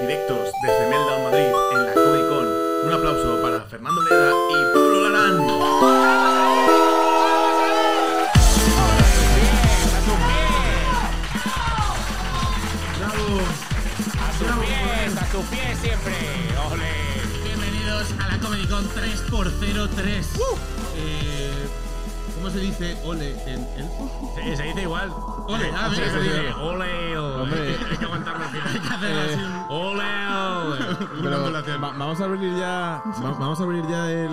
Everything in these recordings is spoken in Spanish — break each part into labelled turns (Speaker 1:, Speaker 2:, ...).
Speaker 1: directos desde Meldown Madrid en la Comic Con. Un aplauso para Fernando Leda y Pablo Larán. ¡Bravo!
Speaker 2: A tus pies, a tus pies siempre. Ole.
Speaker 3: Bienvenidos a la Comedy Con 3x03.
Speaker 4: Uh.
Speaker 3: Eh, ¿Cómo se dice ole en elfo?
Speaker 2: Se, se dice igual.
Speaker 3: Ole, ah,
Speaker 2: Sí,
Speaker 3: mira,
Speaker 2: se dice
Speaker 3: mira.
Speaker 2: ole, ole.
Speaker 4: Hombre.
Speaker 2: Hay que aguantarlo al
Speaker 3: Hay que
Speaker 2: final.
Speaker 3: hacer así un-
Speaker 2: Ole, ole.
Speaker 4: Pero
Speaker 3: Eh, una ondulación.
Speaker 4: va- vamos a abrir ya. va- vamos a abrir ya el.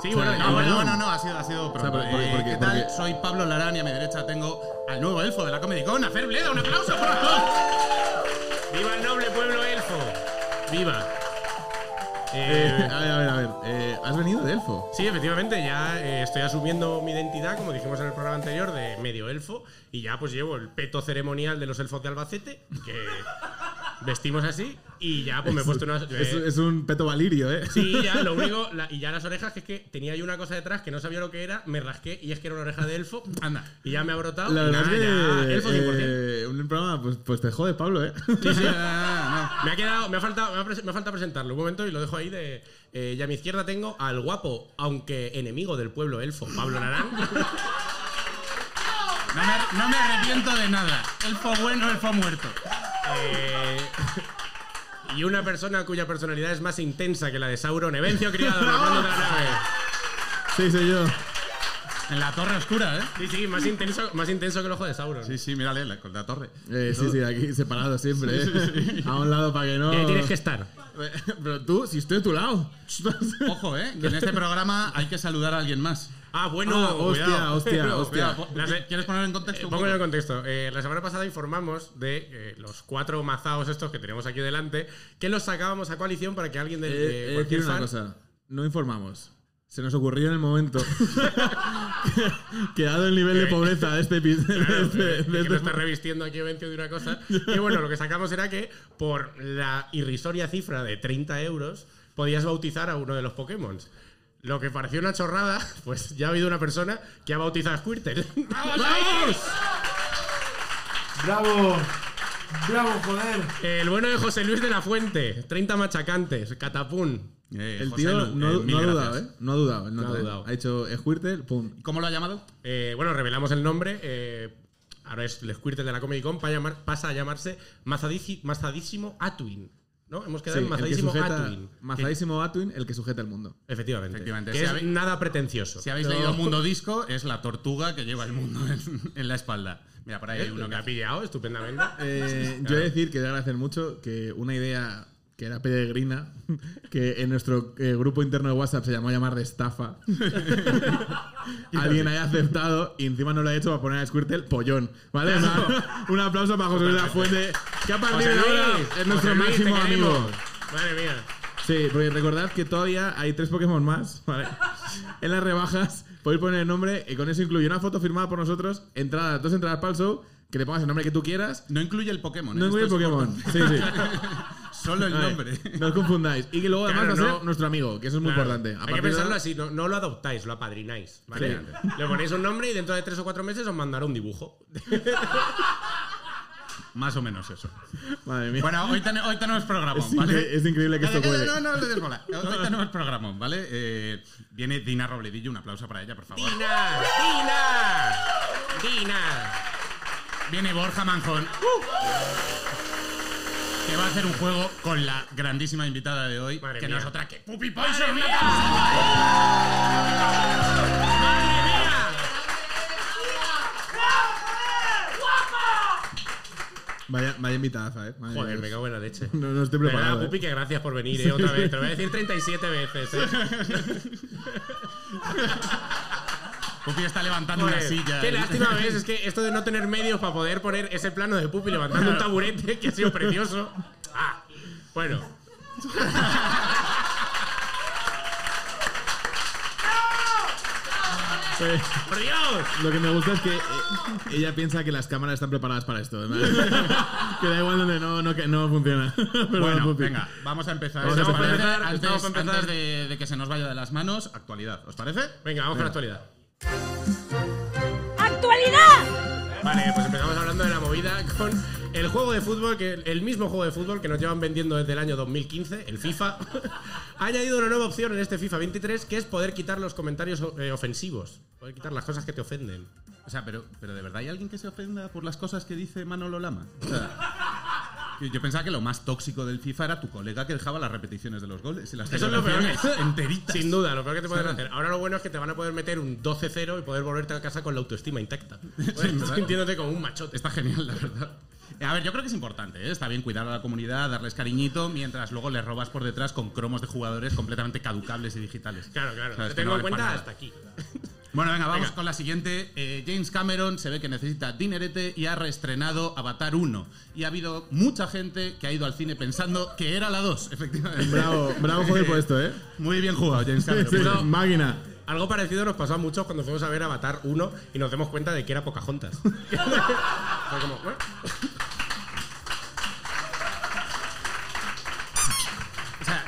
Speaker 2: Sí,
Speaker 4: o sea,
Speaker 2: bueno,
Speaker 4: el
Speaker 2: no, bueno,
Speaker 3: No,
Speaker 4: melón.
Speaker 3: no, no, ha sido, ha sido pronto.
Speaker 4: pero porque-
Speaker 3: Eh,
Speaker 4: porque-
Speaker 3: ¿Qué tal?
Speaker 4: porque-
Speaker 3: Soy Pablo Larán y a mi derecha tengo al nuevo elfo de la Comedy Con, a Fer Bleda. ¡Un aplauso, por favor!
Speaker 2: Viva el noble pueblo elfo. Viva.
Speaker 4: Eh,
Speaker 2: Eh,
Speaker 4: a ver, a ver, a ver. eh, ¿Has venido de elfo?
Speaker 2: Sí, efectivamente, ya eh, estoy asumiendo mi identidad, como dijimos en el programa anterior, de medio elfo, y ya pues llevo el peto ceremonial de los elfos de Albacete, que vestimos así, y ya pues me he puesto una...
Speaker 4: Es, es un peto valirio, ¿eh?
Speaker 2: Sí, ya, lo único, la- y ya las orejas, que es que tenía yo una cosa detrás que no sabía lo que era, me rasqué y es que era una oreja de elfo,
Speaker 3: Anda.
Speaker 2: y ya me ha brotado.
Speaker 4: La
Speaker 2: y
Speaker 4: verdad
Speaker 2: nada,
Speaker 4: es
Speaker 2: ya,
Speaker 4: que.
Speaker 2: elfo 100%.
Speaker 4: eh, un programa, pues, pues te jode, Pablo, ¿eh?
Speaker 3: Sí, sí, ah,
Speaker 2: Me ha quedado, me ha faltado, me ha, pres- me ha faltado presentarlo un momento y lo dejo ahí de. eh, y a mi izquierda tengo al guapo, aunque enemigo del pueblo elfo, Pablo Narán.
Speaker 3: no. No me, no me arrepiento de nada. Elfo bueno, elfo muerto.
Speaker 2: Eh, y una persona cuya personalidad es más intensa que la de Sauron, Evencio Criado, en el fondo de la nave.
Speaker 4: Sí, soy yo.
Speaker 3: En la torre oscura, ¿eh?
Speaker 2: Sí, sí, más intenso, más intenso que el ojo de Sauron.
Speaker 3: Sí, sí, mírale, la, con la torre.
Speaker 4: Eh, sí, sí, aquí separado siempre, ¿eh? A un lado para que no.
Speaker 2: Eh, tienes que estar.
Speaker 4: Pero tú, si estoy a tu lado.
Speaker 3: Ojo, ¿eh? Que en este programa hay que saludar a alguien más.
Speaker 2: Ah, bueno,
Speaker 4: Ah, hostia,
Speaker 2: cuidado.
Speaker 4: hostia,
Speaker 2: Pero,
Speaker 4: hostia.
Speaker 2: cuidado, la se-
Speaker 3: ¿Quieres poner en contexto?
Speaker 2: Eh,
Speaker 3: un
Speaker 2: pongo
Speaker 3: poco?
Speaker 2: en contexto. Eh, la semana pasada informamos de eh, los cuatro mazaos estos que tenemos aquí delante, que los sacábamos a coalición para que alguien de
Speaker 4: Eh,
Speaker 2: de
Speaker 4: eh,
Speaker 2: cualquier
Speaker 4: quiero una
Speaker 2: fan-
Speaker 4: cosa. No informamos. Se nos ocurrió en el momento. que, dado el nivel de pobreza de este epi-
Speaker 2: Claro,
Speaker 4: de este-
Speaker 2: eh, que
Speaker 4: de
Speaker 2: no
Speaker 4: este-
Speaker 2: está revistiendo aquí Evencio de una cosa. Y bueno, lo que sacamos era que por la irrisoria cifra de 30 euros podías bautizar a uno de los Pokémon. Lo que pareció una chorrada, pues ya ha habido una persona que ha bautizado a Squirtle. ¡Vamos!
Speaker 5: ¡Bravo! ¡Bravo, joder!
Speaker 2: El bueno de José Luis de la Fuente, 30 machacantes, catapún.
Speaker 3: Eh,
Speaker 4: El
Speaker 3: José
Speaker 4: tío
Speaker 3: Lu, eh,
Speaker 4: no,
Speaker 3: mil
Speaker 4: no ha
Speaker 3: gracias.
Speaker 4: dudado, ¿eh? No ha dudado. el
Speaker 2: No ha
Speaker 4: nota, ¿eh?
Speaker 2: dudado.
Speaker 4: Ha hecho Squirtle, pum.
Speaker 3: ¿Cómo lo ha llamado?
Speaker 2: Eh, bueno, revelamos el nombre. eh, ahora es el Squirtle de la Comic Con, pa llamar- pasa a llamarse Mazadici- Mazadísimo Atwin. ¿No? Hemos quedado
Speaker 4: Sí,
Speaker 2: en
Speaker 4: el que
Speaker 2: Mazadísimo
Speaker 4: sujeta,
Speaker 2: Atwin.
Speaker 4: Mazadísimo Atwin, el que sujeta el mundo.
Speaker 2: Efectivamente.
Speaker 3: Efectivamente.
Speaker 2: Que
Speaker 3: Si
Speaker 2: es
Speaker 3: habe-
Speaker 2: nada pretencioso.
Speaker 3: Si habéis leído Mundo Disco, es la tortuga que lleva el mundo en, en la espalda. Mira, por ahí hay
Speaker 2: Eh,
Speaker 3: uno
Speaker 2: Uno que
Speaker 3: que
Speaker 2: ha pillado estupendamente.
Speaker 4: Eh, Yo he de decir que voy a agradecer mucho que una idea que era peregrina, que en nuestro eh, grupo interno de WhatsApp se llamó llamar de estafa, alguien haya aceptado y encima no lo ha hecho para poner a Squirtle pollón. ¿Vale? O sea, un aplauso para José Luis de la Fuente, que a partir
Speaker 2: José
Speaker 4: de ahora
Speaker 2: Luis,
Speaker 4: es
Speaker 2: José
Speaker 4: nuestro
Speaker 2: Luis,
Speaker 4: máximo
Speaker 2: te
Speaker 4: amigo.
Speaker 2: queremos. Madre mía.
Speaker 4: Sí, porque recordad que todavía hay tres Pokémon más, ¿vale? En las rebajas podéis poner el nombre y con eso incluye una foto firmada por nosotros, entradas, dos entradas para el show, que le pongas el nombre que tú quieras.
Speaker 3: No incluye el Pokémon. ¿eh?
Speaker 4: No incluye
Speaker 3: Esto es
Speaker 4: Pokémon. Sí, sí.
Speaker 3: importante. Solo el
Speaker 4: A ver,
Speaker 3: nombre.
Speaker 4: No os confundáis. Y que luego además
Speaker 2: Claro,
Speaker 4: va a
Speaker 2: no.
Speaker 4: ser nuestro amigo, que eso es muy
Speaker 2: Claro.
Speaker 4: importante.
Speaker 2: Hay
Speaker 4: A
Speaker 2: que
Speaker 4: partir de
Speaker 2: pensarlo
Speaker 4: ahora-
Speaker 2: así, no, no lo adoptáis, lo apadrináis. ¿vale?
Speaker 4: Sí.
Speaker 2: Le ponéis un nombre y dentro de tres o cuatro meses os mandará un dibujo.
Speaker 3: Más o menos eso.
Speaker 4: Madre mía.
Speaker 3: Bueno, hoy, ten- hoy tenemos programa,
Speaker 4: es, incre-
Speaker 3: ¿vale?
Speaker 4: es increíble que esto
Speaker 3: Cállate,
Speaker 4: puede.
Speaker 3: No, no, no le des bola. Hoy tenemos programa, ¿vale? Eh, viene Dina Robledillo, un aplauso para ella, por favor.
Speaker 2: ¡Dina! ¡Dina! ¡Dina!
Speaker 3: Viene Borja Manjón. Que va a hacer un juego con la grandísima invitada de hoy,
Speaker 2: Madre
Speaker 3: que
Speaker 2: mía.
Speaker 3: no es otra que Pupi Poison.
Speaker 4: Vaya, vaya invitada, ¿eh? Madre
Speaker 2: Joder,
Speaker 4: Dios.
Speaker 2: me cago en la leche.
Speaker 4: No, no estoy
Speaker 2: De verdad,
Speaker 4: preparado. ¿eh?
Speaker 2: Pupi, que gracias por venir eh, otra vez. Te lo voy a decir 37 veces. eh.
Speaker 3: Pupi está levantando
Speaker 2: Joder,
Speaker 3: una silla.
Speaker 2: Qué lástima ves, es que esto de no tener medios para poder poner ese plano de Pupi levantando un taburete, que ha sido precioso. Ah, bueno.
Speaker 4: Eh,
Speaker 2: ¡Por Dios!
Speaker 4: Lo que me gusta es que eh, ella piensa que las cámaras están preparadas para esto. ¿verdad? que da igual donde no, no, que no funciona. Pero
Speaker 3: Bueno,
Speaker 4: Pupi.
Speaker 3: venga, vamos a empezar.
Speaker 4: Vamos a
Speaker 3: ¿Os
Speaker 4: empezar.
Speaker 3: parece?
Speaker 2: Estamos
Speaker 3: Antes,
Speaker 2: para empezar.
Speaker 3: antes de, de que se nos vaya de las manos, actualidad. ¿Os parece?
Speaker 2: Venga, vamos con la actualidad.
Speaker 6: ¡Actualidad!
Speaker 2: Vale, pues empezamos hablando de la movida con el juego de fútbol, que el mismo juego de fútbol que nos llevan vendiendo desde el año 2015, el FIFA, ha añadido una nueva opción en este FIFA 23, que es poder quitar los comentarios eh, ofensivos, poder quitar las cosas que te ofenden.
Speaker 3: O sea, pero, pero de verdad hay alguien que se ofenda por las cosas que dice Manolo Lama. O sea, yo- yo pensaba que lo más tóxico del FIFA era tu colega que dejaba las repeticiones de los goles y las
Speaker 2: Eso es lo peor.
Speaker 3: celebraciones enteritas.
Speaker 2: Sin duda, lo peor que te pueden
Speaker 3: Sí.
Speaker 2: hacer. Ahora lo bueno es que te van a poder meter un 12-0 y poder volverte a casa con la autoestima intacta. Puedes estar
Speaker 3: claro.
Speaker 2: sintiéndote como un machote.
Speaker 3: Está genial, la verdad. Eh, A ver, yo creo que es importante, ¿eh? está bien cuidar a la comunidad, darles cariñito, mientras luego les robas por detrás con cromos de jugadores completamente caducables y digitales.
Speaker 2: Claro, claro.
Speaker 3: Sabes
Speaker 2: Te
Speaker 3: que
Speaker 2: tengo
Speaker 3: no
Speaker 2: en
Speaker 3: valen para
Speaker 2: cuenta
Speaker 3: nada.
Speaker 2: hasta aquí.
Speaker 3: Bueno, venga, vamos
Speaker 2: Venga.
Speaker 3: con la siguiente. Eh, James Cameron se ve que necesita dinerete y ha reestrenado Avatar 1. Y ha habido mucha gente que ha ido al cine pensando que era la 2, efectivamente.
Speaker 4: Bravo, bravo joder por esto, ¿eh?
Speaker 3: Muy bien jugado, James Cameron.
Speaker 4: Sí,
Speaker 3: Bueno,
Speaker 4: Máquina.
Speaker 2: Algo parecido nos pasó a muchos cuando fuimos a ver Avatar 1 y nos damos cuenta de que era Pocahontas. Fue como, "Bueno".
Speaker 3: o sea,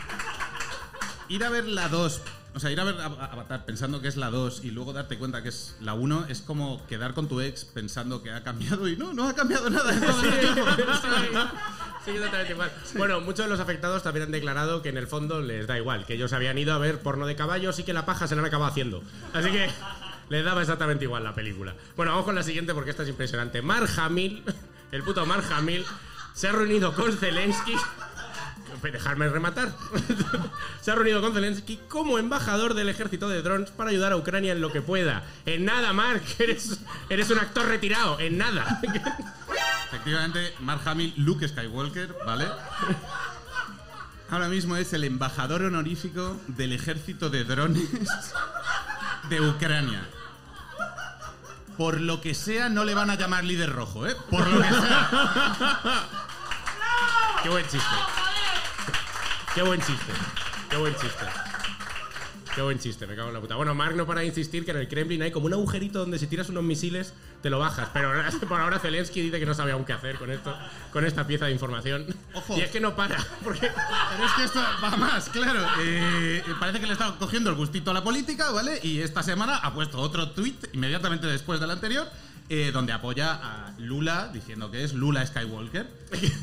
Speaker 3: ir a ver la 2, o sea, ir a ver Av- Avatar pensando que es la 2 y luego darte cuenta que es la 1 es como quedar con tu ex pensando que ha cambiado y no, no ha cambiado nada. es todo lo mismo.
Speaker 2: Sí, exactamente igual. Bueno, muchos de los afectados también han declarado que en el fondo les da igual, que ellos habían ido a ver porno de caballos y que la paja se la han acabado haciendo. Así que les daba exactamente igual la película. Bueno, vamos con la siguiente porque esta es impresionante. Mark Hamill, el puto Mark Hamill, se ha reunido con Zelensky. Dejarme rematar. se ha reunido con Zelensky como embajador del ejército de drones para ayudar a Ucrania en lo que pueda. En nada, Mark, eres, eres un actor retirado. En nada.
Speaker 3: Efectivamente, Mark Hamill, Luke Skywalker, ¿vale? Ahora mismo es el embajador honorífico del ejército de drones de Ucrania. Por lo que sea, no le van a llamar líder rojo, ¿eh? Por lo que sea.
Speaker 2: Qué buen chiste. Qué buen chiste. Qué buen chiste. Qué buen chiste, me cago en la puta. Bueno, Mark no para de insistir que en el Kremlin hay como un agujerito donde si tiras unos misiles te lo bajas. Pero ahora- por ahora Zelensky dice que no sabe aún qué hacer con esto, con esta pieza de información.
Speaker 3: Ojo.
Speaker 2: Y es que no para, porque
Speaker 3: Pero es que esto va más, claro. Eh, parece que le está cogiendo el gustito a la política, ¿vale? Y esta semana ha puesto otro tuit inmediatamente después del anterior. eh, donde apoya a Lula diciendo que es Lula Skywalker.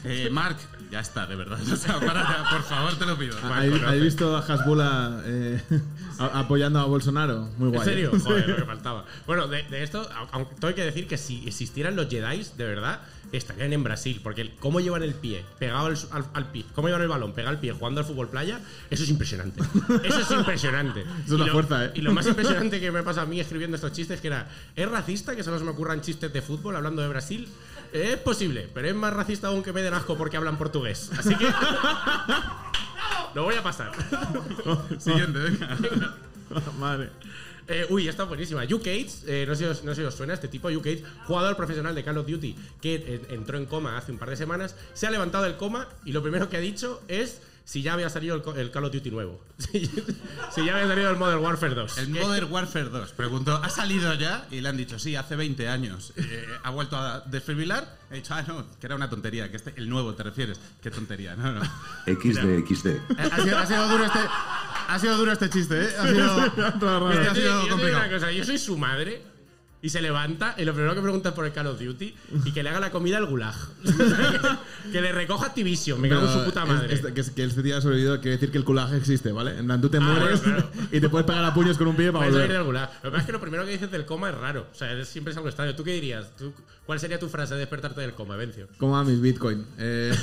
Speaker 3: Eh, Mark, ya está, de verdad. O sea, para, ya, por favor, te lo pido.
Speaker 4: ¿Habéis
Speaker 2: pues
Speaker 4: habéis visto a Hasbula eh, a- apoyando a Bolsonaro? Muy guay. ¿eh?
Speaker 2: ¿En serio? Joder, lo que faltaba. Bueno, de, de esto, au- aunque tengo que decir que si existieran los Jedi, de verdad, estarían en Brasil. Porque el- cómo llevan el pie pegado al, su- al- al pie, cómo llevan el balón pegado al pie jugando al fútbol playa, eso es impresionante. Eso es impresionante.
Speaker 4: Es una
Speaker 2: Y lo-
Speaker 4: fuerza, ¿eh?
Speaker 2: Y lo más impresionante que me pasa a mí escribiendo estos chistes que era, ¿es racista que solo se me ocurran chistes de fútbol hablando de Brasil? Es posible, pero es más racista aún que me den asco porque hablan portugués. Así que... Lo voy a pasar.
Speaker 3: Siguiente, venga.
Speaker 4: Madre.
Speaker 2: Eh, uy, está buenísima. Hugh Cates, eh, no, sé si os, no sé si os suena este tipo, Hugh Cates, jugador profesional de Call of Duty, que eh, entró en coma hace un par de semanas, se ha levantado del coma y lo primero que ha dicho es si ya había salido el, co- el Call of Duty nuevo. si, si ya había salido el Modern Warfare 2.
Speaker 3: El
Speaker 2: Que-
Speaker 3: Modern Warfare 2 preguntó, ¿ha salido ya? Y le han dicho, sí, hace 20 años. Eh, ha vuelto a desfibrilar. He dicho, ah, no, que era una tontería, que este, el nuevo te refieres. Qué tontería, no, no.
Speaker 6: XD, XD.
Speaker 3: Eh, Ha sido, ha sido duro este. Ha sido duro este chiste, ¿eh? Ha sido,
Speaker 2: Mira,
Speaker 3: este ha
Speaker 2: yo te- yo te
Speaker 3: sido
Speaker 2: digo una
Speaker 3: complicado.
Speaker 2: cosa, yo soy su madre y se levanta y lo primero que pregunta es por el Call of Duty y que le haga la comida al gulag. que le recoja Activision, me cago en su puta
Speaker 4: es-
Speaker 2: madre.
Speaker 4: es- que, es- que este tío ha sobrevivido quiere decir que el culaje existe, ¿vale? En plan, tú te mueres
Speaker 2: Ah, bueno,
Speaker 4: y te puedes pegar a puños con un pie para
Speaker 2: Puedes salir de
Speaker 4: volver.
Speaker 2: algún lado. Lo que pasa es que lo primero que dices del coma es raro. O sea, es- siempre es algo extraño. ¿Tú qué dirías? ¿Tú- ¿Cuál sería tu frase de despertarte del coma, Vencio?
Speaker 4: ¿Cómo va mis Bitcoin? Eh,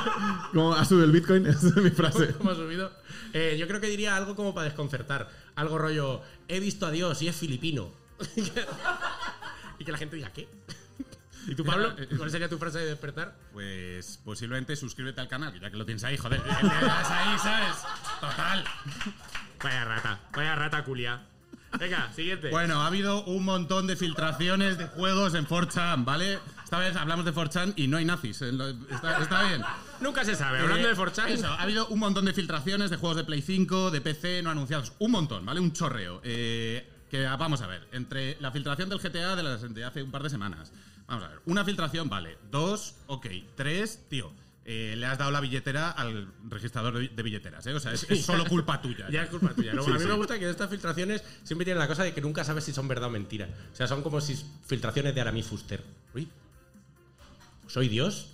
Speaker 4: ¿Cómo ha subido el Bitcoin? Esa es mi frase.
Speaker 2: ¿Cómo has subido? Eh, yo creo que diría algo como para desconcertar. Algo rollo, he visto a Dios y es filipino. y que la gente diga, ¿qué? ¿Y tú, Pablo?
Speaker 3: Eh,
Speaker 2: ¿Cuál sería tu frase de despertar?
Speaker 3: Pues posiblemente suscríbete al canal, que ya que lo tienes ahí, joder. Eh, que Lo tienes ahí, ¿sabes? Total.
Speaker 2: Vaya rata, vaya rata culia. Venga, siguiente.
Speaker 3: Bueno, ha habido un montón de filtraciones de juegos en 4chan, ¿vale? Esta vez hablamos de 4chan y no hay nazis. en lo- Está, está bien.
Speaker 2: Nunca se sabe. Hablando
Speaker 3: Eh,
Speaker 2: de Forchan,
Speaker 3: eso, ha habido un montón de filtraciones de juegos de Play 5, de PC, no anunciados. Un montón, ¿vale? Un chorreo. Eh, que ah, vamos a ver, entre la filtración del GTA de, las, de hace un par de semanas. Vamos a ver, una filtración, vale. Dos, ok. Tres, tío. eh, le has dado la billetera al registrador de, de billeteras, ¿eh? O sea, es, es solo culpa tuya.
Speaker 2: Ya es culpa tuya. ¿no?
Speaker 3: Sí,
Speaker 2: a mí
Speaker 3: sí.
Speaker 2: me gusta que de estas filtraciones siempre tienen la cosa de que nunca sabes si son verdad o mentira. O sea, son como si filtraciones de Aramis Fuster. Uy. ¿Soy Dios?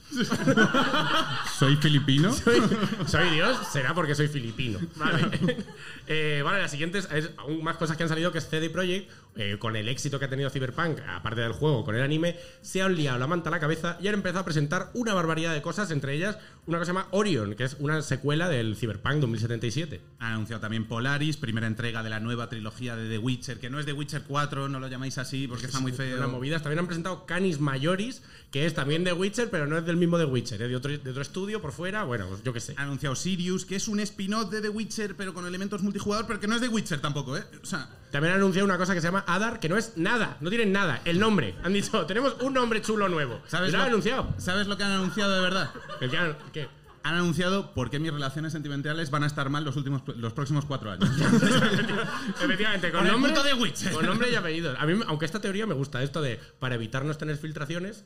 Speaker 3: ¿Soy filipino?
Speaker 2: soy, soy Dios, será porque soy filipino. Vale. Eh, vale, la siguiente es, es aún más cosas que han salido que es CD Projekt, eh, con el éxito que ha tenido Cyberpunk, aparte del juego, con el anime, se han liado la manta a la cabeza y han empezado a presentar una barbaridad de cosas, entre ellas una cosa que se llama Orion, que es una secuela del Cyberpunk 2077.
Speaker 3: Han anunciado también Polaris, primera entrega de la nueva trilogía de The Witcher, que no es The Witcher 4, no lo llamáis así porque está muy
Speaker 2: Unas
Speaker 3: feo.
Speaker 2: movidas. También han presentado Canis Majoris, que es también de Witcher, pero no es del mismo de Witcher, es de otro, de otro estudio por fuera, bueno, pues yo qué sé.
Speaker 3: Han anunciado Sirius, que es un spin-off de The Witcher, pero con elementos multijugador, pero que no es The Witcher tampoco, ¿eh? O sea,
Speaker 2: También han anunciado una cosa que se llama Adar, que no es nada, no tienen nada, el nombre. Han dicho, tenemos un nombre chulo nuevo.
Speaker 3: ¿sabes,
Speaker 2: Y lo han anunciado.
Speaker 3: ¿Sabes lo que han anunciado de verdad?
Speaker 2: El que han- ¿qué?
Speaker 3: Han anunciado por qué mis relaciones sentimentales van a estar mal los, últimos, los próximos cuatro años.
Speaker 2: Efectivamente, con,
Speaker 3: Con el
Speaker 2: nombre
Speaker 3: puto de Witcher.
Speaker 2: Con nombre y apellidos. A mí, aunque esta teoría me gusta, esto de para evitarnos tener filtraciones,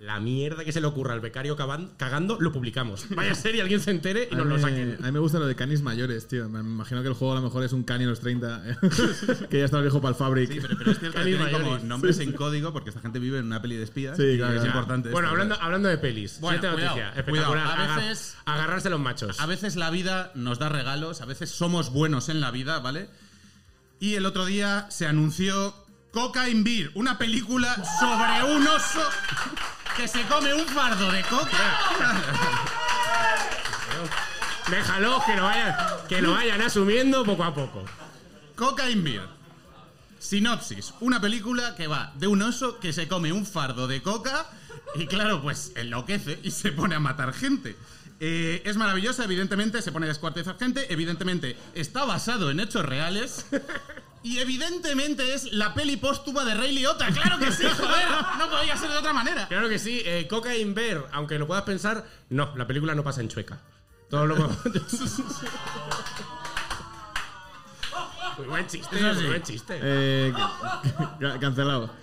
Speaker 2: la mierda que se le ocurra al becario caban- cagando, lo publicamos. Vaya a ser y alguien se entere y
Speaker 4: a,
Speaker 2: nos
Speaker 4: mí,
Speaker 2: lo
Speaker 4: me-
Speaker 2: saquen.
Speaker 4: a mí me gusta lo de canis mayores, tío. Me imagino que el juego a lo mejor es un cani en los 30, eh, que ya está viejo para el Fabric.
Speaker 3: Sí, pero, pero es cierto que
Speaker 2: Cali
Speaker 3: tiene como
Speaker 2: Mayores.
Speaker 3: nombres en código porque esta gente vive en una peli de espías.
Speaker 4: Sí,
Speaker 3: y
Speaker 4: claro,
Speaker 3: Es
Speaker 4: claro.
Speaker 3: importante.
Speaker 2: Bueno,
Speaker 3: esto.
Speaker 2: hablando, hablando de pelis,
Speaker 3: Bueno,
Speaker 2: siguiente
Speaker 3: cuidado,
Speaker 2: noticia, espectacular.
Speaker 3: cuidado. A
Speaker 2: Agar-
Speaker 3: veces-
Speaker 2: agarrarse a los machos.
Speaker 3: A veces la vida nos da regalos, a veces somos buenos en la vida, ¿vale? Y el otro día se anunció Coca in Beer, una película sobre un oso que se come un fardo de coca.
Speaker 2: Déjalo que lo vayan, que lo vayan asumiendo poco a poco.
Speaker 3: Coca in Beer. Sinopsis, una película que va de un oso que se come un fardo de coca y claro, pues enloquece y se pone a matar gente. Eh, es maravillosa, evidentemente, se pone a descuartizar gente, evidentemente está basado en hechos reales y evidentemente es la peli póstuma de Rey Liotta, claro que sí, joder, no podía ser de otra manera.
Speaker 2: Claro que sí, eh, Coca in Bear, aunque lo puedas pensar, no, la película no pasa en Chueca. Todo lo Muy buen chiste,
Speaker 3: Eso sí.
Speaker 2: muy buen chiste.
Speaker 4: Eh, ca- cancelado.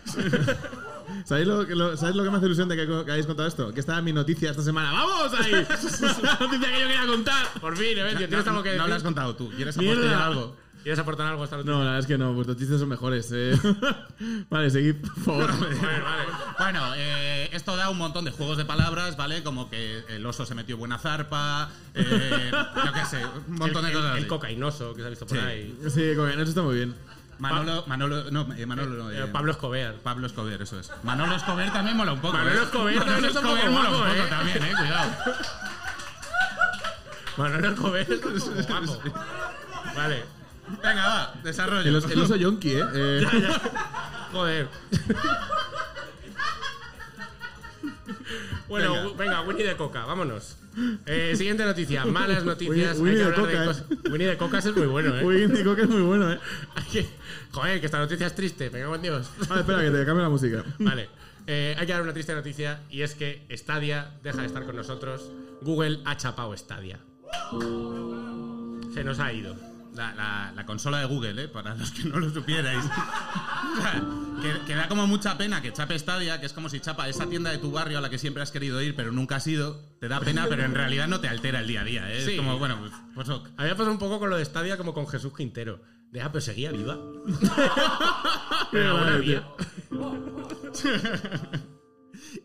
Speaker 4: ¿Sabéis lo, que- lo- ¿Sabéis lo que me hace ilusión de que, co- que hayáis contado esto? Que estaba mi noticia esta semana. ¡Vamos ahí! La noticia que yo quería contar.
Speaker 2: Por fin, ¿eh? Tienes
Speaker 3: No,
Speaker 2: algo que
Speaker 3: no
Speaker 2: decir.
Speaker 3: lo has contado tú, ¿quieres
Speaker 2: Mierda.
Speaker 3: apostillar algo?
Speaker 2: ¿Quieres aportar algo a esta
Speaker 4: No,
Speaker 2: noticia?
Speaker 4: la verdad es que no. Vuestros chistes son mejores. eh. vale, seguid, por favor.
Speaker 2: Vale, vale.
Speaker 3: Bueno, eh, esto da un montón de juegos de palabras, ¿vale? Como que el oso se metió buena zarpa, eh, yo qué sé, un montón
Speaker 2: El- el-
Speaker 3: de cosas.
Speaker 2: El,
Speaker 3: así.
Speaker 2: cocainoso que se ha visto por
Speaker 3: Sí.
Speaker 2: ahí.
Speaker 4: Sí, con eso está muy bien.
Speaker 3: Manolo, Manolo, no, eh, Manolo, no, eh,
Speaker 2: Eh, Pablo Escobar.
Speaker 3: Pablo Escobar, eso es. Manolo Escobar también mola un poco.
Speaker 2: Manolo
Speaker 3: ¿eh?
Speaker 2: Escobar también
Speaker 3: Manolo
Speaker 2: es un poco
Speaker 3: Escobar mola un
Speaker 2: guapo,
Speaker 3: poco
Speaker 2: ¿eh?
Speaker 3: también, eh, cuidado.
Speaker 2: Manolo Escobar. guapo. Vale.
Speaker 3: Venga, va, desarrollo.
Speaker 4: El, os- el oso yonki, ¿eh? Eh,
Speaker 2: Joder. Bueno,
Speaker 3: Venga.
Speaker 2: venga. Winnie de Coca, vámonos. Eh, siguiente noticia, malas noticias. hay
Speaker 4: Winnie-
Speaker 2: que
Speaker 4: Winnie de
Speaker 2: hablar
Speaker 4: Coca, ¿eh?
Speaker 2: cosas- Winnie de Coca ese es muy bueno, ¿eh?
Speaker 4: Uy, indicó que es muy bueno, ¿eh?
Speaker 2: Hay que- Joder, que esta noticia es triste, me cago en Dios.
Speaker 4: Vale, espera, que te cambie la música.
Speaker 2: Vale, eh, hay que dar una triste noticia y es que Stadia deja de estar con nosotros. Google ha chapado Stadia. Se nos ha ido.
Speaker 3: La, la- la consola de Google, ¿eh? para los que no lo supierais. O sea, que, que da como mucha pena que chape Stadia, que es como si chapa esa tienda de tu barrio a la que siempre has querido ir, pero nunca has ido. Te da pena, pero en realidad no te altera el día a día. ¿eh?
Speaker 2: Sí.
Speaker 3: Es como, bueno, pues, pues ok.
Speaker 2: Había pasado un poco con lo de Stadia como con Jesús Quintero. De, ah, pero seguía viva. pero
Speaker 4: Vale,
Speaker 2: alguna
Speaker 4: tío.
Speaker 2: vía.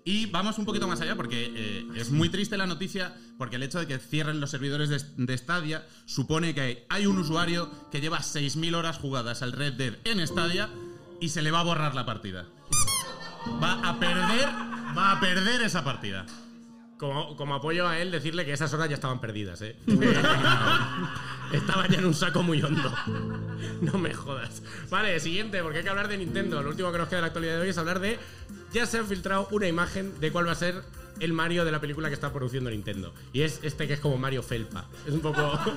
Speaker 3: Y vamos un poquito más allá porque eh, es muy triste la noticia porque el hecho de que cierren los servidores de, de Stadia supone que hay un usuario que lleva 6.000 horas jugadas al Red Dead en Stadia y se le va a borrar la partida. Va a perder, va a perder esa partida.
Speaker 2: Como, como apoyo a él, decirle que esas horas ya estaban perdidas, ¿eh? Estaban ya en un saco muy hondo. No me jodas. Vale, siguiente, porque hay que hablar de Nintendo. Lo último que nos queda de la actualidad de hoy es hablar de... Ya se ha filtrado una imagen de cuál va a ser el Mario de la película que está produciendo Nintendo. Y es este que es como Mario Felpa. Es un poco...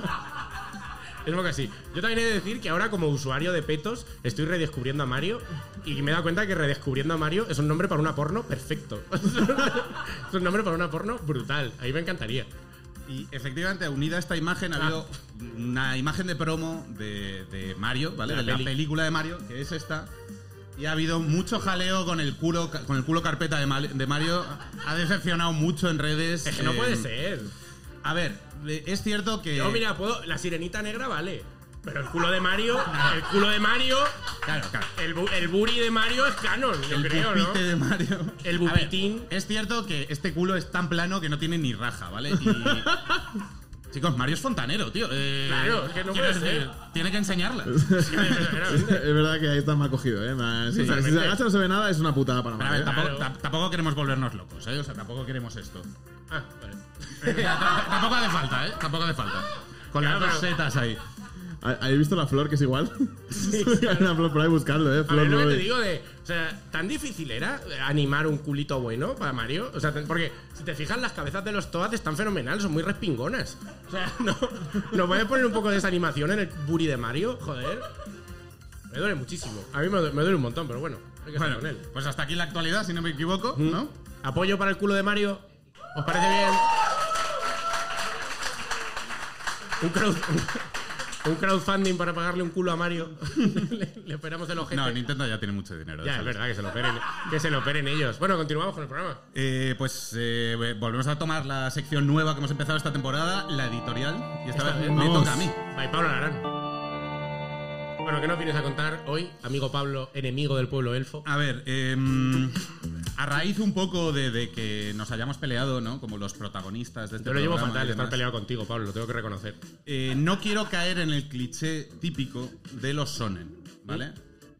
Speaker 2: Es un poco así. Yo también he de decir que ahora como usuario de petos estoy redescubriendo a Mario y me he dado cuenta que redescubriendo a Mario es un nombre para una porno perfecto. es un nombre para una porno brutal. Ahí me encantaría.
Speaker 3: Y efectivamente, unida a esta imagen, ha
Speaker 2: Ah.
Speaker 3: habido una imagen de promo de, de Mario, ¿vale?
Speaker 2: La
Speaker 3: de
Speaker 2: peli.
Speaker 3: la película de Mario, que es esta. Y ha habido mucho jaleo con el culo, con el culo carpeta de, Mal- de Mario. Ha decepcionado mucho en redes.
Speaker 2: Es que no
Speaker 3: eh,
Speaker 2: puede ser.
Speaker 3: A ver, eh, es cierto que.
Speaker 2: Yo, mira, puedo. La sirenita negra vale. Pero el culo de Mario, el culo de Mario,
Speaker 3: Claro, claro.
Speaker 2: el, bu- el booty de Mario es canon, yo
Speaker 3: El
Speaker 2: creo, ¿no?
Speaker 3: pupite de Mario.
Speaker 2: El
Speaker 3: A ver,
Speaker 2: bupitín.
Speaker 3: es cierto que este culo es tan plano que no tiene ni raja, ¿vale? Y- Chicos, Mario es fontanero, tío. Eh,
Speaker 2: Claro, es que no
Speaker 3: quiero
Speaker 2: puede
Speaker 3: decir,
Speaker 2: ser.
Speaker 3: Tiene que enseñarla.
Speaker 4: Es verdad que ahí está más cogido, ¿eh? Me- si, se- si se
Speaker 2: Totalmente.
Speaker 4: agacha no se ve nada, es una putada para
Speaker 3: Pero a
Speaker 4: Mario.
Speaker 3: ver, tampoco,
Speaker 2: Claro.
Speaker 3: tam- tampoco queremos volvernos locos, ¿eh? O sea, tampoco queremos esto.
Speaker 2: Ah, vale.
Speaker 3: tampoco hace falta, ¿eh? Tampoco hace falta. Con
Speaker 2: Claro,
Speaker 3: las dos
Speaker 2: pero-
Speaker 3: setas ahí.
Speaker 4: ¿Ah, ¿Habéis visto la flor que es igual? Hay una flor por ahí buscarlo, ¿eh?
Speaker 2: A
Speaker 4: Flor
Speaker 2: ver, lo que
Speaker 4: nueve.
Speaker 2: Ah, te digo de. O sea, tan difícil era animar un culito bueno para Mario. O sea, te- porque si te fijas, las cabezas de los Toads están fenomenales, son muy respingonas. O sea, no. ¿Nos voy a poner un poco de esa animación en el buri de Mario? Joder. Me duele muchísimo. A mí me, du- me duele un montón, pero bueno, hay que estar
Speaker 3: Bueno,
Speaker 2: con él. Mm.
Speaker 3: pues hasta aquí la actualidad, si no me equivoco, ¿no?
Speaker 2: Apoyo para el culo de Mario. ¿Os parece bien? Un, crowd- un crowdfunding para pagarle un culo a Mario. le, le operamos el ojete.
Speaker 3: No, Nintendo ya tiene mucho dinero.
Speaker 2: Este. Ya, es
Speaker 3: déjalo.
Speaker 2: verdad que se lo operen, que se lo operen ellos. Bueno, continuamos con el programa.
Speaker 3: Eh, pues eh, volvemos a tomar la sección nueva que hemos empezado esta temporada, la editorial. Y esta vez me
Speaker 4: Vamos.
Speaker 3: toca a mí.
Speaker 2: Bye, Pablo Larán. Bueno, ¿qué nos vienes a contar hoy, amigo Pablo, enemigo del pueblo elfo?
Speaker 3: A ver, em, a raíz un poco de, de que nos hayamos peleado, ¿no? Como los protagonistas de este
Speaker 2: Yo lo llevo
Speaker 3: programa y
Speaker 2: fatal estar
Speaker 3: demás.
Speaker 2: peleado contigo, Pablo, lo tengo que reconocer.
Speaker 3: Eh, no quiero caer en el cliché típico de los sonen, ¿vale?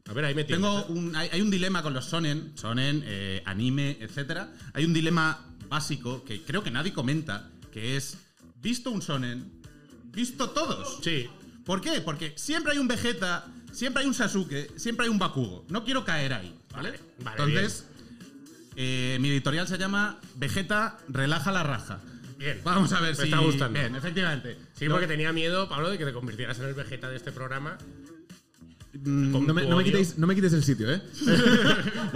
Speaker 2: A ver, ahí me tienes.
Speaker 3: Tengo un, hay, hay un dilema con los sonen, sonen, eh, anime, etcétera. Hay un dilema básico que creo que nadie comenta, que es visto un sonen, visto todos.
Speaker 2: Sí.
Speaker 3: ¿Por qué? Porque siempre hay un Vegeta, siempre hay un Sasuke, siempre hay un Bakugo. No quiero caer ahí, ¿vale?
Speaker 2: Vale, vale,
Speaker 3: Entonces, eh, mi editorial se llama Vegeta relaja la raja.
Speaker 2: Bien.
Speaker 3: Vamos a ver
Speaker 2: Me
Speaker 3: si
Speaker 2: está gustando.
Speaker 3: Bien, efectivamente.
Speaker 2: Sí, porque tenía miedo, Pablo, de que te convirtieras en el vegeta de este programa. Con
Speaker 4: No me,
Speaker 2: tu
Speaker 4: no me
Speaker 2: odio.
Speaker 4: quitéis, no me quitéis el sitio, ¿eh? ya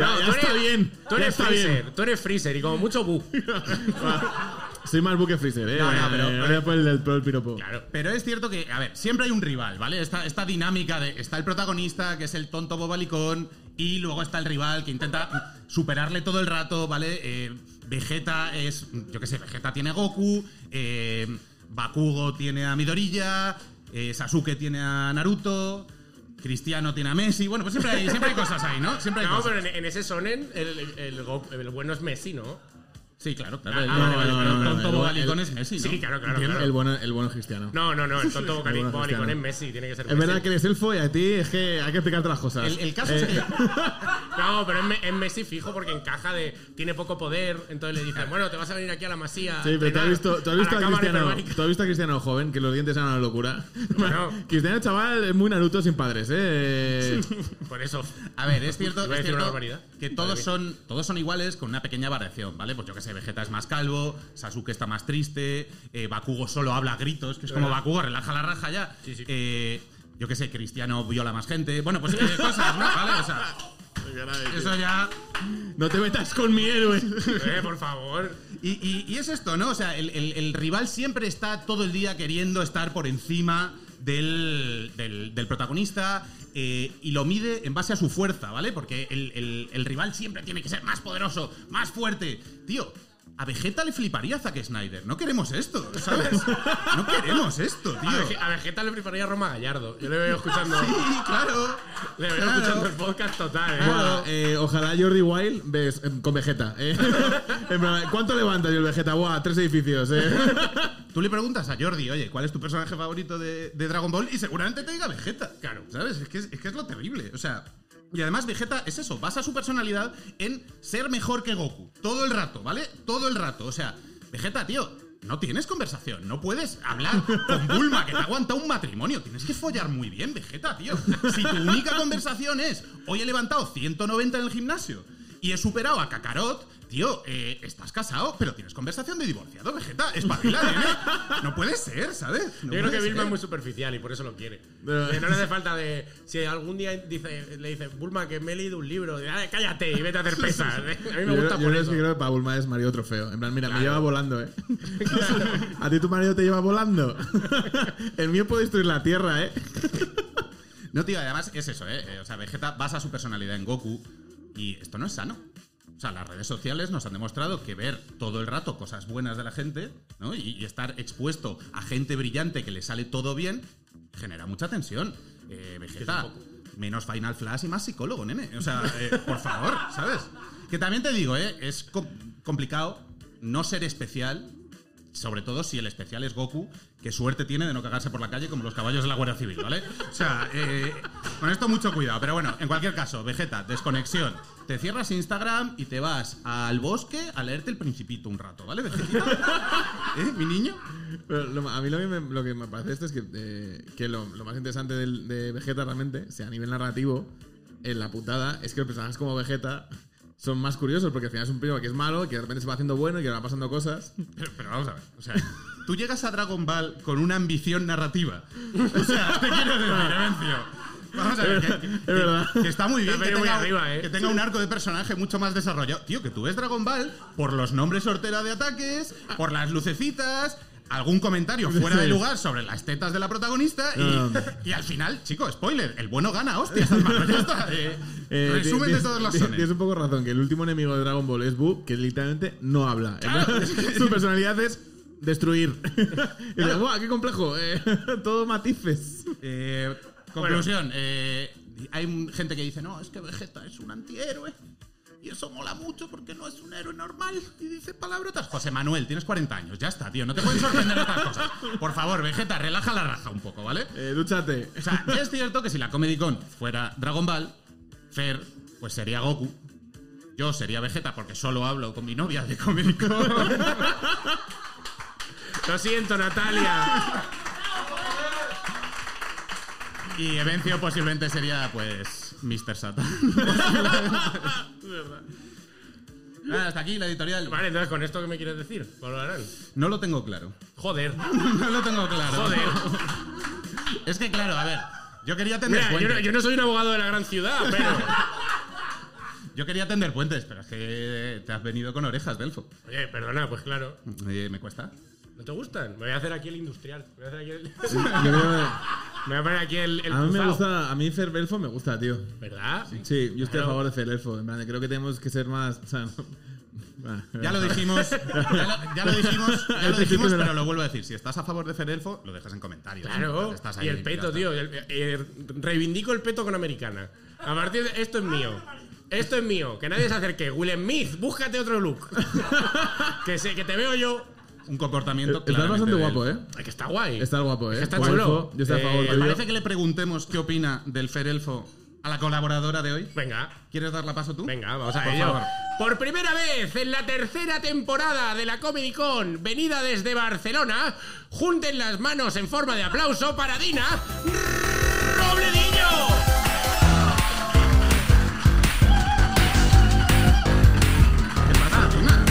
Speaker 2: No,
Speaker 4: ya
Speaker 2: tú
Speaker 4: está
Speaker 2: eres-
Speaker 4: bien.
Speaker 2: Tú
Speaker 4: ya
Speaker 2: eres
Speaker 4: está
Speaker 2: freezer,
Speaker 4: bien.
Speaker 2: tú eres freezer y como mucho bu.
Speaker 4: Soy más buque freezer, ¿eh?
Speaker 3: No, no, pero-
Speaker 4: Eh, voy a poner el, el, el piropo.
Speaker 2: claro.
Speaker 3: Pero es cierto que, a ver, siempre hay un rival, ¿vale? Esta, esta dinámica de está el protagonista, que es el tonto bobalicón, y luego está el rival que intenta superarle todo el rato, ¿vale? Eh, Vegeta es, yo qué sé, Vegeta tiene a Goku, eh, Bakugo tiene a Midorilla, eh, Sasuke tiene a Naruto, Cristiano tiene a Messi, bueno, pues siempre hay, siempre hay cosas ahí, ¿no? Siempre hay
Speaker 2: No,
Speaker 3: cosas.
Speaker 2: pero en, en ese sonen el, el- el go- el bueno es Messi, ¿no?
Speaker 3: Sí, claro, claro.
Speaker 2: Ah,
Speaker 3: el-
Speaker 2: vale, vale,
Speaker 3: el
Speaker 2: vale,
Speaker 4: vale,
Speaker 3: tonto
Speaker 4: el-
Speaker 3: bobalicón es Messi, ¿no?
Speaker 2: Sí, claro, claro.
Speaker 4: Entiendo.
Speaker 2: claro.
Speaker 4: El bueno, el bueno es cristiano.
Speaker 2: No, no, no, el tonto vocali-
Speaker 4: Bueno,
Speaker 2: vocalicón
Speaker 4: Cristiano.
Speaker 2: es Messi, tiene que ser
Speaker 4: Es
Speaker 2: Messi.
Speaker 4: verdad que eres elfo y a ti es que hay que explicarte las cosas. Eh,
Speaker 3: El, el caso es que...
Speaker 2: No, pero es, Me- es Messi fijo porque encaja de. Tiene poco poder, entonces le dicen, bueno, te vas a venir aquí a la masía.
Speaker 4: Sí, pero tú has visto, tú has visto a, Cristiano, tú
Speaker 2: Cristiano.
Speaker 4: has visto a Cristiano joven, que los dientes eran una locura.
Speaker 2: Bueno.
Speaker 4: Cristiano chaval es muy Naruto sin padres, ¿eh?
Speaker 2: Por eso.
Speaker 3: A ver, es cierto,
Speaker 2: Iba a
Speaker 3: es
Speaker 2: decir una
Speaker 3: cierto
Speaker 2: barbaridad.
Speaker 3: que todos son, todos son iguales con una pequeña variación, ¿vale? Pues yo que sé, Vegeta es más calvo, Sasuke está más triste, eh, Bakugo solo habla a gritos, que es como
Speaker 2: ¿Verdad?
Speaker 3: Bakugo, relaja la raja ya.
Speaker 2: Sí, sí.
Speaker 3: Eh, yo que sé, Cristiano viola más gente. Bueno, pues eh, cosas, ¿no? ¿Vale? O sea, eso ya.
Speaker 4: No te metas con mi héroe.
Speaker 2: Eh, por favor.
Speaker 3: Y, y- y es esto, ¿no? O sea, el, el- el rival siempre está todo el día queriendo estar por encima del, del- del protagonista eh, y lo mide en base a su fuerza, ¿vale? Porque el, el- el rival siempre tiene que ser más poderoso, más fuerte. Tío, a Vegeta le fliparía Zack Snyder. No queremos esto, ¿sabes? No queremos esto,
Speaker 2: A, Vege-
Speaker 3: tío.
Speaker 2: a Vegeta le prepararía Roma Gallardo. Yo le veo escuchando.
Speaker 3: Sí, claro.
Speaker 2: Le veo
Speaker 3: Claro.
Speaker 2: escuchando el podcast total, eh.
Speaker 4: Buah, eh, ojalá Jordi Wild ves, em, con Vegeta. eh. En plan, ¿Cuánto levanta yo el Vegeta? Buah, tres edificios. eh.
Speaker 3: Tú le preguntas a Jordi, oye, ¿cuál es tu personaje favorito de, de Dragon Ball? Y seguramente te diga Vegeta. Claro. ¿Sabes? Es que es, es que es lo terrible. O sea. Y además Vegeta es eso, basa su personalidad en ser mejor que Goku. Todo el rato, ¿vale? Todo el rato. O sea, Vegeta, tío, no tienes conversación. No puedes hablar con Bulma, que te aguanta un matrimonio. Tienes que follar muy bien, Vegeta, tío. Si tu única conversación es, hoy he levantado 190 en el gimnasio y he superado a Kakarot, Tío, eh, estás casado, pero tienes conversación de divorciado, Vegeta. Espabila, nene. No puede ser, ¿sabes? No
Speaker 2: Yo creo
Speaker 3: puede
Speaker 2: que Vilma
Speaker 3: ser.
Speaker 2: es muy superficial y por eso lo quiere. Que no le hace falta de. Si algún día dice, le dice, Bulma, que me he leído un libro, de, "Ah, cállate y vete a hacer pesas. A mí me
Speaker 4: Yo-
Speaker 2: gusta
Speaker 4: yo
Speaker 2: por
Speaker 4: creo
Speaker 2: eso.
Speaker 4: que creo que para Bulma es marido trofeo. En plan, mira, me lleva volando, ¿eh? A ti tu marido te lleva volando. El mío puede destruir la tierra, ¿eh?
Speaker 3: No, tío, además es eso, ¿eh? Eh, O sea, Vegeta basa su personalidad en Goku y esto no es sano. O sea, las redes sociales nos han demostrado que ver todo el rato cosas buenas de la gente ¿no? y, y estar expuesto a gente brillante que le sale todo bien genera mucha tensión. Eh, Vegeta, menos Final Flash y más psicólogo, nene. O sea, eh, por favor, ¿sabes? Que también te digo, ¿eh? es com- complicado no ser especial sobre todo si el especial es Goku, que suerte tiene de no cagarse por la calle como los caballos de la Guardia Civil, ¿vale? O sea, eh, con esto mucho cuidado. Pero bueno, en cualquier caso, Vegeta, desconexión. Te cierras Instagram y te vas al bosque a leerte el principito un rato, ¿vale, Vegetita? ¿Eh, mi niño?
Speaker 4: Pero lo- a mí lo que, me, lo que me parece esto es que, eh, que lo, lo más interesante del- de Vegeta realmente, sea a nivel narrativo, en la putada, es que los personajes como Vegeta son más curiosos, porque al final es un primo que es malo, que de repente se va haciendo bueno y que le van pasando cosas.
Speaker 3: Pero, pero vamos a ver, o sea, tú llegas a Dragon Ball con una ambición narrativa. O sea, te quiero decir, Evencio. Vamos a ver, que, que- que está muy bien
Speaker 2: Te has
Speaker 3: que
Speaker 2: venido
Speaker 3: tenga,
Speaker 2: muy arriba, ¿eh?
Speaker 3: que tenga un arco de personaje mucho más desarrollado. Tío, que tú ves Dragon Ball por los nombres hortera de ataques, por las lucecitas, algún comentario fuera de lugar sobre las tetas de la protagonista y,
Speaker 2: Ah.
Speaker 3: y al final, chico, spoiler, el bueno gana, hostias, hermano, ya está. Eh,
Speaker 4: Eh,
Speaker 3: resumen
Speaker 4: ti-
Speaker 3: de todos los
Speaker 4: ti-
Speaker 3: sones.
Speaker 4: Tienes un poco razón, que el último enemigo de Dragon Ball es Boo, que literalmente no habla. Su personalidad es destruir. Y dices, "Buah, qué complejo! eh, todo matices.
Speaker 3: Eh, conclusión, eh, hay un- gente que dice, no, es que Vegeta es un antihéroe. Y eso mola mucho porque no es un héroe normal. Y dice palabrotas. José Manuel, tienes 40 años, ya está, tío. No te pueden sorprender estas cosas. Por favor, Vegeta, relaja la raja un poco, ¿vale?
Speaker 4: Eh, dúchate.
Speaker 3: O sea, es cierto que si la Comedy Con fuera Dragon Ball, Fer, pues sería Goku. Yo sería Vegeta porque solo hablo con mi novia de Comedy Con.
Speaker 2: Lo siento, Natalia.
Speaker 3: Y Evencio posiblemente sería, pues, Mr. Satan. Ah, hasta aquí la editorial.
Speaker 2: Vale, entonces, ¿con esto qué me quieres decir? Pablo Larán?
Speaker 3: No lo tengo claro.
Speaker 2: Joder.
Speaker 3: No lo tengo claro.
Speaker 2: Joder.
Speaker 3: Es que, claro, a ver. Yo quería tender
Speaker 2: Mira, yo
Speaker 3: puentes.
Speaker 2: no, yo no soy un abogado de la gran ciudad, pero...
Speaker 3: Yo quería tender puentes, pero es que te has venido con orejas, Delfo.
Speaker 2: Oye, perdona, pues claro.
Speaker 3: Eh, me cuesta.
Speaker 2: ¿No te gustan? Me voy a hacer aquí el industrial. Me voy a, hacer aquí el-
Speaker 4: Yo creo-
Speaker 2: Me voy a poner aquí el, el
Speaker 4: a mí me
Speaker 2: cruzado.
Speaker 4: gusta, a mí Fer Belfo me gusta, tío.
Speaker 2: ¿Verdad?
Speaker 4: Sí, yo estoy
Speaker 2: Claro.
Speaker 4: a favor de Fer Belfo. En plan, creo que tenemos que ser más. o sea, no- Bah,
Speaker 3: Ya lo dijimos, ya lo, ya lo dijimos, ya lo dijimos, pero lo vuelvo a decir. Si estás a favor de Ferelfo, lo dejas en comentarios.
Speaker 2: Claro.
Speaker 3: Estás ahí,
Speaker 2: Y el
Speaker 3: ya
Speaker 2: peto,
Speaker 3: está.
Speaker 2: tío. y el- eh, reivindico el peto con americana. A partir de... Esto es mío. Esto es mío. Que nadie se acerque. Will Smith, búscate otro look. que sé, que te veo yo.
Speaker 3: Un comportamiento
Speaker 4: Estás bastante guapo, ¿eh?
Speaker 2: Ay, que está guay.
Speaker 4: Estás guapo, eh.
Speaker 2: Está
Speaker 4: Belfo,
Speaker 2: chulo.
Speaker 4: Yo estoy a favor
Speaker 2: Eh,
Speaker 3: ¿Te
Speaker 4: tuyo.
Speaker 3: parece que le preguntemos qué opina del Ferelfo a la colaboradora de hoy?
Speaker 2: Venga.
Speaker 3: ¿Quieres darla paso tú?
Speaker 2: Venga, vamos a
Speaker 3: Por
Speaker 2: ello.
Speaker 3: favor.
Speaker 2: Por primera vez en la tercera temporada de la Comedy Con, venida desde Barcelona, junten las manos en forma de aplauso para Dina Robledillo.
Speaker 3: ¿Qué pasa, Dina?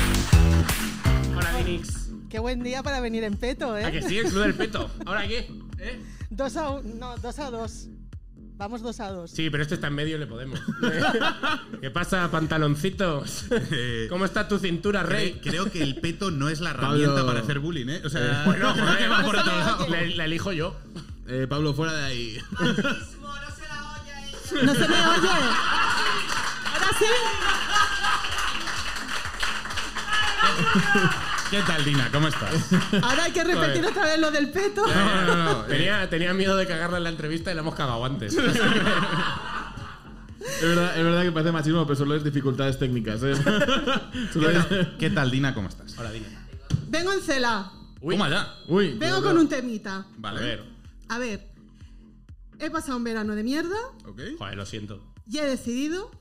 Speaker 2: Hola, Dinix.
Speaker 6: Qué buen día para venir en peto,
Speaker 2: ¿A que
Speaker 6: ¿eh?
Speaker 2: sí, el club del peto? ¿Ahora qué? ¿Eh?
Speaker 6: Dos a un, no, dos a dos. Vamos dos a dos.
Speaker 2: Sí, pero este está en medio y le podemos. ¿Qué pasa, pantaloncitos?
Speaker 3: Eh,
Speaker 2: ¿Cómo está tu cintura,
Speaker 3: Creo,
Speaker 2: rey?
Speaker 3: Eh, creo que el peto no es la herramienta
Speaker 4: Pablo.
Speaker 3: para hacer bullying, ¿eh? O sea,
Speaker 2: Bueno,
Speaker 3: creo que
Speaker 2: joder,
Speaker 3: va por otro lado.
Speaker 2: La, la elijo yo.
Speaker 4: Eh, Pablo, fuera de ahí.
Speaker 6: ¡No se me oye! ¡Ahora sí!
Speaker 3: ¿Qué tal, Dina? ¿Cómo estás?
Speaker 6: Ahora hay que repetir otra vez lo del peto.
Speaker 3: No, no, no, eh,
Speaker 2: Tenía, tenía miedo de cagarla en la entrevista y la hemos cagado antes.
Speaker 4: Es verdad, es verdad que parece machismo, pero solo es dificultades técnicas, eh. Solo
Speaker 3: ¿qué,
Speaker 4: es-
Speaker 3: tal, qué tal, Dina? ¿Cómo estás?
Speaker 6: Vengo en cela.
Speaker 3: Toma ya.
Speaker 4: Uy.
Speaker 6: Vengo con un temita.
Speaker 3: Vale.
Speaker 2: A ver.
Speaker 6: A ver, he pasado un verano de mierda
Speaker 3: Ok.
Speaker 2: Joder, lo siento.
Speaker 6: y he decidido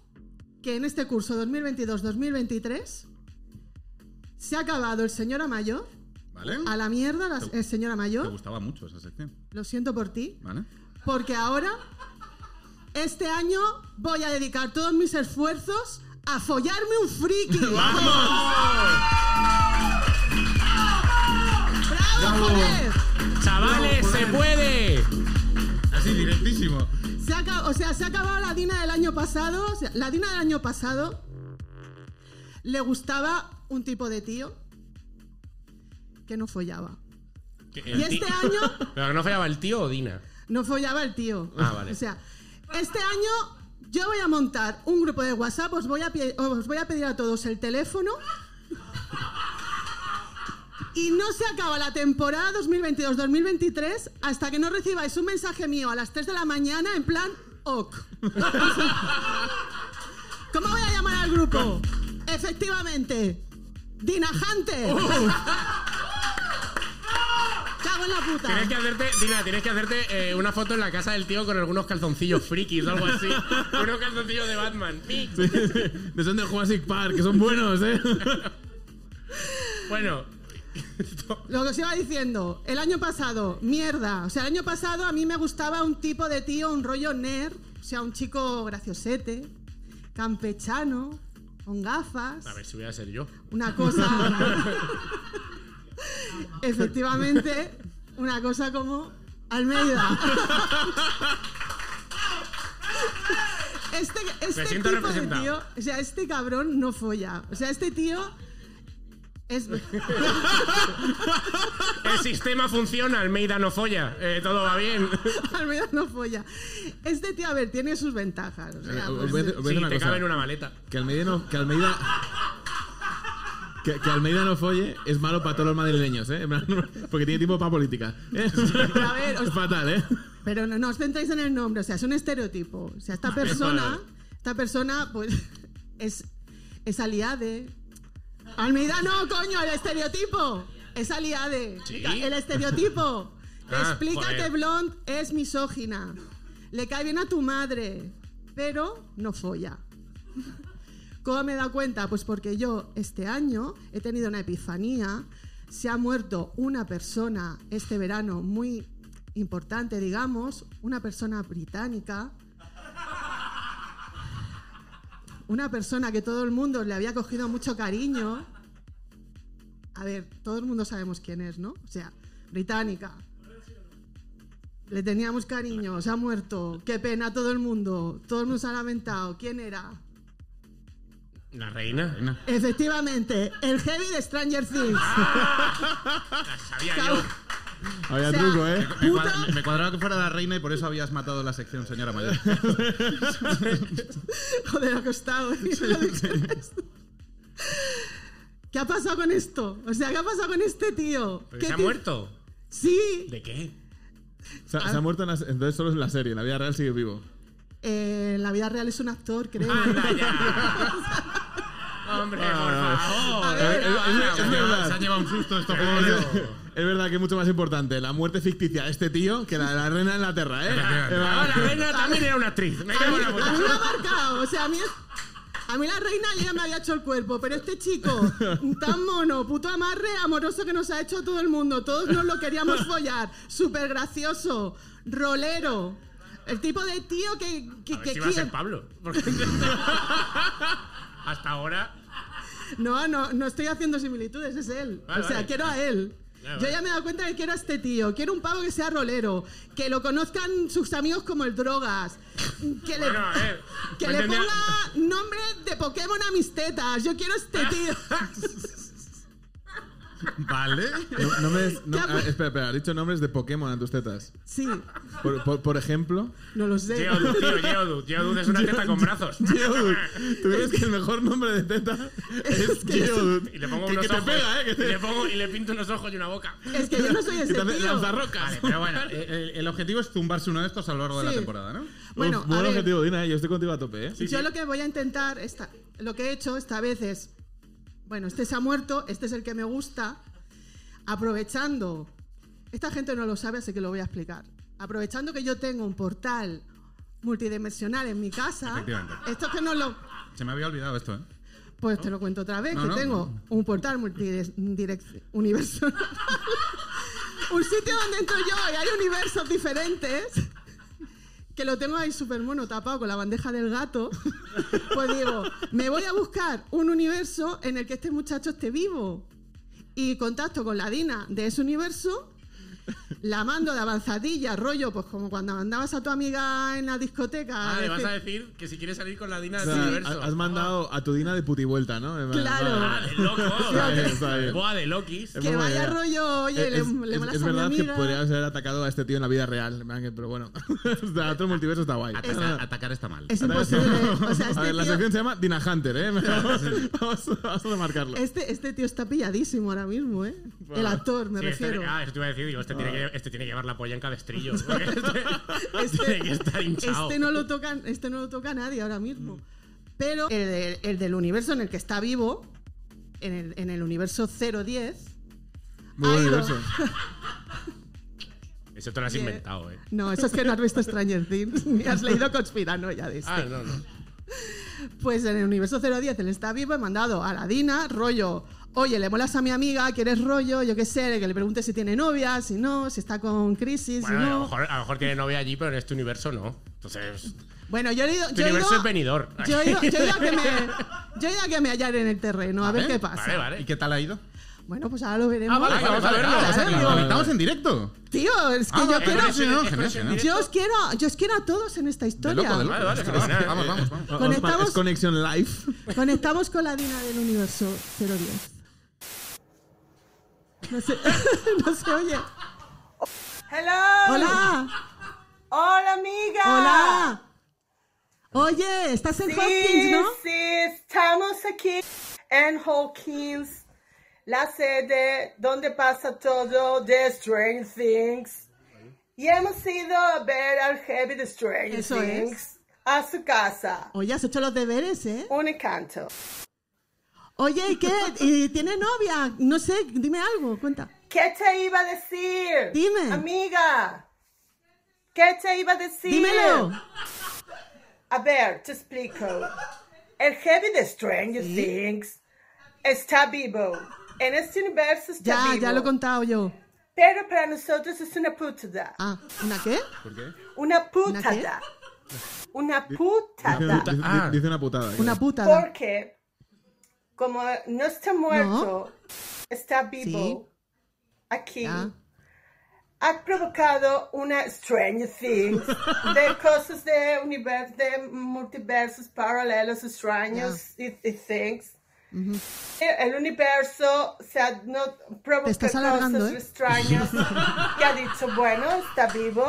Speaker 6: que en este curso 2022-2023 se ha acabado el señor Amayo.
Speaker 3: Vale.
Speaker 6: A la mierda la- el señor
Speaker 3: Te
Speaker 6: Amayo.
Speaker 3: gustaba mucho esa sección.
Speaker 6: Lo siento por ti.
Speaker 3: Vale.
Speaker 6: Porque ahora, este año, voy a dedicar todos mis esfuerzos a follarme un friki. ¡Bravo, joder!
Speaker 2: ¡Chavales, se puede!
Speaker 3: Así, directísimo.
Speaker 6: Se ha acab- o sea, se ha acabado la Dina del año pasado. O sea, la Dina del año pasado le gustaba un tipo de tío que no follaba. Y este año
Speaker 2: Pero no fallaba el tío o Dina.
Speaker 6: no follaba el tío.
Speaker 2: Ah, vale.
Speaker 6: O sea, este año Yo voy a montar un grupo de WhatsApp, os voy a, pe- os voy a pedir a todos el teléfono. Y no se acaba la temporada 2022-2023 hasta que no recibáis un mensaje mío a las 3 de la mañana en plan OK. ¿Cómo voy a llamar al grupo? Efectivamente, Dina Hunter.
Speaker 2: Oh.
Speaker 6: Cago en la puta.
Speaker 2: Tienes que hacerte, Dina, tienes que hacerte eh, una foto en la casa del tío con algunos calzoncillos frikis o algo así. Unos calzoncillos de Batman.
Speaker 4: No son de Jurassic Park, que son buenos, ¿eh?
Speaker 2: Bueno,
Speaker 6: Lo que os iba diciendo, el año pasado, mierda. O sea, el año pasado a mí me gustaba un tipo de tío, un rollo nerd, o sea, un chico graciosete, campechano, con gafas,
Speaker 2: a ver si voy a ser yo.
Speaker 6: una cosa. Efectivamente, una cosa como Almeida. Este, este
Speaker 2: Me siento
Speaker 6: tipo de
Speaker 2: representado.
Speaker 6: tío, o sea, este cabrón no folla. O sea, este tío es.
Speaker 2: El sistema funciona, Almeida no folla. Eh, todo va bien.
Speaker 6: Almeida no folla. Este tío, a ver, tiene sus ventajas. o sea,
Speaker 4: Eh, Os
Speaker 6: pues,
Speaker 4: voy a decir- os voy a decir
Speaker 2: Sí,
Speaker 4: una
Speaker 2: te
Speaker 4: cosa.
Speaker 2: cabe en una maleta.
Speaker 4: Que Almeida no. Que Almeida. Que, que Almeida no folle es malo para todos los madrileños, ¿eh? En plan, Porque tiene tiempo para política. ¿eh?
Speaker 6: Pero a ver,
Speaker 4: es
Speaker 6: os-
Speaker 4: fatal, ¿eh?
Speaker 6: pero no, no os centréis en el nombre, o sea, es un estereotipo. O sea, esta persona, esta persona, pues, es, es aliade. Almeida no, coño, el estereotipo. Es aliade.
Speaker 2: Sí.
Speaker 6: El estereotipo.
Speaker 2: Ah,
Speaker 6: Explícate,
Speaker 2: joder.
Speaker 6: Blond es misógina. Le cae bien a tu madre, pero no folla. ¿Cómo me he dado cuenta? Pues porque yo este año he tenido una epifanía. Se ha muerto una persona este verano muy importante, digamos, una persona británica. Una persona que todo el mundo le había cogido mucho cariño. A ver, todo el mundo sabemos quién es, ¿no? O sea, británica. Le teníamos cariño, se ha muerto. Qué pena todo el mundo. Todo el mundo se ha lamentado. ¿Quién era?
Speaker 2: La reina.
Speaker 6: Efectivamente, el heavy de Stranger Things.
Speaker 2: Sabía yo.
Speaker 4: Había
Speaker 6: O sea,
Speaker 4: truco, ¿eh?
Speaker 3: Me,
Speaker 6: Puta.
Speaker 3: cuadra- me cuadraba que fuera la reina y por eso habías matado la sección, señora mayor.
Speaker 6: Joder, ha costado. ¿eh? ¿Qué ha pasado con esto? O sea, ¿qué ha pasado con este tío?
Speaker 2: Pero
Speaker 6: ¿Qué
Speaker 2: ¿Se ha
Speaker 6: ti-
Speaker 2: muerto?
Speaker 6: Sí.
Speaker 2: ¿De qué?
Speaker 4: Se, se ha muerto en la- entonces solo en la serie, en la vida real sigue vivo.
Speaker 6: Eh, en la vida real es un actor, creo.
Speaker 2: ¡Anda ya! ¡Hombre, por
Speaker 4: Ah,
Speaker 6: A
Speaker 2: favor!
Speaker 4: Eh,
Speaker 6: ver,
Speaker 2: Venga,
Speaker 4: es- es
Speaker 2: va,
Speaker 4: verdad.
Speaker 3: Se han llevado un susto estos
Speaker 2: Claro.
Speaker 3: juegos. de-
Speaker 4: Es verdad que es mucho más importante la muerte ficticia de este tío que la de la reina de Inglaterra, ¿eh?
Speaker 3: Efectivamente.
Speaker 2: Ah, la reina también era una actriz. Me
Speaker 6: A
Speaker 2: cago en
Speaker 6: mí,
Speaker 2: la
Speaker 6: a
Speaker 2: puta.
Speaker 6: mí me ha marcado. O sea, a mí, a mí la reina ya me había hecho el cuerpo, pero este chico, tan mono, puto amarre, amoroso que nos ha hecho todo el mundo. Todos nos lo queríamos follar. Súper gracioso, rolero. El tipo de tío que, que,
Speaker 2: A ver
Speaker 6: que
Speaker 2: si va a ser
Speaker 6: quiere-
Speaker 2: Pablo. porque- Hasta ahora.
Speaker 6: No, no, no estoy haciendo similitudes, es él.
Speaker 2: Vale,
Speaker 6: o sea,
Speaker 2: vale.
Speaker 6: quiero a él.
Speaker 2: Vale,
Speaker 6: Yo
Speaker 2: vale.
Speaker 6: ya me he dado cuenta que quiero a este tío. Quiero un pavo que sea rolero, que lo conozcan sus amigos como el Drogas, que le,
Speaker 2: Bueno, eh, a ver,
Speaker 6: que
Speaker 2: me
Speaker 6: le
Speaker 2: entendía-
Speaker 6: ponga nombre de Pokémon a mis tetas. Yo quiero a este tío.
Speaker 3: Vale.
Speaker 4: No, no me des- no-
Speaker 6: ¿Qué ha-
Speaker 4: a ver, espera, espera, has dicho nombres de Pokémon a tus tetas.
Speaker 6: Sí,
Speaker 4: Por, por- por ejemplo,
Speaker 6: no lo sé.
Speaker 2: Geodude, tío, Geodude. Geodude es una teta con brazos.
Speaker 4: Geodude. ¿Tú crees que el mejor nombre de teta es Geodude?
Speaker 2: Y le pongo
Speaker 4: que,
Speaker 2: unos
Speaker 4: que te
Speaker 2: ojos.
Speaker 4: pega, ¿eh? Que
Speaker 2: y,
Speaker 4: te,
Speaker 2: le pongo, y le pinto unos ojos y una boca.
Speaker 6: Es que yo no soy
Speaker 4: que te
Speaker 6: ese
Speaker 4: hace
Speaker 6: tío.
Speaker 4: lanzarrocas.
Speaker 3: Pero bueno, el- el, el objetivo es zumbarse uno de estos a lo largo de la
Speaker 6: Sí.
Speaker 3: temporada, ¿no?
Speaker 6: Bueno,
Speaker 4: Uf,
Speaker 6: a
Speaker 4: buen
Speaker 6: ver,
Speaker 4: objetivo, Dina, ¿eh? yo estoy contigo a tope, ¿eh?
Speaker 6: yo lo que voy a intentar, esta, lo que he hecho esta vez es, bueno, este se ha muerto, este es el que me gusta, aprovechando, esta gente no lo sabe, así que lo voy a explicar, aprovechando que yo tengo un portal multidimensional en mi casa,
Speaker 3: Efectivamente.
Speaker 6: esto que no lo...
Speaker 3: Se me había olvidado esto, ¿eh?
Speaker 6: Pues te lo cuento otra vez,
Speaker 3: No,
Speaker 6: que
Speaker 3: no,
Speaker 6: tengo un portal multidimensional. un sitio donde entro yo y hay universos diferentes. Que lo tengo ahí súper mono tapado con la bandeja del gato. Pues digo, me voy a buscar un universo en el que este muchacho esté vivo. Y contacto con la Dina de ese universo. La mando de avanzadilla, rollo, pues como cuando mandabas a tu amiga en la discoteca.
Speaker 2: Ah, le
Speaker 6: decir-
Speaker 2: vas a decir que si quieres salir con la Dina
Speaker 4: O
Speaker 2: del
Speaker 4: sea,
Speaker 2: universo.
Speaker 4: has mandado a tu Dina de putivuelta, ¿no?
Speaker 6: Claro.
Speaker 2: Ah, de loco.
Speaker 4: Está bien, está bien.
Speaker 2: Buah, de Lokis.
Speaker 4: Es
Speaker 6: que
Speaker 4: muy buena
Speaker 6: vaya
Speaker 4: idea.
Speaker 6: rollo, oye, le,
Speaker 4: Eh, es,
Speaker 6: le
Speaker 4: es-
Speaker 6: molas
Speaker 4: es
Speaker 6: a mi
Speaker 4: verdad que
Speaker 6: amiga.
Speaker 4: podrías haber atacado a este tío en la vida real, en plan que- pero bueno. o sea, otro multiverso está guay.
Speaker 3: Atacar, atacar está mal.
Speaker 6: Es imposible. O sea,
Speaker 4: a
Speaker 6: este
Speaker 4: ver, la
Speaker 6: tío,
Speaker 4: sección se llama Dina Hunter, ¿eh? vamos, vamos a remarcarlo.
Speaker 6: este, este tío está pilladísimo ahora mismo, ¿eh? El actor, me
Speaker 2: Sí, este-
Speaker 6: refiero.
Speaker 2: ah, eso te iba a decir, digo, este, tiene que, este tiene que llevar la polla en cabestrillo. porque Este,
Speaker 6: Este-
Speaker 2: tiene que estar hinchado. Mm.
Speaker 6: Este no lo toca, este no lo toca nadie ahora mismo. Pero el, de- el del universo en el que está vivo, en el, en el universo 010,
Speaker 4: Muy
Speaker 6: ha
Speaker 4: buen
Speaker 6: ido-
Speaker 4: universo.
Speaker 2: Eso te lo has
Speaker 6: Bien.
Speaker 2: inventado, eh.
Speaker 6: No, eso es que no has visto Stranger Things, ni has leído Conspirano ya de este.
Speaker 2: Ah, no, no.
Speaker 6: Pues en el universo 010 él está vivo, he mandado a la Dina, rollo, oye, le molas a mi amiga, quieres rollo, yo qué sé, que le pregunte si tiene novia, si no, si está con crisis,
Speaker 2: Bueno,
Speaker 6: si
Speaker 2: a, lo
Speaker 6: no.
Speaker 2: mejor, a lo mejor tiene novia allí, pero en este universo no. Entonces,
Speaker 6: Bueno, yo he ido.
Speaker 2: este
Speaker 6: Yo he ido,
Speaker 2: universo es venidor.
Speaker 6: yo he ido- yo he ido a que me, yo he ido a que me hallaré en el terreno, a ver
Speaker 3: Vale,
Speaker 6: qué pasa.
Speaker 2: Vale, vale.
Speaker 3: ¿Y qué tal ha ido?
Speaker 6: Bueno, pues ahora lo veremos.
Speaker 2: Ah, vale, vale, vale,
Speaker 6: Claro,
Speaker 2: vale,
Speaker 3: O sea, que
Speaker 2: vale,
Speaker 3: lo
Speaker 2: vale.
Speaker 3: conectamos en directo.
Speaker 6: Tío, es que
Speaker 3: Ah,
Speaker 6: yo
Speaker 3: vale,
Speaker 6: quiero.
Speaker 3: vale, sí, no, genial,
Speaker 2: conexión
Speaker 3: genial.
Speaker 2: directa.
Speaker 6: Yo os quiero, yo os quiero a todos en esta
Speaker 3: De
Speaker 6: historia.
Speaker 3: loco, de loco.
Speaker 2: Vale, vale,
Speaker 3: Ostras,
Speaker 2: fenomenal.
Speaker 3: Vamos, vamos, vamos.
Speaker 6: Conectamos-
Speaker 4: Es conexión live.
Speaker 6: Conectamos con la Dina del universo 010. No se, no se oye.
Speaker 7: Hello.
Speaker 6: ¡Hola!
Speaker 7: Hola, amiga.
Speaker 6: ¡Hola! ¡Ah! Oye, estás en
Speaker 7: Sí,
Speaker 6: Hopkins, ¿no?
Speaker 7: sí, estamos aquí en Hawkins, la sede donde pasa todo de Strange Things. Y hemos ido a ver al heavy de Strange
Speaker 6: Eso es.
Speaker 7: Things a su casa.
Speaker 6: Oye, has hecho los deberes, ¿eh?
Speaker 7: Un encanto.
Speaker 6: Oye, ¿y qué? ¿Y tiene novia? No sé, dime algo, cuenta.
Speaker 7: ¿Qué te iba a decir?
Speaker 6: Dime.
Speaker 7: Amiga. ¿Qué te iba a decir?
Speaker 6: Dímelo.
Speaker 7: A ver, te explico. El heavy de Stranger Things está vivo. En este universo está
Speaker 6: Ya,
Speaker 7: vivo.
Speaker 6: ya lo he contado yo.
Speaker 7: Pero para nosotros es una putada.
Speaker 6: Ah, ¿una qué?
Speaker 7: Una putada. Una putada.
Speaker 4: Dice-
Speaker 2: Ah.
Speaker 4: Dice una putada.
Speaker 3: ¿eh?
Speaker 6: Una putada.
Speaker 7: Porque como no está muerto, está vivo aquí.
Speaker 6: Ya.
Speaker 7: Ha provocado una Stranger Things de cosas de universo, de multiversos paralelos, extraños y, y things. E, El universo se ha no, provoca
Speaker 6: estás
Speaker 7: cosas
Speaker 6: alargando, ¿eh?
Speaker 7: extrañas y ha dicho, bueno, está vivo,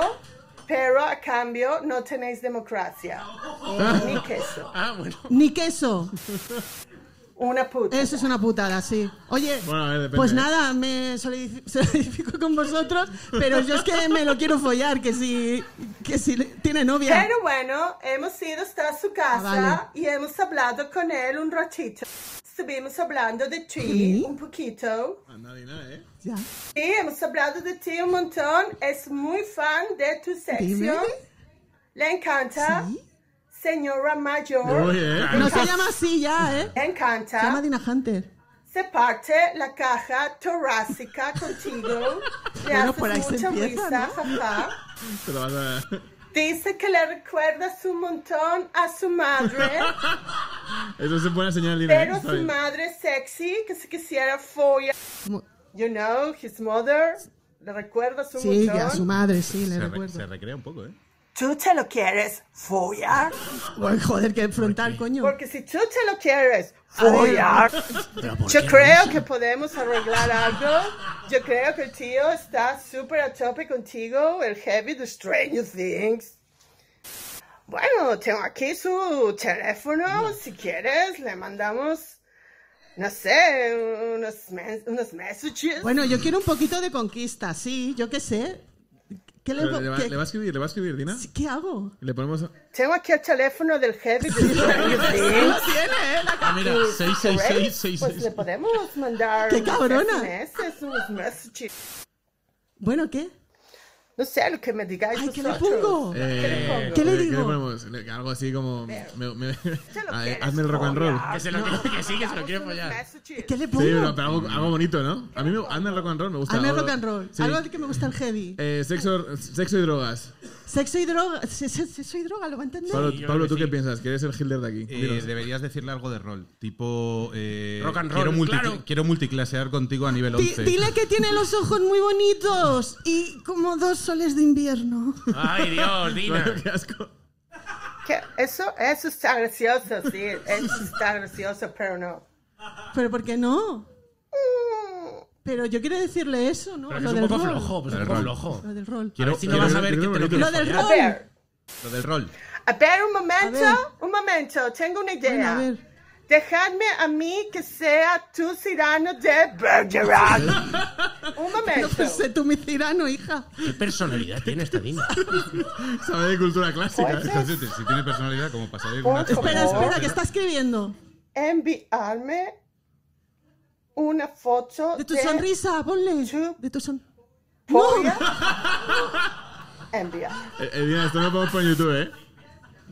Speaker 7: pero a cambio no tenéis democracia. Ni queso.
Speaker 2: Ah, bueno.
Speaker 6: Ni queso.
Speaker 7: Una puta.
Speaker 6: Eso es una putada, sí. Oye,
Speaker 4: Bueno, a ver, depende,
Speaker 6: pues
Speaker 4: ¿eh?
Speaker 6: nada, me solidif- solidifico con vosotros, pero yo es que me lo quiero follar, que si, que si le- tiene novia.
Speaker 7: Pero bueno, hemos ido hasta su
Speaker 6: Ah,
Speaker 7: casa y hemos hablado con él un ratito. Estuvimos hablando de ti
Speaker 6: ¿Sí?
Speaker 7: un poquito.
Speaker 4: ¿eh?
Speaker 6: Ya.
Speaker 7: Sí, hemos hablado de ti un montón. Es muy fan de tu
Speaker 6: Dime.
Speaker 7: sección. Le encanta.
Speaker 6: ¿Sí?
Speaker 7: Señora mayor.
Speaker 4: Oye, ¿eh?
Speaker 6: No se llama así ya, ¿eh?
Speaker 7: Le
Speaker 6: Se llama
Speaker 7: encanta.
Speaker 6: Dina Hunter.
Speaker 7: Se parte la caja torácica contigo. Le
Speaker 6: Bueno, por ahí
Speaker 7: haces
Speaker 6: se
Speaker 7: mucha
Speaker 6: empieza,
Speaker 7: risa,
Speaker 6: ¿no?
Speaker 7: jaja.
Speaker 4: Te lo vas a-
Speaker 7: Dice que le recuerdas un montón a su madre.
Speaker 4: Eso es buena señal, Dina. ¿eh?
Speaker 7: Pero
Speaker 4: Está
Speaker 7: su
Speaker 4: bien.
Speaker 7: madre sexy, que se quisiera follar.
Speaker 6: Como-
Speaker 7: You know, his mother. ¿Le recuerdas un
Speaker 6: Sí,
Speaker 7: montón?
Speaker 6: a su madre, sí, le
Speaker 3: Se, re-
Speaker 6: recuerdo.
Speaker 3: se recrea un poco, ¿eh?
Speaker 7: Tú te lo quieres follar.
Speaker 6: Bueno, joder, que frontal, coño.
Speaker 7: Porque si tú te lo quieres follar, yo creo que podemos arreglar algo. Yo creo que el tío está súper a tope contigo, el heavy de Stranger Things. Bueno, tengo aquí su teléfono. Si quieres, le mandamos, no sé, unos, men- unos messages.
Speaker 6: Bueno, yo quiero un poquito de conquista, sí, yo qué sé. ¿Qué le,
Speaker 4: Pero ¿Le va,
Speaker 6: qué-
Speaker 4: le va a escribir? ¿Le va a escribir, Dina?
Speaker 6: ¿Qué hago?
Speaker 4: Le ponemos.
Speaker 7: Tengo aquí el teléfono del heavy de Stranger Things.
Speaker 3: Ah, mira,
Speaker 7: Correct. Pues le podemos mandar
Speaker 6: ¡Qué
Speaker 7: unos
Speaker 6: cabrona!
Speaker 7: SMS, unos messages.
Speaker 6: Bueno, ¿qué?
Speaker 7: No sé lo que me digáis
Speaker 6: Ay, ¿qué le
Speaker 7: vosotros.
Speaker 6: pongo?
Speaker 7: ¿Qué le pongo?
Speaker 6: ¿Qué le
Speaker 4: eh,
Speaker 6: digo?
Speaker 4: le ponemos? Le- Algo así como. me- me-
Speaker 7: lo
Speaker 4: A ver,
Speaker 7: quieres
Speaker 4: hazme el rock and roll.
Speaker 7: follar.
Speaker 2: Que, se lo, que, que sí, que se lo
Speaker 6: um
Speaker 2: quiere
Speaker 7: Vamos a los
Speaker 2: follar.
Speaker 7: Massachusetts.
Speaker 6: ¿Qué le
Speaker 4: Sí,
Speaker 6: pongo?
Speaker 4: pero, pero algo, algo bonito, ¿no? A mí me, hazme el rock and roll me gusta.
Speaker 6: Hazme
Speaker 4: algo-
Speaker 6: rock and roll.
Speaker 4: Sí.
Speaker 6: Algo que me gusta el heavy.
Speaker 4: Eh, sexo, sexo y drogas.
Speaker 6: Sexo y droga. se- se- Sexo y droga, ¿lo va a entender?
Speaker 4: Pablo,
Speaker 2: yo creo
Speaker 4: Pablo,
Speaker 2: que
Speaker 4: ¿tú qué
Speaker 2: sí.
Speaker 4: piensas? ¿Que eres el Hitler de aquí?
Speaker 3: Eh,
Speaker 4: Dinos.
Speaker 3: deberías decirle algo de rol, tipo... eh,
Speaker 2: Rock and
Speaker 3: quiero
Speaker 2: roll, claro.
Speaker 3: Quiero multiclasear contigo a nivel
Speaker 6: Di-
Speaker 3: 11.
Speaker 6: Dile que tiene los ojos muy bonitos y como dos soles de invierno.
Speaker 2: Ay, Dios, Dina.
Speaker 4: Qué asco.
Speaker 7: ¿Qué? Eso, eso está gracioso, sí. Eso está gracioso, pero no.
Speaker 6: Pero ¿por qué no?
Speaker 7: Mm,
Speaker 6: Pero yo quiero decirle eso, ¿no?
Speaker 2: Pero que
Speaker 6: Lo
Speaker 2: es un
Speaker 6: del
Speaker 2: poco
Speaker 6: rol.
Speaker 2: flojo, pues es un poco flojo.
Speaker 6: Lo del rol.
Speaker 2: A ver si no
Speaker 4: quiero-
Speaker 2: vas a ver que
Speaker 4: quiero
Speaker 2: te lo
Speaker 4: bonito.
Speaker 2: quiere
Speaker 6: Lo del
Speaker 2: follar.
Speaker 7: A
Speaker 6: rol.
Speaker 7: ver,
Speaker 3: Lo del rol.
Speaker 7: a ver un
Speaker 6: A
Speaker 7: momento,
Speaker 6: ver.
Speaker 7: un momento, tengo una
Speaker 6: Bueno,
Speaker 7: idea.
Speaker 6: a ver.
Speaker 7: Dejadme a mí que sea tu cirano de Bergerac. un
Speaker 6: No
Speaker 7: momento.
Speaker 6: sé tú mi tirano, hija.
Speaker 2: ¿Qué personalidad tiene esta Dina?
Speaker 4: Sabe de cultura clásica. Pues
Speaker 7: ¿Puedes
Speaker 3: Entonces, si tiene personalidad, como para salir
Speaker 7: Por
Speaker 3: una chapa.
Speaker 7: favor.
Speaker 6: Espera, espera, que está escribiendo.
Speaker 7: enviarme una foto
Speaker 6: De tu sonrisa, ponle.
Speaker 7: Sí.
Speaker 6: De tu son.
Speaker 7: polla? Enviar.
Speaker 4: Eh, eh, Dina, esto no lo podemos poner en YouTube, ¿eh?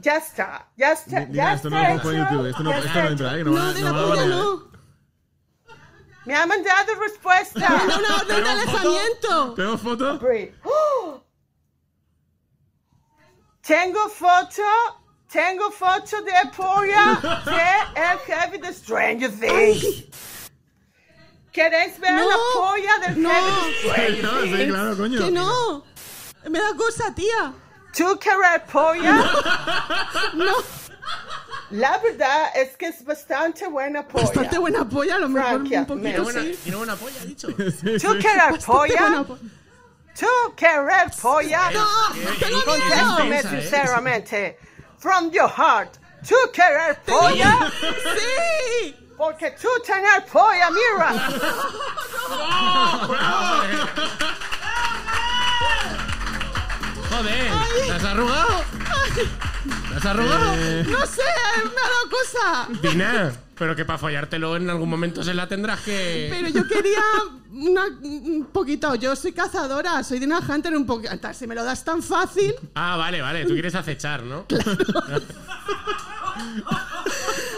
Speaker 7: Ya está, ya está,
Speaker 4: Dina,
Speaker 7: ya
Speaker 4: esto no lo podemos
Speaker 7: está.
Speaker 4: poner en
Speaker 7: hecho,
Speaker 4: YouTube. Esto no,
Speaker 7: ya
Speaker 4: esto
Speaker 7: está
Speaker 4: no
Speaker 7: hecho.
Speaker 4: entra, ¿eh? Que no, va-
Speaker 6: No, de
Speaker 4: no
Speaker 6: la
Speaker 4: va a
Speaker 6: polla
Speaker 4: valer.
Speaker 6: no.
Speaker 7: Me han mandado respuesta.
Speaker 6: Manda una orden de alejamiento.
Speaker 4: ¿Tenemos foto?
Speaker 7: Breathe. ¡Oh! Tengo foto, tengo foto de polla de El Heavy de Stranger Things. ¿Queréis ver
Speaker 6: No.
Speaker 7: la polla del
Speaker 6: No.
Speaker 7: Heavy de Stranger
Speaker 4: No,
Speaker 7: Things?
Speaker 4: sí, claro, coño.
Speaker 6: Que no. Me da cosa, tía.
Speaker 7: ¿Tú querés polla?
Speaker 6: No.
Speaker 7: La verdad es que es bastante buena polla.
Speaker 6: Bastante buena polla, a lo mejor
Speaker 7: Frankia,
Speaker 6: un
Speaker 7: me-
Speaker 6: poquito
Speaker 2: Buena-
Speaker 6: sí.
Speaker 2: Tiene buena polla, ha dicho.
Speaker 7: ¿Tú querés
Speaker 6: Bastante buena
Speaker 7: polla?
Speaker 6: po-
Speaker 7: ¿Tú querés polla?
Speaker 6: No, Ah, tengo miedo.
Speaker 7: Contéstame sinceramente. From your heart. ¿Tú querés polla?
Speaker 6: Sí.
Speaker 7: Porque tú tener polla, mira.
Speaker 2: Joder,
Speaker 6: Ay.
Speaker 2: ¿las has arrugado? ¿Las has arrugado?
Speaker 6: No sé, me ha dado cosa.
Speaker 2: Eh, Dina, pero que para follártelo en algún momento se la tendrás que.
Speaker 6: Pero yo quería una, un poquito. Yo soy cazadora, soy Dina Hunter un poquito. Si me lo das tan fácil,
Speaker 2: Ah, vale, vale, tú quieres acechar, ¿no?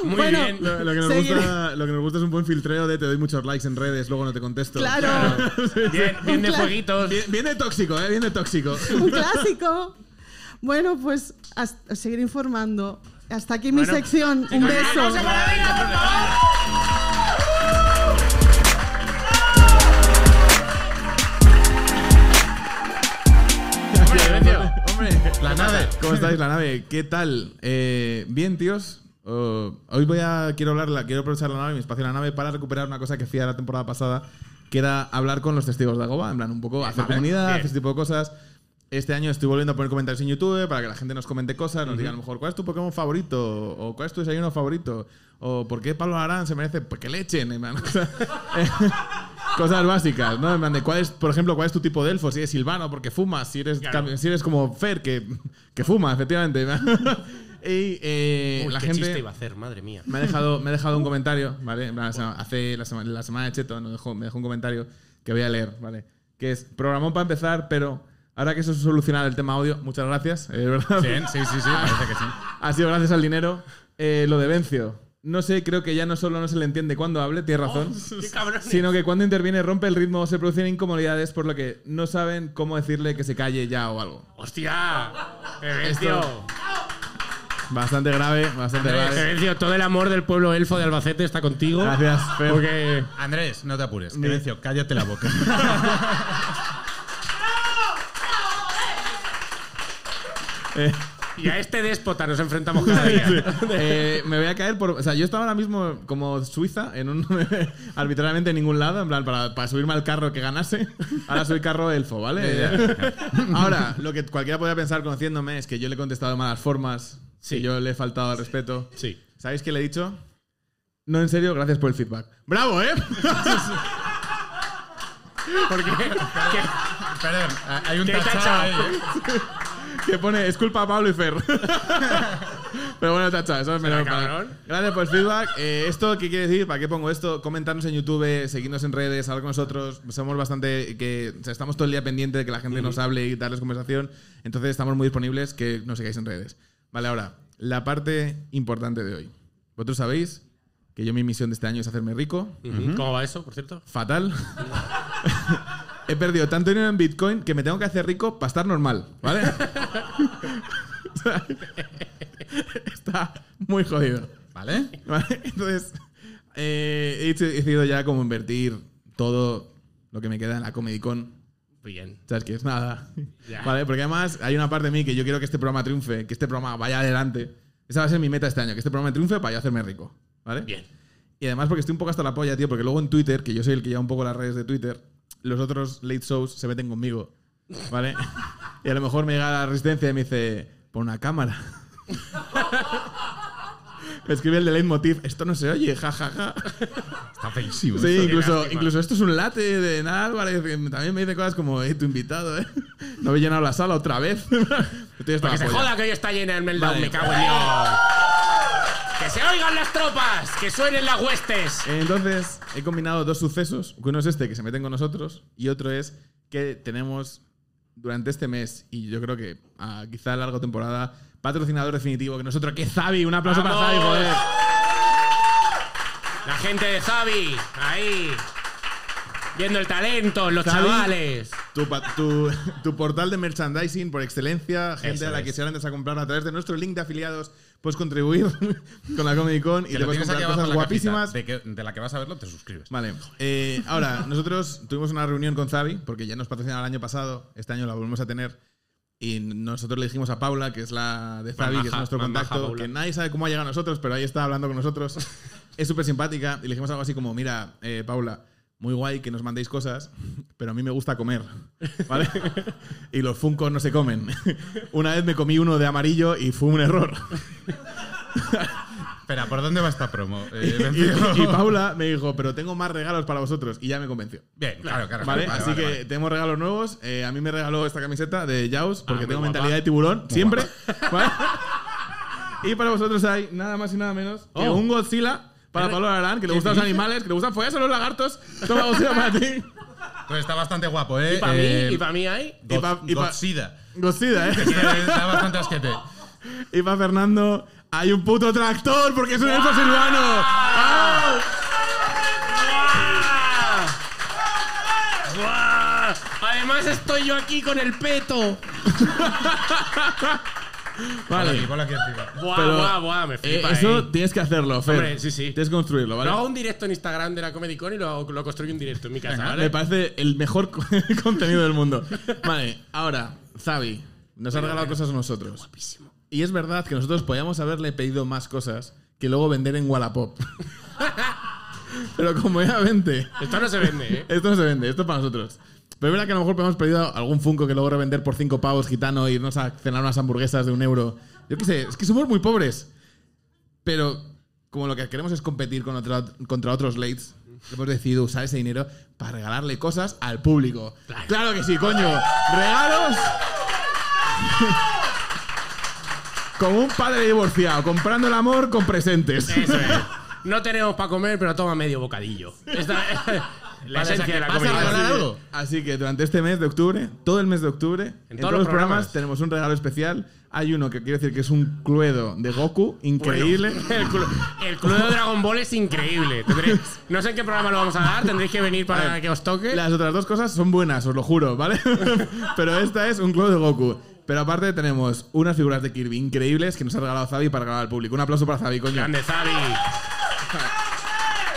Speaker 2: Muy
Speaker 6: Bueno.
Speaker 2: bien.
Speaker 4: Lo, lo que nos
Speaker 6: Seguiré.
Speaker 4: gusta, lo que nos gusta es un buen filtreo de te doy muchos likes en redes, luego no te contesto.
Speaker 6: claro,
Speaker 2: Bien, bien de
Speaker 6: Claro.
Speaker 2: fueguitos.
Speaker 4: Bien, bien de tóxico, ¿eh? Bien de tóxico.
Speaker 6: un clásico. Bueno, pues as- os seguiré informando. Hasta aquí mi sección. Un beso.
Speaker 4: La nave. ¿Cómo estáis, la nave? ¿Qué tal? Eh, bien, tíos. Oh, hoy voy a. Quiero hablar, la- quiero aprovechar la nave, mi espacio en la nave, para recuperar una cosa que hacía la temporada pasada, que era hablar con los testigos de Agoba. En plan, un poco hacer comunidad, hacer ese tipo de cosas. Este año estoy volviendo a poner comentarios en YouTube para que la gente nos comente cosas, nos diga a lo mejor cuál es tu Pokémon favorito, o cuál es tu desayuno favorito, o por qué Pablo Arán se merece pues, que le echen, en plan, o sea, Cosas básicas, ¿no? En plan de cuál es, por ejemplo, cuál es tu tipo de elfo, si eres silvano porque fumas, si eres,
Speaker 2: Claro.
Speaker 4: cam- si eres como Fer que, que fuma, efectivamente. y eh,
Speaker 2: Uy,
Speaker 4: la
Speaker 2: qué chiste
Speaker 4: gente
Speaker 2: iba a hacer, madre mía.
Speaker 4: me ha dejado, me ha dejado un comentario, ¿vale? En plan, la sema- hace la semana, la semana de Cheto nos dejó- me dejó un comentario que voy a leer, ¿vale? Que es, programón para empezar, pero ahora que eso es solucionar el tema audio, muchas gracias, eh, ¿verdad?
Speaker 3: Bien, sí, sí, sí, parece que sí.
Speaker 4: Ha sido gracias al dinero. Eh, lo de Vencio. No sé, creo que ya no solo no se le entiende cuando hable, tiene
Speaker 3: Oh,
Speaker 4: razón.
Speaker 2: Qué cabrón.
Speaker 4: Sino que cuando interviene rompe el ritmo, se producen incomodidades, por lo que no saben cómo decirle que se calle ya o algo.
Speaker 2: ¡Hostia! Evencio.
Speaker 4: Bastante grave, bastante grave.
Speaker 2: Evencio, todo el amor del pueblo elfo de Albacete está contigo.
Speaker 4: Gracias, Fer.
Speaker 2: Porque.
Speaker 3: Andrés, no te apures. Evencio, cállate la boca.
Speaker 2: Y a este déspota nos enfrentamos cada día.
Speaker 4: Eh, me voy a caer por. O sea, yo estaba ahora mismo como Suiza, en un, arbitrariamente en ningún lado, en plan, para, para subirme al carro que ganase. Ahora soy carro elfo, ¿vale? ahora, lo que cualquiera podría pensar conociéndome es que yo le he contestado de malas formas, que yo le he faltado al respeto.
Speaker 2: Sí.
Speaker 4: ¿Sabéis qué le he dicho? No, en serio, gracias por el feedback. ¡Bravo, eh!
Speaker 2: Porque. que-
Speaker 3: Perdón, hay un
Speaker 2: ¿Qué tachao
Speaker 4: eh.
Speaker 3: tachado ahí.
Speaker 2: ahí,
Speaker 3: ¿eh?
Speaker 4: que pone, es culpa de Pablo y Fer. Pero bueno, chacha, eso es
Speaker 2: Será
Speaker 4: menor para.
Speaker 2: cabrón.
Speaker 4: Gracias por el feedback. Eh, ¿Esto qué quiere decir? ¿Para qué pongo esto? Comentarnos en YouTube, seguirnos en redes, hablar con nosotros. Somos bastante. que o sea, Estamos todo el día pendiente de que la gente nos hable y darles conversación. Entonces estamos muy disponibles que nos sigáis en redes. Vale, ahora, la parte importante de hoy. Vosotros sabéis que yo mi misión de este año es hacerme rico.
Speaker 2: ¿Cómo va eso, por cierto?
Speaker 4: Fatal. He perdido tanto dinero en Bitcoin que me tengo que hacer rico para estar normal, ¿vale? O sea, Está muy jodido.
Speaker 3: ¿Vale?
Speaker 4: ¿Vale? Entonces, eh, he dec- he decidido ya como invertir todo lo que me queda en la Comedy Con.
Speaker 2: Bien.
Speaker 4: ¿Sabes que Es nada.
Speaker 2: Ya.
Speaker 4: ¿Vale? Porque además hay una parte de mí que yo quiero que este programa triunfe, que este programa vaya adelante. Esa va a ser mi meta este año, que este programa triunfe para yo hacerme rico. ¿Vale?
Speaker 2: Bien.
Speaker 4: Y además porque estoy un poco hasta la polla, tío, porque luego en Twitter, que yo soy el que lleva un poco las redes de Twitter, los otros late shows se meten conmigo, ¿vale? y a lo mejor me llega la resistencia y me dice, pon una cámara. me escribe el de Leitmotiv, esto no se oye, jajaja.
Speaker 3: Está feísimo. ¿eh?
Speaker 4: Sí,
Speaker 3: esto.
Speaker 4: incluso,
Speaker 2: lástima.
Speaker 4: incluso esto es un late de Nan Álvarez. que También me dice cosas como, eh, tu invitado, eh. No habéis llenado la sala otra vez. Estoy hasta
Speaker 2: Que
Speaker 4: la
Speaker 2: se
Speaker 4: polla.
Speaker 2: joda que hoy está llena el meltdown,
Speaker 4: Vale.
Speaker 2: me cago en Dios. Que se oigan las tropas, que suenen las huestes.
Speaker 4: Entonces, he combinado dos sucesos. que Uno es este, que se meten con nosotros, y otro es que tenemos durante este mes, y yo creo que ah, quizá a largo temporada, patrocinador definitivo, que nosotros, que es Zabi, un aplauso para Zabi,
Speaker 2: ¡Vamos!
Speaker 4: joder.
Speaker 2: La gente de Zabi, ahí. Viendo el talento, los
Speaker 4: Zabi.
Speaker 2: chavales.
Speaker 4: Tu, pa- tu- tu portal de merchandising por excelencia, gente
Speaker 2: Eso
Speaker 4: a la
Speaker 2: es.
Speaker 4: que se antes a comprar a través de nuestro link de afiliados, puedes contribuir con la Comic Con y
Speaker 3: Que
Speaker 4: te
Speaker 3: lo
Speaker 4: puedes
Speaker 3: tienes aquí
Speaker 4: comprar
Speaker 3: abajo en
Speaker 4: cosas
Speaker 3: la
Speaker 4: guapísimas.
Speaker 3: cajita, De, que- de la que vas a verlo, te suscribes.
Speaker 4: Vale. Eh, ahora, nosotros tuvimos una reunión con Zabi, porque ya nos patrocinaron el año pasado, este año la volvemos a tener. Y nosotros le dijimos a Paula, que es la de Zabi, que es
Speaker 2: maja,
Speaker 4: nuestro
Speaker 2: más maja,
Speaker 4: contacto,
Speaker 2: Paula.
Speaker 4: que nadie sabe cómo ha llegado a nosotros, pero ahí está hablando con nosotros. es súper simpática. Y le dijimos algo así como, mira, eh, Paula, muy guay que nos mandéis cosas, pero a mí me gusta comer. ¿Vale? y los funcos no se comen. una vez me comí uno de amarillo y fue un error.
Speaker 3: Espera, ¿por dónde va esta promo? Eh,
Speaker 4: y,
Speaker 3: Vencio.
Speaker 4: y Paula me dijo, pero tengo más regalos para vosotros. Y ya me convenció.
Speaker 3: Bien, claro, claro.
Speaker 4: Vale,
Speaker 3: claro,
Speaker 4: así
Speaker 3: vale,
Speaker 4: que
Speaker 3: vale.
Speaker 4: tenemos regalos nuevos. Eh, a mí me regaló esta camiseta de Jaws porque
Speaker 2: muy
Speaker 4: tengo
Speaker 2: guapa.
Speaker 4: mentalidad de tiburón siempre. ¿Vale? y para vosotros hay nada más y nada menos que
Speaker 2: Oh.
Speaker 4: un Godzilla para Pablo Arán, que le gustan los animales, que le gustan follarse a los lagartos. Toma Godzilla para ti.
Speaker 3: Pues está bastante guapo, ¿eh?
Speaker 2: Y para
Speaker 3: Eh,
Speaker 2: mí, y para mí hay.
Speaker 4: y pa-
Speaker 3: God-
Speaker 4: y pa-
Speaker 3: Godzilla.
Speaker 4: Godzilla,
Speaker 3: Que
Speaker 4: ¿eh?
Speaker 3: Está bastante asquete.
Speaker 4: Y para Fernando hay un puto tractor porque es un elfo silvano. ¡Ah!
Speaker 2: ¡Guau! ¡Ah! Además estoy yo aquí con el peto.
Speaker 3: Ponlo
Speaker 4: Vale.
Speaker 3: aquí, ponlo aquí encima.
Speaker 2: Buah,
Speaker 4: Pero,
Speaker 2: buah, buah, me
Speaker 4: Eh,
Speaker 2: flipa.
Speaker 4: eso
Speaker 2: eh.
Speaker 4: tienes que hacerlo, Fer.
Speaker 2: Hombre, sí, sí.
Speaker 4: Tienes que construirlo, ¿vale?
Speaker 2: Lo hago un directo en Instagram de la Comedy Con y lo, hago- lo construyo en directo en mi casa, ¿vale?
Speaker 4: Me parece el mejor co- contenido del mundo. Vale, ahora, Zabi, nos ha regalado cosas a nosotros. Y es verdad que nosotros podíamos haberle pedido más cosas que luego vender en Wallapop. Pero como ya vende,
Speaker 2: Esto no se vende, ¿eh?
Speaker 4: esto no se vende, esto es para nosotros. Pero es verdad que a lo mejor podemos pedido algún Funko que luego revender por 5 pavos gitano e irnos a cenar unas hamburguesas de un euro. Yo qué sé, es que somos muy pobres. Pero como lo que queremos es competir con otra- contra otros lates, hemos decidido usar ese dinero para regalarle cosas al público. Claro, que sí, coño. Regalos. Como un padre divorciado, comprando el amor con presentes.
Speaker 2: Eso es. No tenemos para comer, pero toma medio bocadillo. Esta es la
Speaker 3: Vale, o sea,
Speaker 2: esencia de la
Speaker 3: ¿vas a
Speaker 2: Comedy
Speaker 3: regalar
Speaker 2: Con.
Speaker 4: Así que-
Speaker 3: algo?
Speaker 4: Así que durante este mes de octubre, todo el mes de octubre, en, todos los programas,
Speaker 2: programas.
Speaker 4: tenemos un regalo especial. Hay uno que quiero decir que es un cluedo de Goku, increíble.
Speaker 2: El, club, el club de Dragon Ball es increíble. Tendréis- no sé en qué programa lo vamos a dar, tendréis que venir para que os toque.
Speaker 4: Las otras dos cosas son buenas, os lo juro, ¿vale? Pero esta es un cluedo de Goku. Pero aparte tenemos unas figuras de Kirby increíbles que nos ha regalado Zabi para regalar al público. Un aplauso para Zabi, coño.
Speaker 2: Grande Zabi.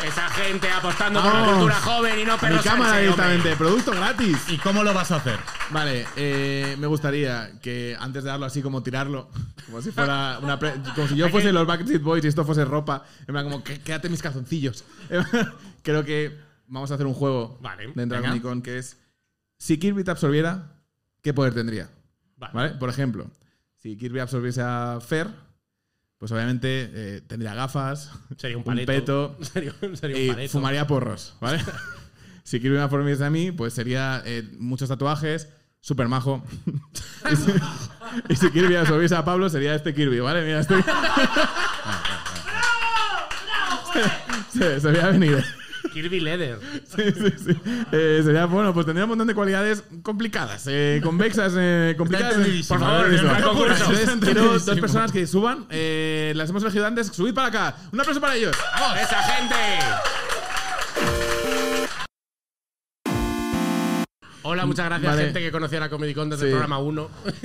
Speaker 2: Esa gente apostando por la
Speaker 4: Vamos.
Speaker 2: cultura joven y no
Speaker 4: Mi
Speaker 2: perros
Speaker 4: cámara
Speaker 2: al sexo, hombre.
Speaker 4: directamente, producto gratis.
Speaker 3: ¿Y cómo lo vas a hacer?
Speaker 4: Vale, eh, me gustaría que antes de darlo así como tirarlo, como si fuera una pre- como si yo fuese los Backstreet Boys y esto fuese ropa, en plan como "Qu- quédate mis calzoncillos. Creo que vamos a hacer un juego
Speaker 2: Vale,
Speaker 4: dentro de
Speaker 2: venga.
Speaker 4: Comic-Con que es si Kirby te absorbiera, ¿qué poder tendría?
Speaker 2: Vale.
Speaker 4: Vale. Por ejemplo, si Kirby absorbiese a Fer, pues obviamente eh, tendría gafas,
Speaker 2: Sería un
Speaker 4: un
Speaker 2: paleto.
Speaker 4: peto,
Speaker 2: Sería, sería un
Speaker 4: y
Speaker 2: paleto.
Speaker 4: Eh, fumaría porros, ¿vale? si Kirby me forma a mí, pues sería eh, muchos tatuajes, súper majo. Y si Kirby absorbiese a Pablo, sería este Kirby, ¿vale? Mira, este. se, se veía venir. ¿eh?
Speaker 2: Kirby Leather.
Speaker 4: Sí, sí, sí. Eh, sería, bueno, pues tendría un montón de cualidades complicadas, eh, convexas, eh, complicadas.
Speaker 3: entendidísimo.
Speaker 4: Por favor,
Speaker 3: Está
Speaker 4: no hay
Speaker 2: entendidísimo.
Speaker 4: concurso. Entonces,
Speaker 3: Está
Speaker 4: quiero dos
Speaker 3: entendidísimo.
Speaker 4: personas que suban. eh, las hemos elegido antes. Subid para acá. Un aplauso para ellos.
Speaker 2: ¡Esa gente! Hola, muchas gracias,
Speaker 4: Vale.
Speaker 2: gente que conocía la Comedy Con desde
Speaker 4: Sí.
Speaker 2: el programa 1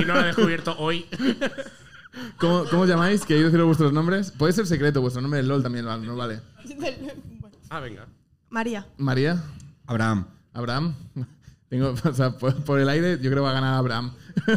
Speaker 2: y no la he descubierto hoy.
Speaker 4: ¿Cómo, cómo os llamáis? ¿Queréis deciros vuestros nombres? Puede ser secreto, vuestro nombre es LOL también, ¿vale? ¿no? Vale.
Speaker 2: Ah, venga.
Speaker 6: María.
Speaker 4: María,
Speaker 3: Abraham.
Speaker 4: Abraham. Tengo, o sea, por, por el aire, yo creo que va a ganar Abraham.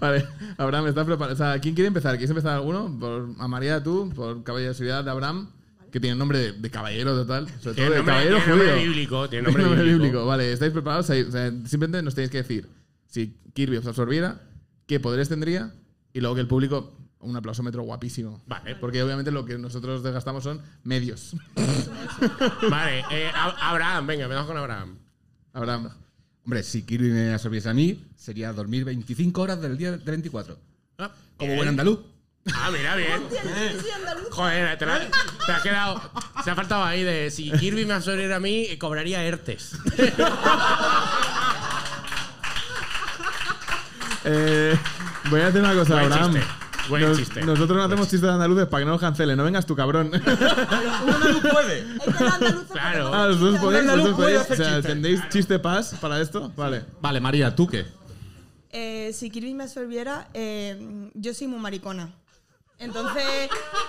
Speaker 4: vale, Abraham, ¿estás preparado? O sea, ¿quién quiere empezar? ¿Quieres empezar alguno? Por, a María, tú, por caballerosidad de Abraham, que tiene nombre de, de caballero total. Sobre todo
Speaker 2: Tiene
Speaker 4: de
Speaker 2: nombre,
Speaker 4: caballero
Speaker 2: tiene nombre
Speaker 4: judío.
Speaker 2: bíblico. Tiene
Speaker 4: Nombre
Speaker 2: nombre bíblico.
Speaker 4: Vale, ¿estáis preparados? O sea, o sea, simplemente nos tenéis que decir si Kirby os absorbiera, qué poderes tendría y luego que el público un aplausómetro guapísimo.
Speaker 2: Vale.
Speaker 4: Porque obviamente lo que nosotros desgastamos son medios.
Speaker 2: Vale, eh, Ab- Abraham, venga, empezamos con Abraham.
Speaker 4: Abraham.
Speaker 8: Hombre, si Kirby me absorbiese a mí, sería dormir 25 horas del día del 24.
Speaker 2: Ah,
Speaker 8: Como
Speaker 2: bien.
Speaker 8: buen andaluz.
Speaker 2: Ah, mira, bien. Joder, te, la- te has quedado. Se ha faltado ahí de si Kirby me absorbiera a mí, eh, cobraría ERTES.
Speaker 4: Eh, voy a hacer una cosa,
Speaker 2: Buen
Speaker 4: Abraham.
Speaker 2: chiste, buen
Speaker 4: Nos-
Speaker 2: chiste.
Speaker 4: Nosotros no hacemos chistes de andaluces para que no nos cancelen. No vengas tú, cabrón.
Speaker 8: puede!
Speaker 2: Claro.
Speaker 4: Ah, los dos podéis, los
Speaker 8: andaluz
Speaker 4: dos
Speaker 8: puede
Speaker 4: podéis. O
Speaker 8: hacer
Speaker 4: sea,
Speaker 8: chistes.
Speaker 4: ¿tendéis chiste paz para esto? Vale.
Speaker 3: Vale, María, ¿tú qué?
Speaker 9: Eh, si Kirby me absorbiera, eh, yo soy muy maricona. Entonces,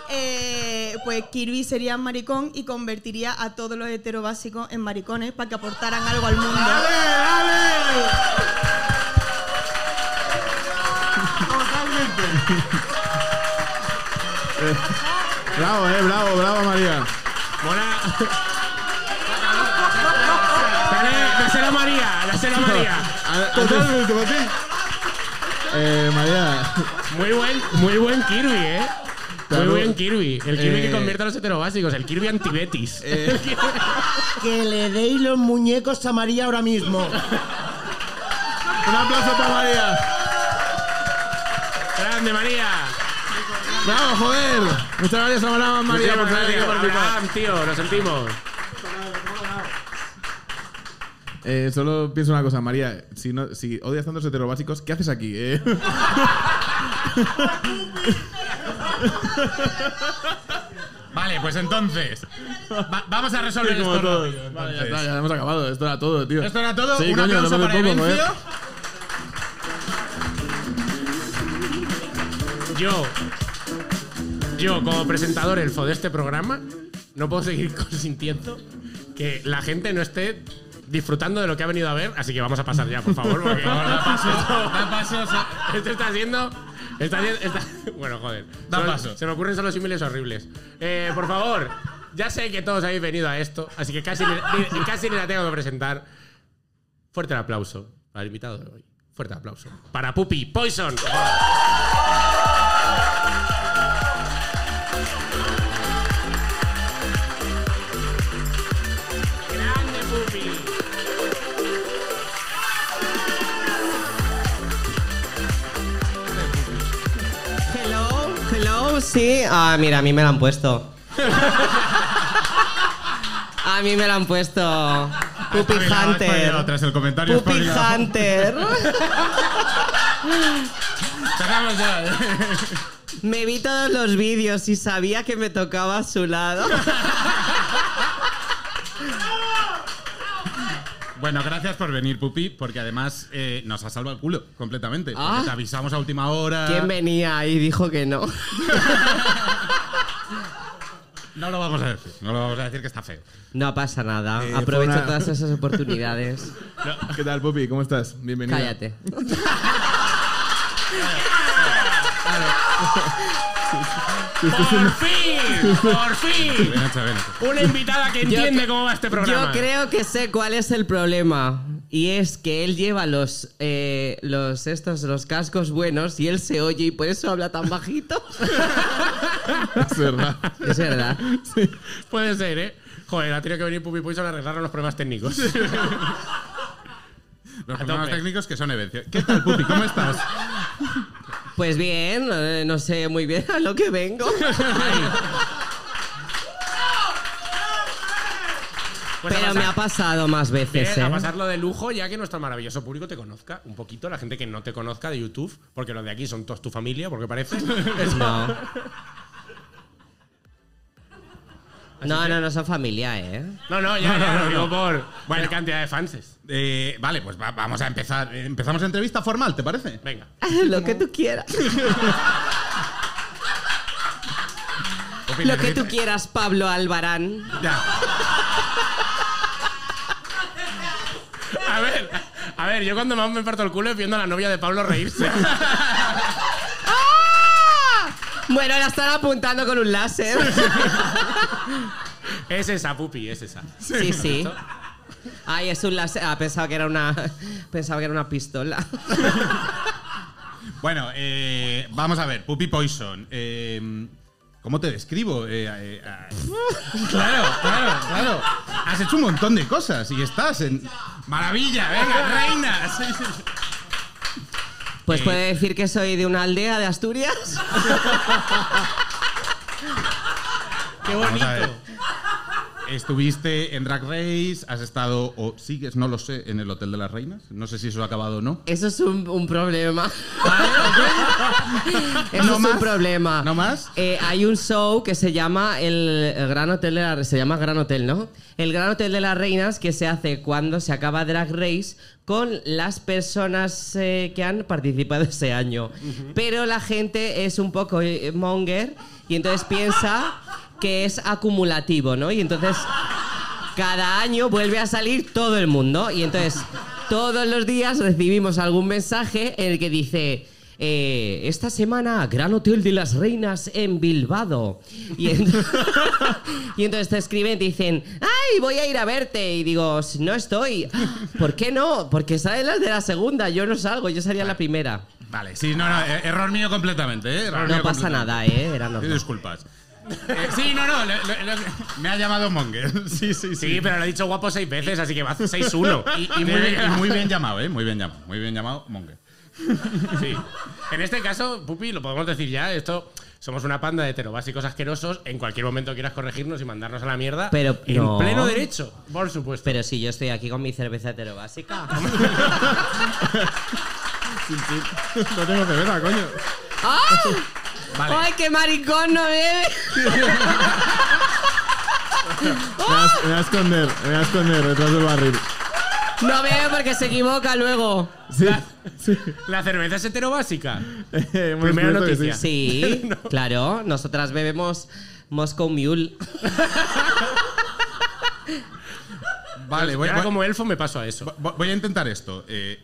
Speaker 9: eh, pues Kirby sería maricón y convertiría a todos los heterobásicos en maricones para que aportaran algo al mundo.
Speaker 4: Eh, Bravo, eh, bravo, bravo, María.
Speaker 2: Mola. Dale, dásela a María, dásela a María.
Speaker 4: A- antes- Eh, María.
Speaker 2: Muy buen, muy buen Kirby, ¿eh? Muy
Speaker 4: Claro.
Speaker 2: buen Kirby. El Kirby que
Speaker 4: Eh.
Speaker 2: convierte a los heterobásicos, el Kirby antibetis.
Speaker 10: Que le deis los muñecos a María ahora mismo.
Speaker 4: Un aplauso para María.
Speaker 2: Grande María.
Speaker 4: Bravo, joder. Muchas gracias a Abraham, María, por
Speaker 2: Muchísimas
Speaker 4: haber venido
Speaker 2: gracias.
Speaker 4: a participar.
Speaker 2: Abraham, tío, lo sentimos.
Speaker 4: Eh, solo pienso una cosa, María. Si, no, si odias tanto los heterobásicos, ¿qué haces aquí? eh?
Speaker 3: Vale, pues entonces. va- vamos a resolver
Speaker 4: Como
Speaker 3: esto.
Speaker 4: todos.
Speaker 3: rápido,
Speaker 4: Vale, ya
Speaker 3: entonces.
Speaker 4: está, ya hemos acabado. Esto era todo, tío.
Speaker 3: Esto era todo.
Speaker 4: Sí,
Speaker 3: Un
Speaker 4: coño,
Speaker 3: aplauso
Speaker 4: no me
Speaker 3: para
Speaker 4: pongo,
Speaker 3: Evencio.
Speaker 4: joder.
Speaker 2: Yo, yo como presentador elfo de este programa, no puedo seguir consintiendo que la gente no esté disfrutando de lo que ha venido a ver, así que vamos a pasar ya, por favor. Porque
Speaker 3: Da paso, da paso.
Speaker 2: esto está siendo... Está, haciendo- está- bueno, joder.
Speaker 3: Da
Speaker 2: Solo-
Speaker 3: paso.
Speaker 2: Se me ocurren solo símiles horribles. Eh, por favor, ya sé que todos habéis venido a esto, así que casi, ni- ni- casi ni la tengo que presentar. Fuerte el aplauso al invitado de hoy. Fuerte el aplauso. Para Pupi Poison. Grande Pupi.
Speaker 10: Hello, hello, sí. Ah, mira, a mí me la han puesto. A mí me la han puesto. Puppy
Speaker 3: Espabilado, espabilado,
Speaker 10: Hunter.
Speaker 3: Tras el comentario
Speaker 10: Puppy
Speaker 3: espabilado.
Speaker 10: Hunter.
Speaker 3: Cerramos ya.
Speaker 10: Me vi todos los vídeos y sabía que me tocaba a su lado.
Speaker 3: Bueno, gracias por venir, Pupi, porque además eh, nos ha salvado el culo completamente. porque
Speaker 10: Ah.
Speaker 3: Te avisamos a última hora.
Speaker 10: ¿Quién venía y dijo que no?
Speaker 3: No lo vamos a decir. No lo vamos a decir que está feo.
Speaker 10: No pasa nada.
Speaker 4: Eh,
Speaker 10: Aprovecho
Speaker 4: fue una-
Speaker 10: todas esas oportunidades.
Speaker 4: ¿Qué tal, Pupi? ¿Cómo estás? Bienvenido.
Speaker 10: Cállate.
Speaker 2: ¡Por fin! ¡Por fin!
Speaker 3: Ven, Nacho, ven, Nacho.
Speaker 2: Una invitada que entiende
Speaker 10: cre-
Speaker 2: cómo va este
Speaker 10: Yo
Speaker 2: programa.
Speaker 10: creo que sé cuál es el problema. Y es que él lleva los, eh, los, estos, los cascos buenos y él se oye y por eso habla tan bajito.
Speaker 4: Es verdad.
Speaker 10: es verdad.
Speaker 2: Puede ser, ¿eh? Joder, ha tenido que venir Pupi Poison a arreglarnos los problemas técnicos.
Speaker 3: Los
Speaker 2: A
Speaker 3: problemas
Speaker 2: tope.
Speaker 3: técnicos que son Evencio. ¿Qué tal, Pupi? ¿Cómo estás?
Speaker 10: Pues bien, eh, no sé muy bien a lo que vengo.
Speaker 2: Pues a
Speaker 10: Pero me
Speaker 2: pasar-
Speaker 10: ha pasado más veces,
Speaker 2: Bien,
Speaker 10: ¿eh?
Speaker 2: a pasarlo de lujo ya que nuestro maravilloso público te conozca un poquito, la gente que no te conozca de YouTube, porque los de aquí son todos tu familia, porque parece.
Speaker 10: No. No, no, no son familia, ¿eh?
Speaker 2: No, no, ya, ya,
Speaker 3: No, no,
Speaker 2: lo
Speaker 3: no,
Speaker 2: digo
Speaker 3: no.
Speaker 2: por bueno. cantidad de fanses.
Speaker 3: Eh, vale, pues va- vamos a empezar. Eh, Empezamos la entrevista formal, ¿te parece?
Speaker 2: Venga.
Speaker 10: Lo que tú quieras.
Speaker 3: Pupi,
Speaker 10: Lo que
Speaker 3: necesito-
Speaker 10: tú quieras, Pablo Albarán.
Speaker 3: Ya.
Speaker 2: A ver, a ver, yo cuando más me parto el culo es viendo a la novia de Pablo reírse.
Speaker 10: Bueno, la están apuntando con un láser.
Speaker 2: es esa, pupi, es esa.
Speaker 10: Sí, sí. Ay, es un láser. Ah, pensaba que era una, pensaba que era una pistola.
Speaker 3: Bueno, eh, vamos a ver, Pupi Poison. eh, ¿Cómo te describo? Eh, eh, ah, claro, claro, claro. Has hecho un montón de cosas y estás en. ¡Maravilla! ¡Venga, reina! Sí, sí, sí.
Speaker 10: Pues
Speaker 3: Eh.
Speaker 10: puede decir que soy de una aldea de Asturias.
Speaker 2: Qué
Speaker 3: Vamos a ver.
Speaker 2: bonito.
Speaker 3: Estuviste en Drag Race, has estado o sigues, no lo sé, en el Hotel de las Reinas. No sé si eso ha acabado o no.
Speaker 10: Eso es un, un problema. Eso
Speaker 3: ¿No
Speaker 10: es
Speaker 3: más?
Speaker 10: un problema.
Speaker 3: ¿No más?
Speaker 10: Eh, hay un show que se llama el, el Gran Hotel de la se llama Gran Hotel, ¿no? El Gran Hotel de las Reinas que se hace cuando se acaba Drag Race con las personas eh, que han participado ese año. Pero la gente es un poco eh, monger y entonces piensa que es acumulativo, ¿no? Y entonces cada año vuelve a salir todo el mundo. Y entonces, todos los días recibimos algún mensaje en el que dice. eh, esta semana, Gran Hotel de las Reinas en Bilbao. Y, en- y entonces te escriben y te dicen, ¡ay, voy a ir a verte! Y digo, no estoy. ¿Por qué no? Porque salen las de la segunda, yo no salgo, yo salía la primera.
Speaker 3: Vale, sí, no, no, eh, error mío completamente, ¿eh? Error
Speaker 10: No
Speaker 3: mío
Speaker 10: pasa
Speaker 3: completamente.
Speaker 10: nada, ¿eh? Era
Speaker 3: Pido
Speaker 10: normal.
Speaker 3: disculpas. Eh, sí, no, no, lo- lo- lo- me ha llamado Monger. Sí, sí, sí.
Speaker 2: Sí, pero lo he dicho guapo seis veces, así que va 6-1.
Speaker 3: Y, y muy bien, y muy bien llamado, ¿eh? Muy bien llamado, muy bien llamado Monger.
Speaker 2: Sí. En este caso, Pupi, lo podemos decir ya, esto somos una panda de heterobásicos asquerosos, en cualquier momento quieras corregirnos y mandarnos a la mierda.
Speaker 10: Pero
Speaker 2: en
Speaker 10: no.
Speaker 2: pleno derecho, por supuesto.
Speaker 10: Pero si yo estoy aquí con mi cerveza heterobásica.
Speaker 4: No tengo cerveza, coño.
Speaker 10: ¡Ay!
Speaker 3: Vale.
Speaker 10: ¡Ay, qué maricón no bebe!
Speaker 4: Me vas- me voy a esconder, me voy a esconder detrás del barril.
Speaker 10: No bebe porque se equivoca luego.
Speaker 4: Sí, sí.
Speaker 2: La cerveza es heterobásica.
Speaker 4: Eh, hemos
Speaker 2: Primera
Speaker 4: descubierto que
Speaker 2: noticia.
Speaker 4: sí.
Speaker 10: Sí, claro. Nosotras bebemos Moscow Mule.
Speaker 3: Vale,
Speaker 2: Yo
Speaker 3: voy,
Speaker 2: ahora
Speaker 3: voy-
Speaker 2: como elfo me paso a eso.
Speaker 3: voy- voy a intentar esto. Eh,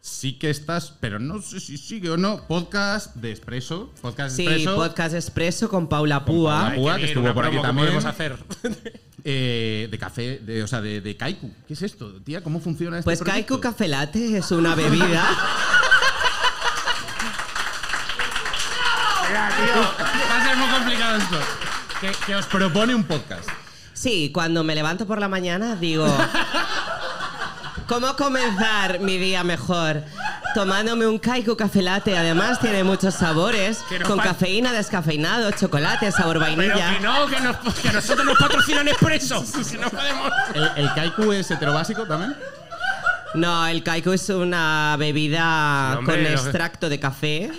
Speaker 3: sí que estás, pero no sé si sigue o no, podcast de Expreso. Podcast de
Speaker 10: Sí,
Speaker 3: Expreso.
Speaker 10: podcast expreso con
Speaker 3: Paula
Speaker 10: Paula Púa.
Speaker 3: Púa. Buah, que
Speaker 2: bien,
Speaker 3: estuvo
Speaker 2: una
Speaker 3: por aquí
Speaker 2: promo que
Speaker 3: también.
Speaker 2: podemos hacer.
Speaker 3: eh, de café, de, o sea, de, de Kaiku. ¿Qué es esto, tía? ¿Cómo funciona este esto?
Speaker 10: Pues Kaiku Café Latte es una bebida.
Speaker 3: Va a ser muy complicado esto. Que, que os propone un podcast.
Speaker 10: Sí, cuando me levanto por la mañana digo, ¿cómo comenzar mi día mejor? Tomándome un Kaiku café latte, además tiene muchos sabores,
Speaker 2: Que nos
Speaker 10: con
Speaker 2: fal-
Speaker 10: cafeína, descafeinado, chocolate, sabor
Speaker 2: Pero
Speaker 10: vainilla.
Speaker 2: que no, que, nos- que nosotros nos patrocinan expreso. Que no podemos.
Speaker 3: ¿El, el Kaiku es heterobásico también?
Speaker 10: No, el kaiku es una bebida
Speaker 2: No, hombre,
Speaker 10: con
Speaker 2: lo-
Speaker 10: extracto de café.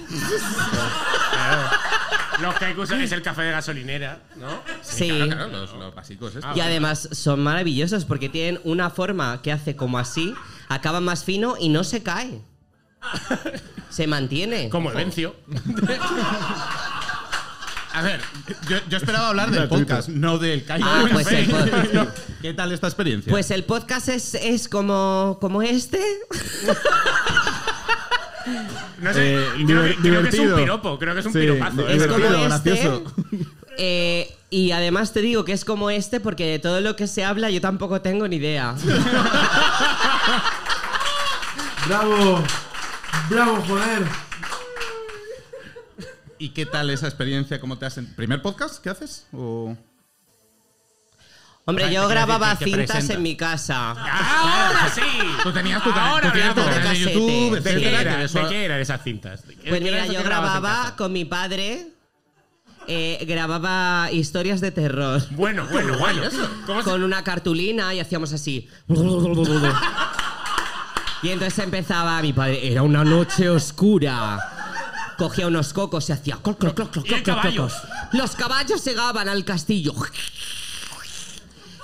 Speaker 2: Los kaikus es el café de gasolinera, ¿no?
Speaker 10: Sí.
Speaker 3: Claro, claro, los, los básicos ¿eh?
Speaker 2: Ah,
Speaker 3: estos.
Speaker 10: Y además son maravillosos porque tienen una forma que hace como así, acaba más fino y no se cae. Se mantiene.
Speaker 2: Como Evencio.
Speaker 3: A ver, yo, yo esperaba hablar del
Speaker 4: Gratuito.
Speaker 3: podcast, no del Kaiku.
Speaker 10: Ah, pues el podcast.
Speaker 3: ¿Qué tal esta experiencia?
Speaker 10: Pues el podcast es, es como, como este.
Speaker 2: No sé,
Speaker 4: Eh,
Speaker 2: creo, que,
Speaker 4: diver-
Speaker 2: creo que es un
Speaker 4: divertido.
Speaker 2: piropo, creo que es un
Speaker 4: Sí,
Speaker 2: piropazo.
Speaker 4: de-
Speaker 2: ¿eh?
Speaker 10: es como
Speaker 4: Divertido,
Speaker 10: este.
Speaker 4: gracioso.
Speaker 10: Eh, y además te digo que es como este porque de todo lo que se habla yo tampoco tengo ni idea.
Speaker 5: Bravo. Bravo, joder.
Speaker 3: ¿Y qué tal esa experiencia? ¿Cómo te has sent- ¿Primer podcast que haces? ¿O...
Speaker 10: Hombre,
Speaker 3: O sea,
Speaker 10: yo
Speaker 3: quiero
Speaker 10: grababa
Speaker 3: decir que- que
Speaker 10: cintas
Speaker 3: presenta.
Speaker 10: en mi casa.
Speaker 2: Ah,
Speaker 3: ¡Ahora sí! Tú tenías tu canal,
Speaker 10: Ahora
Speaker 3: tú tenías tu
Speaker 10: me
Speaker 3: canal de
Speaker 10: casete.
Speaker 3: YouTube,
Speaker 10: ¿De qué
Speaker 3: etcétera,
Speaker 10: era?
Speaker 3: que eso-
Speaker 2: ¿De qué eran esas cintas? ¿De qué-
Speaker 10: Pues
Speaker 2: qué era
Speaker 10: mira,
Speaker 2: eso
Speaker 10: yo
Speaker 2: que grababas en
Speaker 10: grababa
Speaker 2: casa?
Speaker 10: con mi padre, eh, grababa historias de terror.
Speaker 2: Bueno, bueno, bueno. ¿Cómo se-
Speaker 10: Con una cartulina y hacíamos así. Y entonces empezaba mi padre, era una noche oscura. Cogía unos cocos y hacía cloc, cloc, cloc, cloc,
Speaker 2: Y hay
Speaker 10: cloc, cloc,
Speaker 2: caballos.
Speaker 10: cloc. Los caballos llegaban al castillo.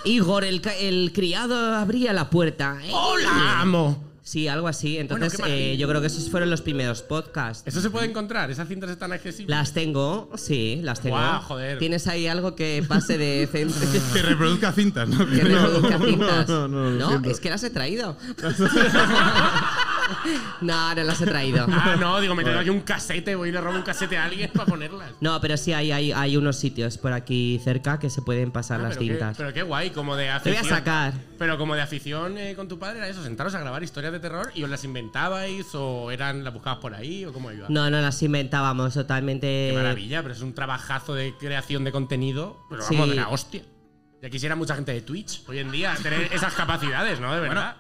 Speaker 10: Igor, el, ca- el criado, abría la puerta.
Speaker 2: ¡Hola, amo!
Speaker 10: Sí, algo así. Entonces,
Speaker 2: qué maravilla.
Speaker 10: eh, yo creo que esos fueron los primeros podcasts.
Speaker 2: ¿Eso se puede encontrar? ¿Esas cintas están accesibles?
Speaker 10: Las tengo, sí, las tengo.
Speaker 2: Guau, joder.
Speaker 10: ¿Tienes ahí algo que pase de centro?
Speaker 3: Que reproduzca cintas, ¿no?
Speaker 10: que reproduzca cintas?
Speaker 4: no, no, lo siento.
Speaker 10: es que las he traído. no, no las he traído.
Speaker 2: Ah, no, digo, me traigo aquí un casete, voy y le robo un casete a alguien para ponerlas.
Speaker 10: No, pero sí hay, hay, hay unos sitios por aquí cerca que se pueden pasar
Speaker 2: Ah,
Speaker 10: las
Speaker 2: pero qué-
Speaker 10: cintas.
Speaker 2: pero qué guay, como de
Speaker 10: Te
Speaker 2: afición.
Speaker 10: voy a sacar.
Speaker 2: Pero como de afición eh, con tu padre era eso, sentaros a grabar historias de terror y os las inventabais o eran las buscabas por ahí o cómo iba.
Speaker 10: No, eh, no las inventábamos totalmente.
Speaker 2: Qué maravilla, pero es un trabajazo de creación de contenido, pero
Speaker 10: Sí.
Speaker 2: vamos, de la hostia. Ya quisiera mucha gente de Twitch hoy en día tener esas capacidades, ¿no? De verdad.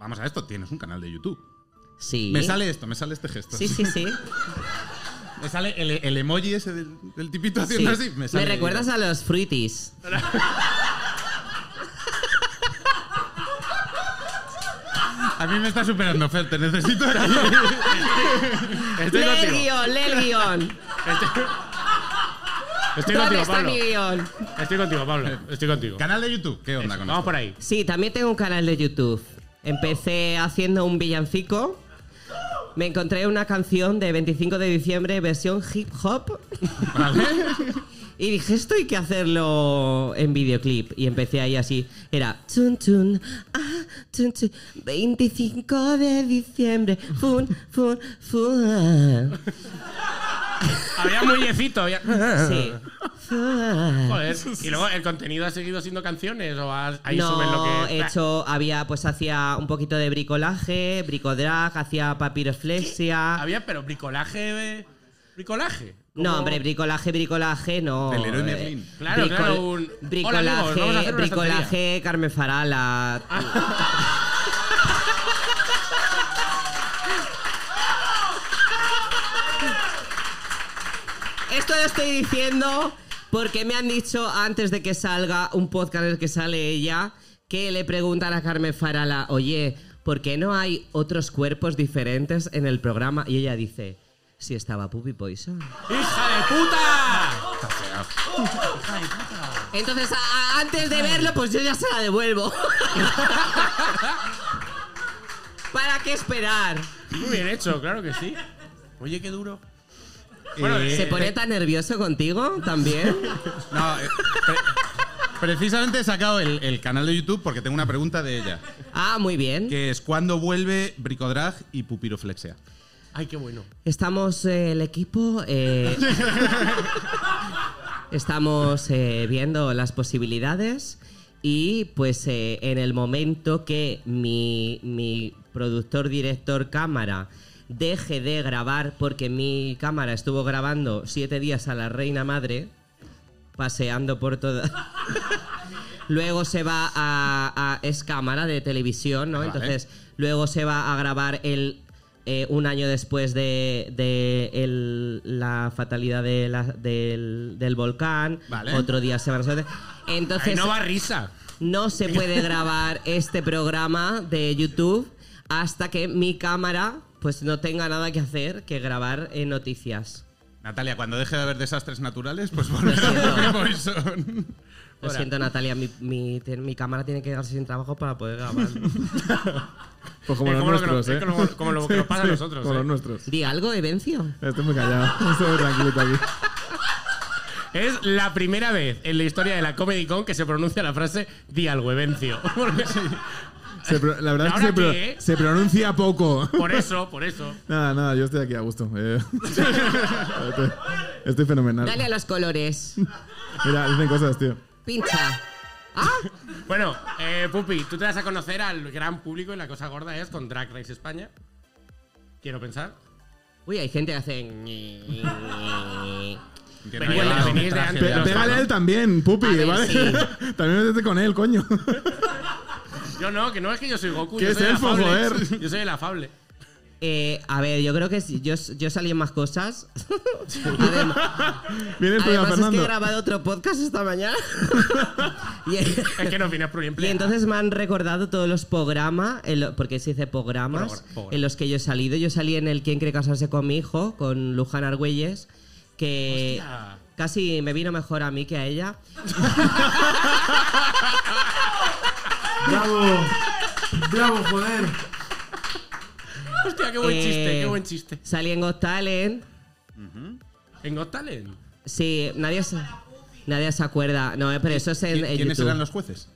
Speaker 3: Vamos a esto, tienes un canal de YouTube.
Speaker 10: Sí.
Speaker 3: Me sale esto, me sale este gesto.
Speaker 10: Sí, sí, sí.
Speaker 3: Me sale el, el emoji ese del, del tipito haciendo
Speaker 10: Sí.
Speaker 3: así. Me, sale
Speaker 10: recuerdas a los fruitis?
Speaker 3: A mí me está superando, Fer, te necesito.
Speaker 2: Estoy
Speaker 10: Lee el
Speaker 2: contigo.
Speaker 10: guión, lee el guión.
Speaker 2: Estoy
Speaker 10: ¿Dónde
Speaker 2: contigo,
Speaker 10: está
Speaker 2: Pablo.
Speaker 10: mi guión?
Speaker 2: Estoy contigo, Pablo. Estoy contigo.
Speaker 3: canal de YouTube, ¿qué onda con
Speaker 2: Vamos
Speaker 3: esto?
Speaker 2: por ahí.
Speaker 10: Sí, también tengo un canal de YouTube. Empecé haciendo un villancico. Me encontré una canción de 25 de diciembre, versión hip hop. Y dije, esto hay que hacerlo en videoclip. Y empecé ahí así. Era chun chun, ah, chun chun, 25 de diciembre, fun, fun, fun.
Speaker 2: Había muñecito, había.
Speaker 10: Sí. Fun.
Speaker 2: Joder. Y luego el contenido ha seguido siendo canciones o has- ahí
Speaker 10: no,
Speaker 2: suben lo que.
Speaker 10: he hecho, había, pues hacía un poquito de bricolaje, bricodrag, hacía papiroflexia.
Speaker 2: Había, pero bricolaje. eh, Bricolaje.
Speaker 10: No,
Speaker 2: Como-
Speaker 10: hombre, bricolaje, bricolaje, no.
Speaker 3: Del héroe
Speaker 10: eh,
Speaker 3: Merlín.
Speaker 2: Claro, claro, un- Hola, amigos,
Speaker 10: Bricolaje,
Speaker 2: vamos a hacer una
Speaker 10: bricolaje, Carmen Farala. Esto lo estoy diciendo porque me han dicho antes de que salga un podcast en el que sale ella que le preguntan a Carmen Farala, oye, ¿por qué no hay otros cuerpos diferentes en el programa? Y ella dice, si estaba Puppy Poison.
Speaker 2: ¡Hija de puta!
Speaker 10: Entonces, a- a- antes de verlo, pues yo ya se la devuelvo. ¿Para qué esperar?
Speaker 2: Muy bien hecho, claro que sí. Oye, qué duro. Bueno,
Speaker 10: ¿Se
Speaker 2: eh,
Speaker 10: pone tan nervioso contigo también?
Speaker 3: No, eh, pre- precisamente he sacado el, el canal de YouTube porque tengo una pregunta de ella.
Speaker 10: Ah, muy bien.
Speaker 3: Que es ¿cuándo vuelve Bricodrag y Pupiroflexia?
Speaker 2: Ay, qué bueno.
Speaker 10: Estamos eh, el equipo. eh, estamos eh, viendo las posibilidades. Y pues eh, en el momento que mi, mi productor, director, cámara deje de grabar, porque mi cámara estuvo grabando siete días a la reina madre, paseando por toda. Luego se va a, a- Es cámara de televisión, ¿no?
Speaker 3: Ah, vale.
Speaker 10: Entonces, luego se va a grabar el. eh, un año después de, de el- la fatalidad de la- del, del volcán.
Speaker 3: Vale.
Speaker 10: Otro día se va a resolver.
Speaker 2: Ahí
Speaker 10: Entonces,
Speaker 2: no va risa.
Speaker 10: no se puede grabar este programa de YouTube hasta que mi cámara pues no tenga nada que hacer que grabar eh, noticias.
Speaker 3: Natalia, cuando deje de haber desastres naturales, pues volverá a Poison.
Speaker 10: Lo siento, Natalia, mi, mi- te- mi cámara tiene que quedarse sin trabajo para poder grabar.
Speaker 4: Pues como
Speaker 2: Es
Speaker 4: los
Speaker 2: como lo que
Speaker 4: nuestros,
Speaker 2: nos-
Speaker 4: ¿eh?
Speaker 2: es como- como lo que nos pasa a nosotros,
Speaker 4: Como
Speaker 2: ¿eh?
Speaker 4: los nuestros.
Speaker 10: Di algo, Evencio.
Speaker 4: Estoy muy callado. Estoy muy tranquilito aquí.
Speaker 2: Es la primera vez en la historia de la Comedy Con que se pronuncia la frase di algo, Evencio. Porque-
Speaker 4: Se pro- la verdad es que
Speaker 2: ¿Ahora
Speaker 4: se, pro-
Speaker 2: qué?
Speaker 4: se pronuncia poco.
Speaker 2: Por eso, por eso.
Speaker 4: Nada, nada, yo estoy aquí a gusto. Eh, estoy- estoy fenomenal.
Speaker 10: Dale a los colores.
Speaker 4: Mira, dicen cosas, tío.
Speaker 10: Pincha. Ah,
Speaker 2: Bueno, eh, Pupi, tú te vas a conocer al gran público y la cosa gorda es con Drag Race España. Quiero pensar.
Speaker 10: Uy, hay gente que hace... ñi, ñi.
Speaker 3: Entiendo
Speaker 2: Venía-
Speaker 3: que llevaba un
Speaker 2: venís de
Speaker 3: traje
Speaker 2: antes.
Speaker 4: Pe-
Speaker 3: de astro,
Speaker 4: pégale a
Speaker 3: ¿no?
Speaker 4: él también, pupi,
Speaker 10: A ver,
Speaker 4: ¿vale?
Speaker 10: sí.
Speaker 4: también métete con él, coño.
Speaker 2: Yo no, que no es que yo soy Goku.
Speaker 4: ¿Qué
Speaker 2: yo
Speaker 4: es
Speaker 2: soy el
Speaker 4: elfo,
Speaker 2: afable.
Speaker 4: joder?
Speaker 2: Yo soy el afable.
Speaker 10: Eh, a ver, yo creo que sí, yo, yo salí en más cosas. Adem-
Speaker 4: Vienes tú,
Speaker 10: además, es que he
Speaker 4: Fernando.
Speaker 10: grabado otro podcast esta mañana. y,
Speaker 2: Es que no vienes por
Speaker 10: y
Speaker 2: empleo.
Speaker 10: entonces me han recordado todos los programas, en lo- porque se dice programas,
Speaker 2: Programa, programa.
Speaker 10: en los que yo he salido. Yo salí en el Quién quiere casarse con mi hijo, con Luján Argüelles, que
Speaker 2: Hostia.
Speaker 10: casi me vino mejor a mí que a ella.
Speaker 5: Bravo. Bravo, joder.
Speaker 2: Hostia, qué buen chiste,
Speaker 10: Eh,
Speaker 2: qué buen chiste.
Speaker 10: Salí en Got Talent.
Speaker 2: En Got Talent.
Speaker 10: Sí, nadie se, nadie se acuerda. No, eh, pero eso es en, en
Speaker 3: ¿Qui- ¿Quiénes
Speaker 10: YouTube.
Speaker 3: eran los jueces?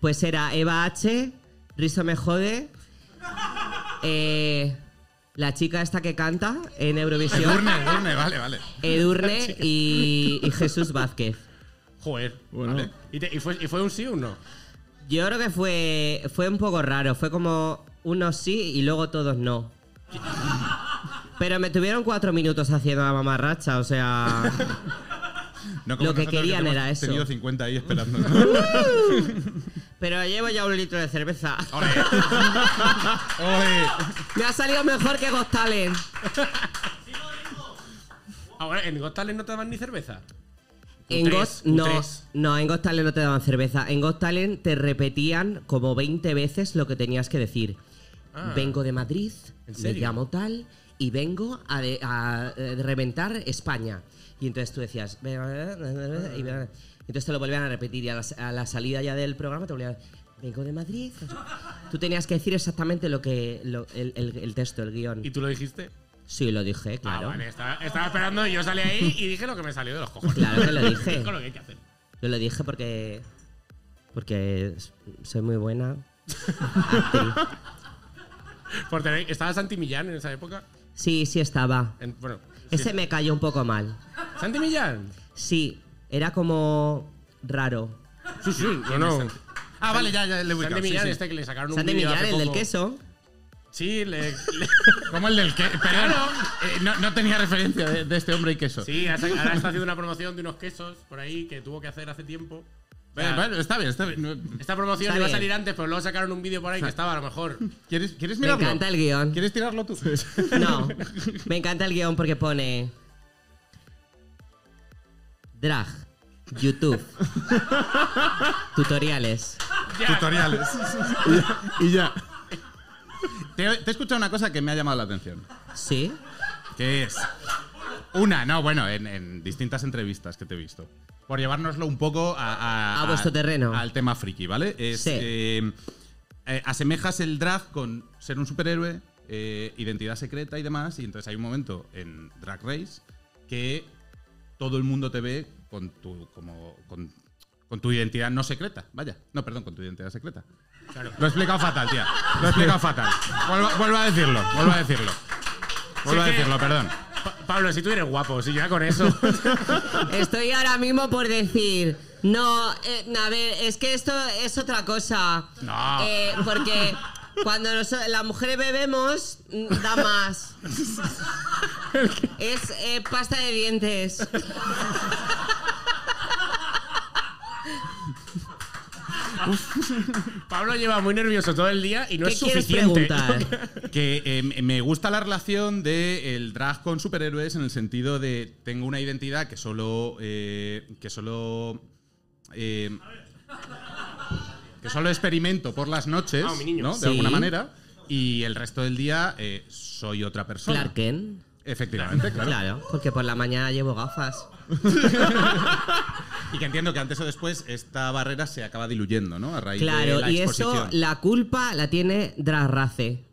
Speaker 10: Pues era Eva H, Riso Me Jode, eh, la chica esta que canta en Eurovisión,
Speaker 3: Edurne, Edurne, vale, vale.
Speaker 10: Edurne y, y Jesús Vázquez.
Speaker 2: Joder.
Speaker 4: Bueno.
Speaker 2: Vale. ¿Y, te- y fue, y fue un sí o un no?
Speaker 10: Yo creo que fue, fue un poco raro, fue como unos sí y luego todos no. Pero me tuvieron cuatro minutos haciendo la mamarracha, o sea...
Speaker 3: No
Speaker 10: Lo que
Speaker 3: nosotros,
Speaker 10: querían
Speaker 3: hemos
Speaker 10: era eso.
Speaker 3: Tenido 50 ahí esperando.
Speaker 10: Pero llevo ya un litro de cerveza.
Speaker 3: ¡Ole! ¡Ole!
Speaker 10: Me ha salido mejor que Got Talent.
Speaker 2: Ahora, Ah, en Got Talent no te daban ni cerveza.
Speaker 10: En
Speaker 2: Cutres,
Speaker 10: Got- no,
Speaker 2: cutres.
Speaker 10: no, en Got Talent no te daban cerveza. En Got Talent te repetían como 20 veces lo que tenías que decir. Vengo de Madrid,
Speaker 2: Ah. ¿En
Speaker 10: me
Speaker 2: serio?
Speaker 10: llamo tal y vengo a, de- a, eh, reventar España. Y entonces tú decías... "Ve- ve- ve- ve- ve". Y entonces te lo volvían a repetir y a la, s- a la salida ya del programa te volvían... Vengo de Madrid. Tú tenías que decir exactamente lo que lo- el, el- el texto, el guión.
Speaker 2: ¿Y tú lo dijiste?
Speaker 10: Sí, lo dije, claro.
Speaker 2: Ah, vale, estaba, estaba esperando y yo salí ahí y dije lo que me salió de los cojones.
Speaker 10: Claro que lo dije.
Speaker 2: Dijo lo que hay que hacer.
Speaker 10: Yo lo dije porque. Porque s- soy muy buena. actriz.
Speaker 2: Por tener, estaba Santi Millán en esa época.
Speaker 10: Sí, sí estaba.
Speaker 2: En- bueno, sí.
Speaker 10: Ese me cayó un poco mal.
Speaker 2: ¿Santi Millán?
Speaker 10: Sí, era como raro.
Speaker 2: Sí, sí, no, no.
Speaker 3: Ah, vale, ya, ya le he ubicado.
Speaker 2: Santi
Speaker 3: sí,
Speaker 2: Millán,
Speaker 3: sí.
Speaker 2: este que le sacaron un
Speaker 10: Santi
Speaker 2: vídeo
Speaker 10: Millán,
Speaker 2: hace
Speaker 10: el del
Speaker 2: poco.
Speaker 10: queso.
Speaker 2: Sí, le, le-
Speaker 3: ¿Cómo el del que? Perdón, eh, no, no tenía referencia de, de este hombre y queso.
Speaker 2: sí, ha sac- ahora está haciendo una promoción de unos quesos por ahí que tuvo que hacer hace tiempo. O
Speaker 3: Eh,
Speaker 2: sea,
Speaker 3: bueno, está bien, está bien. No-
Speaker 2: Esta promoción
Speaker 10: Está
Speaker 2: iba a
Speaker 10: bien.
Speaker 2: salir antes, pero luego sacaron un vídeo por ahí que estaba a lo mejor.
Speaker 3: ¿Quieres, ¿quieres
Speaker 10: Me
Speaker 3: mirarlo?
Speaker 10: encanta el guión.
Speaker 3: ¿Quieres tirarlo tú?
Speaker 10: No, me encanta el guión porque pone. Drag, YouTube, tutoriales.
Speaker 3: Tutoriales.
Speaker 4: Y ya.
Speaker 3: Te, te he escuchado una cosa que me ha llamado la atención.
Speaker 10: Sí,
Speaker 3: ¿Qué es? Una, no, bueno, en, en distintas entrevistas que te he visto. Por llevárnoslo un poco a...
Speaker 10: A vuestro terreno.
Speaker 3: Al tema friki, ¿vale? Es,
Speaker 10: Sí.
Speaker 3: eh, eh, asemejas el drag con ser un superhéroe, eh, identidad secreta y demás. Y entonces hay un momento en Drag Race que todo el mundo te ve con tu, como, con, con tu identidad no secreta. Vaya, no, perdón, con tu identidad secreta. Lo he explicado fatal, tía. Lo he explicado fatal. Vuelvo, vuelvo a decirlo, vuelvo a decirlo. Vuelvo
Speaker 2: Sí
Speaker 3: a
Speaker 2: que-
Speaker 3: decirlo, perdón.
Speaker 2: Pa- Pablo, si tú eres guapo, si ya con eso.
Speaker 10: Estoy ahora mismo por decir. No, eh, a ver, es que esto es otra cosa.
Speaker 3: No.
Speaker 10: Eh, porque cuando nos- las mujeres bebemos, mm, da más. es eh, pasta de dientes.
Speaker 2: Pablo lleva muy nervioso todo el día y no
Speaker 10: ¿Qué
Speaker 2: es
Speaker 10: quieres
Speaker 2: suficiente.
Speaker 10: preguntar?
Speaker 3: Que eh, me- me gusta la relación de el drag con superhéroes en el sentido de tengo una identidad que solo. eh, que solo. eh, que solo experimento por las noches,
Speaker 2: Ah, mi niño.
Speaker 3: ¿no? De
Speaker 10: Sí.
Speaker 3: alguna manera. Y el resto del día eh, soy otra persona.
Speaker 10: Clark Kent.
Speaker 3: Efectivamente, claro.
Speaker 10: Claro, porque por la mañana llevo gafas.
Speaker 3: Y que entiendo que antes o después esta barrera se acaba diluyendo, ¿no? A raíz de
Speaker 10: Claro,
Speaker 3: la
Speaker 10: y eso,
Speaker 3: exposición.
Speaker 10: la culpa la tiene Dragrace.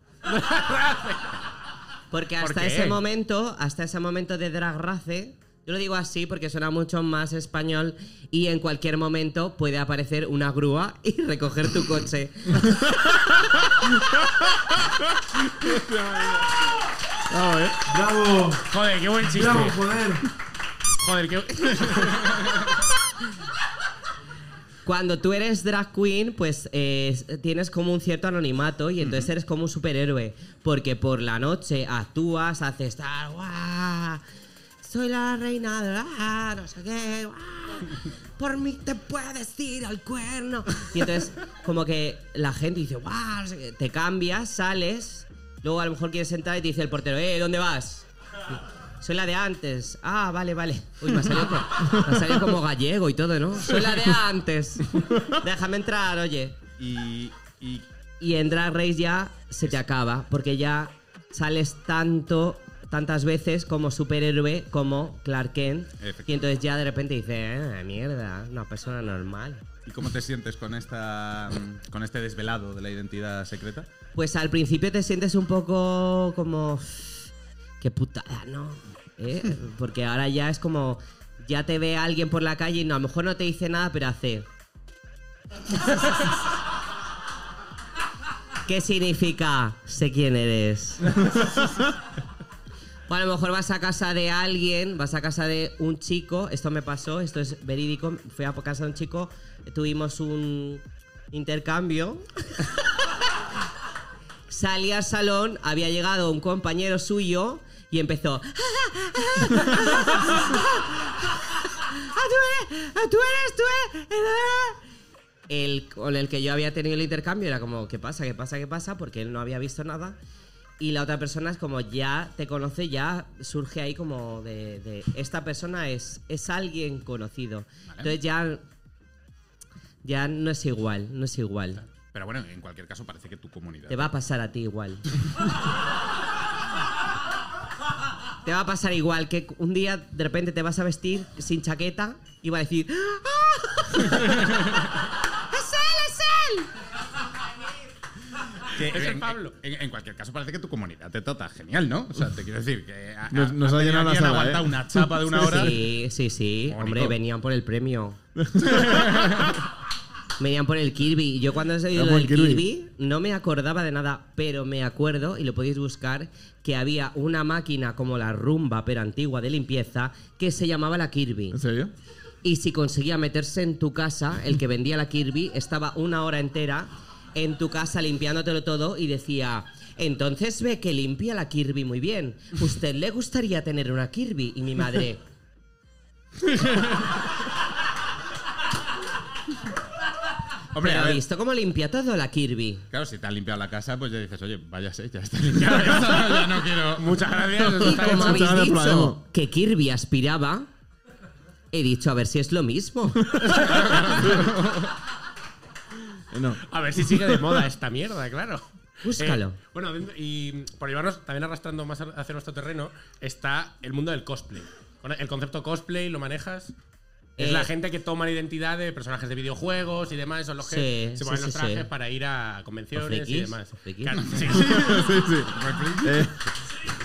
Speaker 10: Porque
Speaker 2: ¿Por
Speaker 10: hasta
Speaker 2: qué?
Speaker 10: ese momento, hasta ese momento de Drag Race, yo lo digo así porque suena mucho más español y en cualquier momento puede aparecer una grúa y recoger tu coche.
Speaker 5: Bravo.
Speaker 2: Joder, qué buen chiste.
Speaker 5: Bravo, joder.
Speaker 2: Joder, qué.
Speaker 10: Cuando tú eres drag queen, pues eh, tienes como un cierto anonimato y entonces eres como un superhéroe. Porque por la noche actúas, haces tal, guau,
Speaker 11: soy la reina de la no sé qué. ah, por mí te puedes ir al cuerno.
Speaker 10: Y entonces, como que la gente dice, guau, no sé qué. te cambias, sales, luego a lo mejor quieres entrar y te dice el portero, eh, ¿dónde vas? Soy la de antes. Ah, vale, vale. Uy, me ha salido, co- me ha salido como gallego y todo, ¿no? Soy la de antes. Déjame entrar, oye.
Speaker 3: Y, y
Speaker 10: Y entrar Reis ya se te acaba, porque ya sales tanto, tantas veces como superhéroe, como Clark Kent.
Speaker 3: Efectivamente.
Speaker 10: Y entonces ya de repente dices, ah, mierda, una persona normal.
Speaker 3: ¿Y cómo te sientes con esta con este desvelado de la identidad secreta?
Speaker 10: Pues al principio te sientes un poco como. Qué putada, ¿no? ¿Eh? Porque ahora ya es como. Ya te ve alguien por la calle y no, a lo mejor no te dice nada, pero hace. ¿Qué significa? Sé quién eres. O a lo mejor vas a casa de alguien, vas a casa de un chico, esto me pasó, esto es verídico, fui a casa de un chico, tuvimos un intercambio. Salí al salón, había llegado un compañero suyo y empezó.
Speaker 11: Ah, tú eres, ah, tú eres, tú eres. ah.
Speaker 10: el con el que yo había tenido el intercambio era como, ¿qué pasa? ¿Qué pasa? ¿Qué pasa? Porque él no había visto nada. Y la otra persona es como, ya te conoce, ya surge ahí como de, de, esta persona es, es alguien conocido. Entonces ya, ya no es igual, no es igual.
Speaker 3: Pero bueno, en cualquier caso parece que tu comunidad.
Speaker 10: Te va a pasar a ti igual. te va a pasar igual que un día de repente te vas a vestir sin chaqueta y va a decir, ¡Ah!
Speaker 11: ¡Es él, es él!
Speaker 3: Que en, Pablo. En, en cualquier caso parece que tu comunidad te trata genial, ¿no? O sea, te quiero decir que a- a-
Speaker 4: Nos- nos
Speaker 3: a-
Speaker 4: ha llenado la
Speaker 3: alguien
Speaker 4: sala,
Speaker 3: aguanta
Speaker 4: ¿eh?
Speaker 3: una chapa de una hora.
Speaker 10: Sí, sí, sí.
Speaker 3: Bonito.
Speaker 10: Hombre, venían por el premio. venían por el Kirby. Yo cuando he
Speaker 4: Ah,
Speaker 10: salido
Speaker 4: por
Speaker 10: del
Speaker 4: el
Speaker 10: Kirby.
Speaker 4: Kirby.
Speaker 10: no me acordaba de nada, pero me acuerdo, y lo podéis buscar, que había una máquina como la rumba, pero antigua, de limpieza, que se llamaba la Kirby.
Speaker 4: ¿En serio?
Speaker 10: Y si conseguía meterse en tu casa, el que vendía la Kirby estaba una hora entera en tu casa limpiándotelo todo y decía, entonces ve que limpia la Kirby muy bien. ¿Usted le gustaría tener una Kirby? Y mi madre...
Speaker 3: Hombre,
Speaker 10: "¿Pero
Speaker 3: a
Speaker 10: ha
Speaker 3: ver.
Speaker 10: visto cómo limpia todo la Kirby?
Speaker 3: Claro, si te han limpiado la casa, pues ya dices, oye, váyase, ya está limpiada. la casa, ya no quiero.
Speaker 2: Muchas gracias. eso
Speaker 10: Y
Speaker 2: está
Speaker 10: como
Speaker 2: hecho.
Speaker 4: Muchas
Speaker 10: habéis
Speaker 4: gracias por la
Speaker 10: dicho
Speaker 4: demo.
Speaker 10: que Kirby aspiraba, he dicho a ver si es lo mismo.
Speaker 4: Eh, No.
Speaker 2: A ver si sigue de moda esta mierda, claro.
Speaker 10: Búscalo.
Speaker 2: Eh, bueno, dentro- y por llevarnos también arrastrando más hacia nuestro terreno, está el mundo del cosplay. Bueno, El concepto cosplay lo manejas. Es
Speaker 10: Eh,
Speaker 2: la gente que toma la identidad de personajes de videojuegos y demás, son los que
Speaker 10: Sí,
Speaker 2: se ponen
Speaker 10: sí,
Speaker 2: los
Speaker 10: sí,
Speaker 2: trajes
Speaker 10: sí.
Speaker 2: para ir a convenciones
Speaker 10: ¿O frikis?
Speaker 2: y demás.
Speaker 10: ¿O frikis?
Speaker 2: Claro, sí.
Speaker 4: Sí, sí. Eh,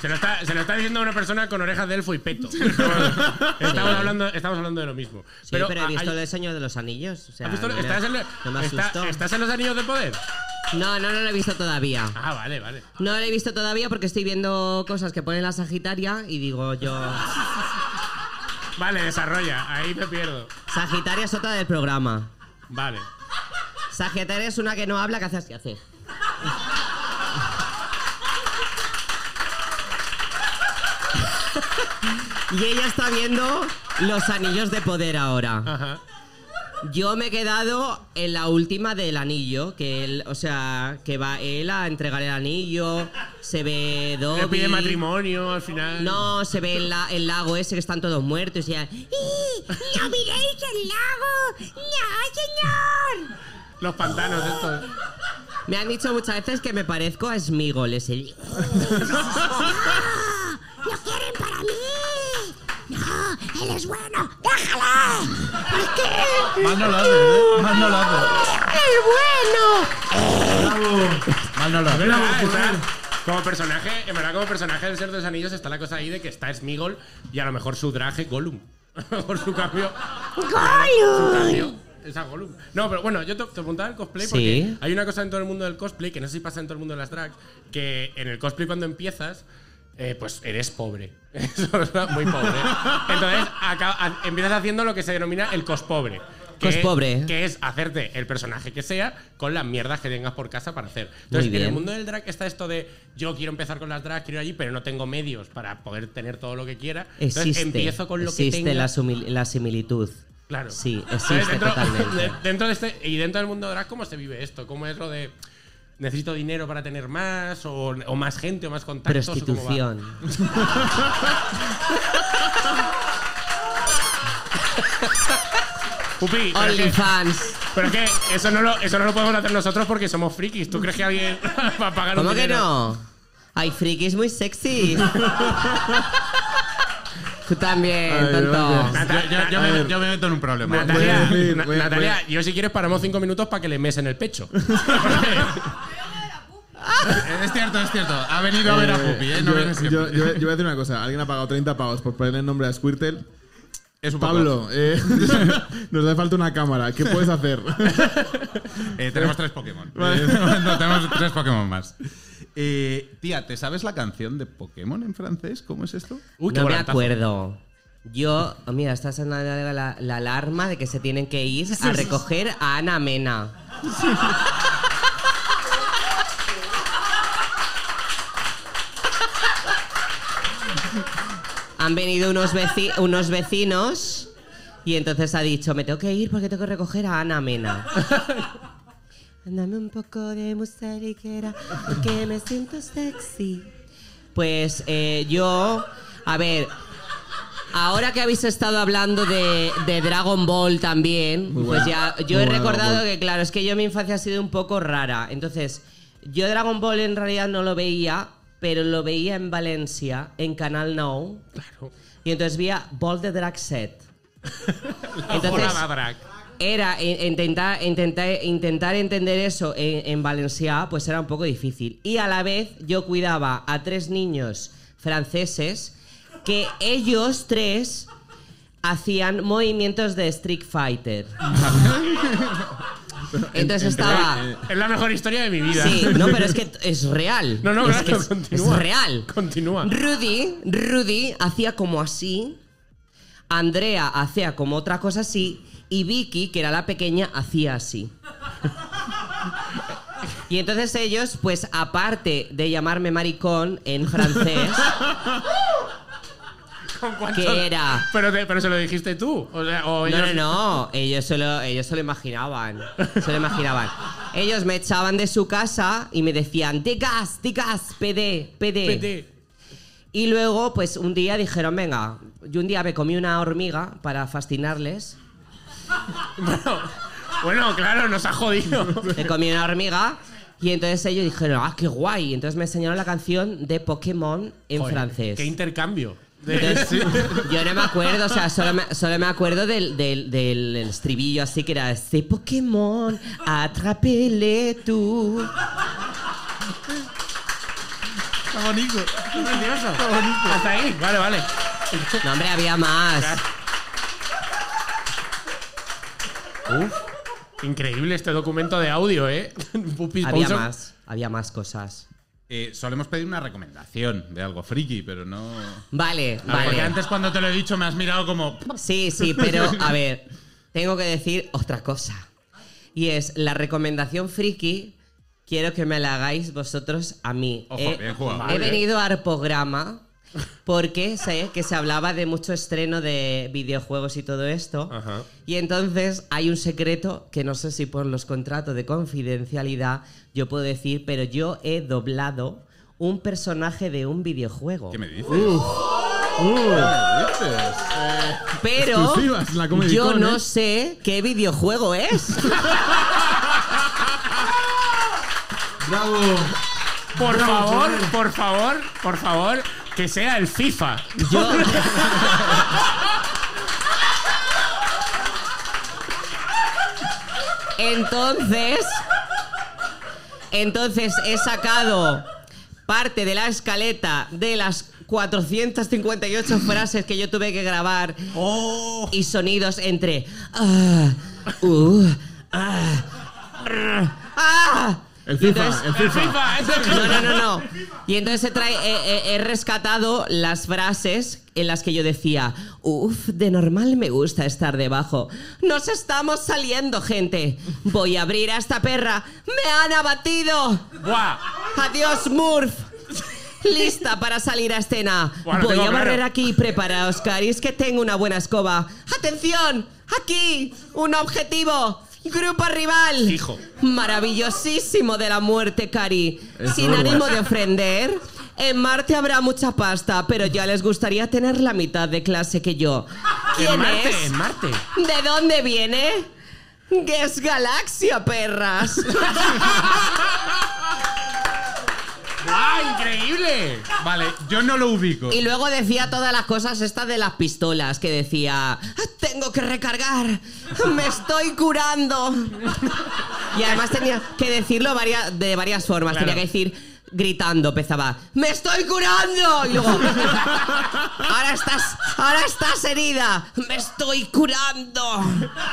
Speaker 2: se, lo está, se lo está diciendo una persona con orejas de elfo y peto. estamos, hablando, estamos hablando de lo mismo.
Speaker 10: Sí, pero, he visto
Speaker 2: hay-
Speaker 10: el diseño de los anillos. O sea,
Speaker 2: ¿has visto-
Speaker 10: no me-
Speaker 2: estás, en, lo-
Speaker 10: no me
Speaker 2: está-
Speaker 10: asustó.
Speaker 2: estás en los anillos de poder?
Speaker 10: No, no, no lo he visto todavía.
Speaker 2: Ah, vale, vale.
Speaker 10: No lo he visto todavía porque estoy viendo cosas que pone la Sagitaria y digo yo.
Speaker 2: Vale, desarrolla. Ahí me pierdo.
Speaker 10: Sagitaria es otra del programa.
Speaker 2: Vale.
Speaker 10: Sagitaria es una que no habla, que hace así, hace. Y ella está viendo los anillos de poder ahora.
Speaker 2: Ajá.
Speaker 10: Yo me he quedado en la última del anillo, que él, o sea, que va él a entregar el anillo, se ve Dobby.
Speaker 2: Le pide matrimonio al final.
Speaker 10: No, se ve el, la- el lago ese que están todos muertos y ya.
Speaker 11: ¡Y no miréis el lago! ¡No, señor!
Speaker 2: Los pantanos estos.
Speaker 10: Me han dicho muchas veces que me parezco a Smigol, es el-
Speaker 11: ¡No! ¡Lo quieren para mí! ¡No! ¡Él es bueno! ¡Déjala! ¿Por qué?
Speaker 3: Mal no lo haces, ¿eh? Mal no lo haces.
Speaker 11: ¡El bueno!
Speaker 5: Bravo.
Speaker 3: Mal no lo haces.
Speaker 5: Bravo,
Speaker 2: Ah,
Speaker 5: joder.
Speaker 2: está- como personaje, en verdad, como personaje del Señor de los Anillos está la cosa ahí de que está Smigol y a lo mejor su traje Gollum. Por su cambio. Su cambio. Es a Gollum. No, pero bueno, yo te, te preguntaba el cosplay
Speaker 10: Sí.
Speaker 2: porque hay una cosa en todo el mundo del cosplay, que no sé si pasa en todo el mundo de las drags, que en el cosplay cuando empiezas, eh, pues eres pobre. Eso es muy pobre. Entonces aca- a- empiezas haciendo lo que se denomina el cospobre.
Speaker 10: Que es pobre.
Speaker 2: Que es hacerte el personaje que sea con las mierdas que tengas por casa para hacer. Entonces, en el
Speaker 10: bien.
Speaker 2: mundo del drag está esto de yo quiero empezar con las drags, quiero ir allí, pero no tengo medios para poder tener todo lo que quiera. Entonces,
Speaker 10: Existe.
Speaker 2: empiezo con lo que
Speaker 10: existe
Speaker 2: tenga.
Speaker 10: la, sumil- la similitud.
Speaker 2: Claro.
Speaker 10: Sí,
Speaker 2: ¿Sabes?
Speaker 10: existe
Speaker 2: Dentro-
Speaker 10: totalmente.
Speaker 2: de- dentro de este, y dentro del mundo drag, ¿cómo se vive esto? ¿Cómo es lo de necesito dinero para tener más? ¿O, o más gente o más contactos? ¿o cómo va?
Speaker 10: Prostitución.
Speaker 2: Pupi, pero es que-
Speaker 10: OnlyFans.
Speaker 2: Pero es que eso no, lo, eso no lo podemos hacer nosotros porque somos frikis. ¿Tú crees que alguien va a pagar un
Speaker 10: ¿Cómo que
Speaker 2: dinero?
Speaker 10: no? Hay frikis muy sexy. Tú también,
Speaker 3: Ay,
Speaker 10: tonto.
Speaker 3: gracias. Yo- yo- yo me- yo me meto en un problema.
Speaker 4: pues-
Speaker 2: Natalia,
Speaker 3: Voy a decir,
Speaker 2: Na-
Speaker 3: voy a-
Speaker 2: Natalia, yo si quieres paramos cinco minutos para que le mesen el pecho.
Speaker 3: Es cierto, es cierto. Ha venido a ver a Pupi, ¿eh? No
Speaker 4: yo,
Speaker 3: viene siempre.
Speaker 4: yo- yo- yo voy a decir una cosa. Alguien ha pagado 30 pavos por ponerle el nombre a Squirtle.
Speaker 3: Es un poco
Speaker 4: Pablo,
Speaker 3: así.
Speaker 4: eh, nos hace falta una cámara. ¿Qué puedes hacer?
Speaker 3: Eh, tenemos tres Pokémon.
Speaker 4: Vale.
Speaker 3: Eh, no, tenemos tres Pokémon más. Eh, tía, ¿te sabes la canción de Pokémon en francés? ¿Cómo es esto?
Speaker 10: no me acuerdo. Yo, oh, mira, está sonando la, la- la alarma de que se tienen que ir a recoger a Ana Mena. Han venido unos, veci- unos vecinos y entonces ha dicho, me tengo que ir porque tengo que recoger a Ana Mena. Dame un poco de musa ligera porque me siento sexy. Pues eh, yo, a ver, ahora que habéis estado hablando de, de Dragon Ball también,
Speaker 12: Muy
Speaker 10: pues
Speaker 12: buena,
Speaker 10: ya
Speaker 12: muy
Speaker 10: yo he
Speaker 12: buena Dragon
Speaker 10: recordado
Speaker 12: Ball.
Speaker 10: que, claro, es que yo mi infancia ha sido un poco rara. Entonces, yo Dragon Ball en realidad no lo veía, pero lo veía en Valencia, en Canal Now.
Speaker 2: Claro.
Speaker 10: Y entonces veía Ball de Drag Set.
Speaker 2: La jornada drag.
Speaker 10: Era eh, intentar, intentar, intentar entender eso en, en Valenciá, pues era un poco difícil. Y a la vez yo cuidaba a tres niños franceses que ellos tres hacían movimientos de Street Fighter. Entonces estaba...
Speaker 2: Eh, Es la mejor historia de mi vida.
Speaker 10: ah, Sí, no, pero es que t- es real.
Speaker 2: No, no,
Speaker 10: es,
Speaker 2: claro,
Speaker 10: que es,
Speaker 2: continúa.
Speaker 10: es real.
Speaker 2: Continúa.
Speaker 10: Rudy, Rudy hacía como así. Andrea hacía como otra cosa así. Y Vicky, que era la pequeña, hacía así. Y entonces ellos, pues aparte de llamarme maricón en francés,
Speaker 2: ¿Con cuánto-
Speaker 10: que era...
Speaker 2: Pero, te- pero se lo dijiste tú. O sea, o
Speaker 10: No,
Speaker 2: ellos-
Speaker 10: no, no. Ellos se lo, ellos se lo imaginaban. Se lo imaginaban. Ellos me echaban de su casa y me decían, de gas, de gas, PD, PD.
Speaker 2: Vete.
Speaker 10: Y luego, pues un día dijeron, venga, yo un día me comí una hormiga para fascinarles.
Speaker 2: Bueno, claro, nos ha jodido.
Speaker 10: Me comí una hormiga. Y entonces ellos dijeron, ah, qué guay. Y entonces me enseñaron la canción de Pokémon en
Speaker 2: Joder,
Speaker 10: francés.
Speaker 2: Qué intercambio.
Speaker 10: Entonces, Yo no me acuerdo, o sea, solo me, solo me acuerdo del, del, del estribillo así que era este Pokémon, atrápele tú.
Speaker 3: Está bonito.
Speaker 2: Precioso. Hasta ahí. Vale, vale.
Speaker 10: No, hombre, había más.
Speaker 2: Uf, increíble este documento de audio, ¿eh? Pupis
Speaker 10: Había
Speaker 2: Pouso.
Speaker 10: más, había más cosas.
Speaker 3: Eh, solemos pedir una recomendación de algo friki, pero no.
Speaker 10: Vale,
Speaker 3: Ah, Porque
Speaker 10: vale.
Speaker 3: antes, cuando te lo he dicho, me has mirado como.
Speaker 10: Sí, sí, pero a ver, tengo que decir otra cosa. Y es la recomendación friki, quiero que me la hagáis vosotros a mí.
Speaker 3: Ojo,
Speaker 10: He-
Speaker 3: bien jugado.
Speaker 10: he
Speaker 3: Vale.
Speaker 10: venido al programa porque sé que se hablaba de mucho estreno de videojuegos y todo esto.
Speaker 2: Ajá.
Speaker 10: Y entonces hay un secreto que no sé si por los contratos de confidencialidad yo puedo decir, pero yo he doblado un personaje de un videojuego.
Speaker 3: ¿Qué me dices?
Speaker 4: ¿Qué dices?
Speaker 10: Pero
Speaker 4: Exclusivas, la Comedy
Speaker 10: yo
Speaker 4: Con,
Speaker 10: no
Speaker 4: ¿eh?
Speaker 10: sé qué videojuego es.
Speaker 5: Bravo.
Speaker 2: Por
Speaker 5: Bravo,
Speaker 2: favor,
Speaker 5: Ferrer.
Speaker 2: por favor, por favor, que sea el FIFA.
Speaker 10: Yo, entonces, entonces he sacado parte de la escaleta de las 458 frases que yo tuve que grabar y sonidos entre ah, uh, ah, ah,
Speaker 4: El
Speaker 10: Y
Speaker 4: FIFA, el FIFA.
Speaker 10: ¡El No, no, no, no. Y entonces se trae, he, he- he rescatado las frases en las que yo decía, uff, de normal me gusta estar debajo. Nos estamos saliendo, gente. Voy a abrir a esta perra. Me han abatido.
Speaker 12: ¡Buah!
Speaker 10: Adiós, Murph. Lista para salir a escena.
Speaker 12: Buah, lo
Speaker 10: Voy
Speaker 12: tengo
Speaker 10: a barrer
Speaker 12: claro.
Speaker 10: aquí. Preparaos, Caris, que tengo una buena escoba. ¡Atención! Aquí, un objetivo. Grupo rival.
Speaker 12: Fijo.
Speaker 10: Maravillosísimo de la muerte, Cari.
Speaker 12: Es
Speaker 10: Sin
Speaker 12: muy
Speaker 10: ánimo
Speaker 12: bueno.
Speaker 10: de ofender, en Marte habrá mucha pasta, pero ya les gustaría tener la mitad de clase que yo. ¿Quién
Speaker 12: en Marte,
Speaker 10: es?
Speaker 12: en Marte.
Speaker 10: ¿De dónde viene? ¡Es Galaxia, perras!
Speaker 3: ¡Ah, increíble! Vale, yo no lo ubico.
Speaker 10: Y luego decía todas las cosas estas de las pistolas, que decía, tengo que recargar, me estoy curando. Y además tenía que decirlo varias, de varias formas,
Speaker 12: Claro.
Speaker 10: tenía que decir gritando, empezaba, me estoy curando. Y luego, ahora estás, ahora estás herida, me estoy curando.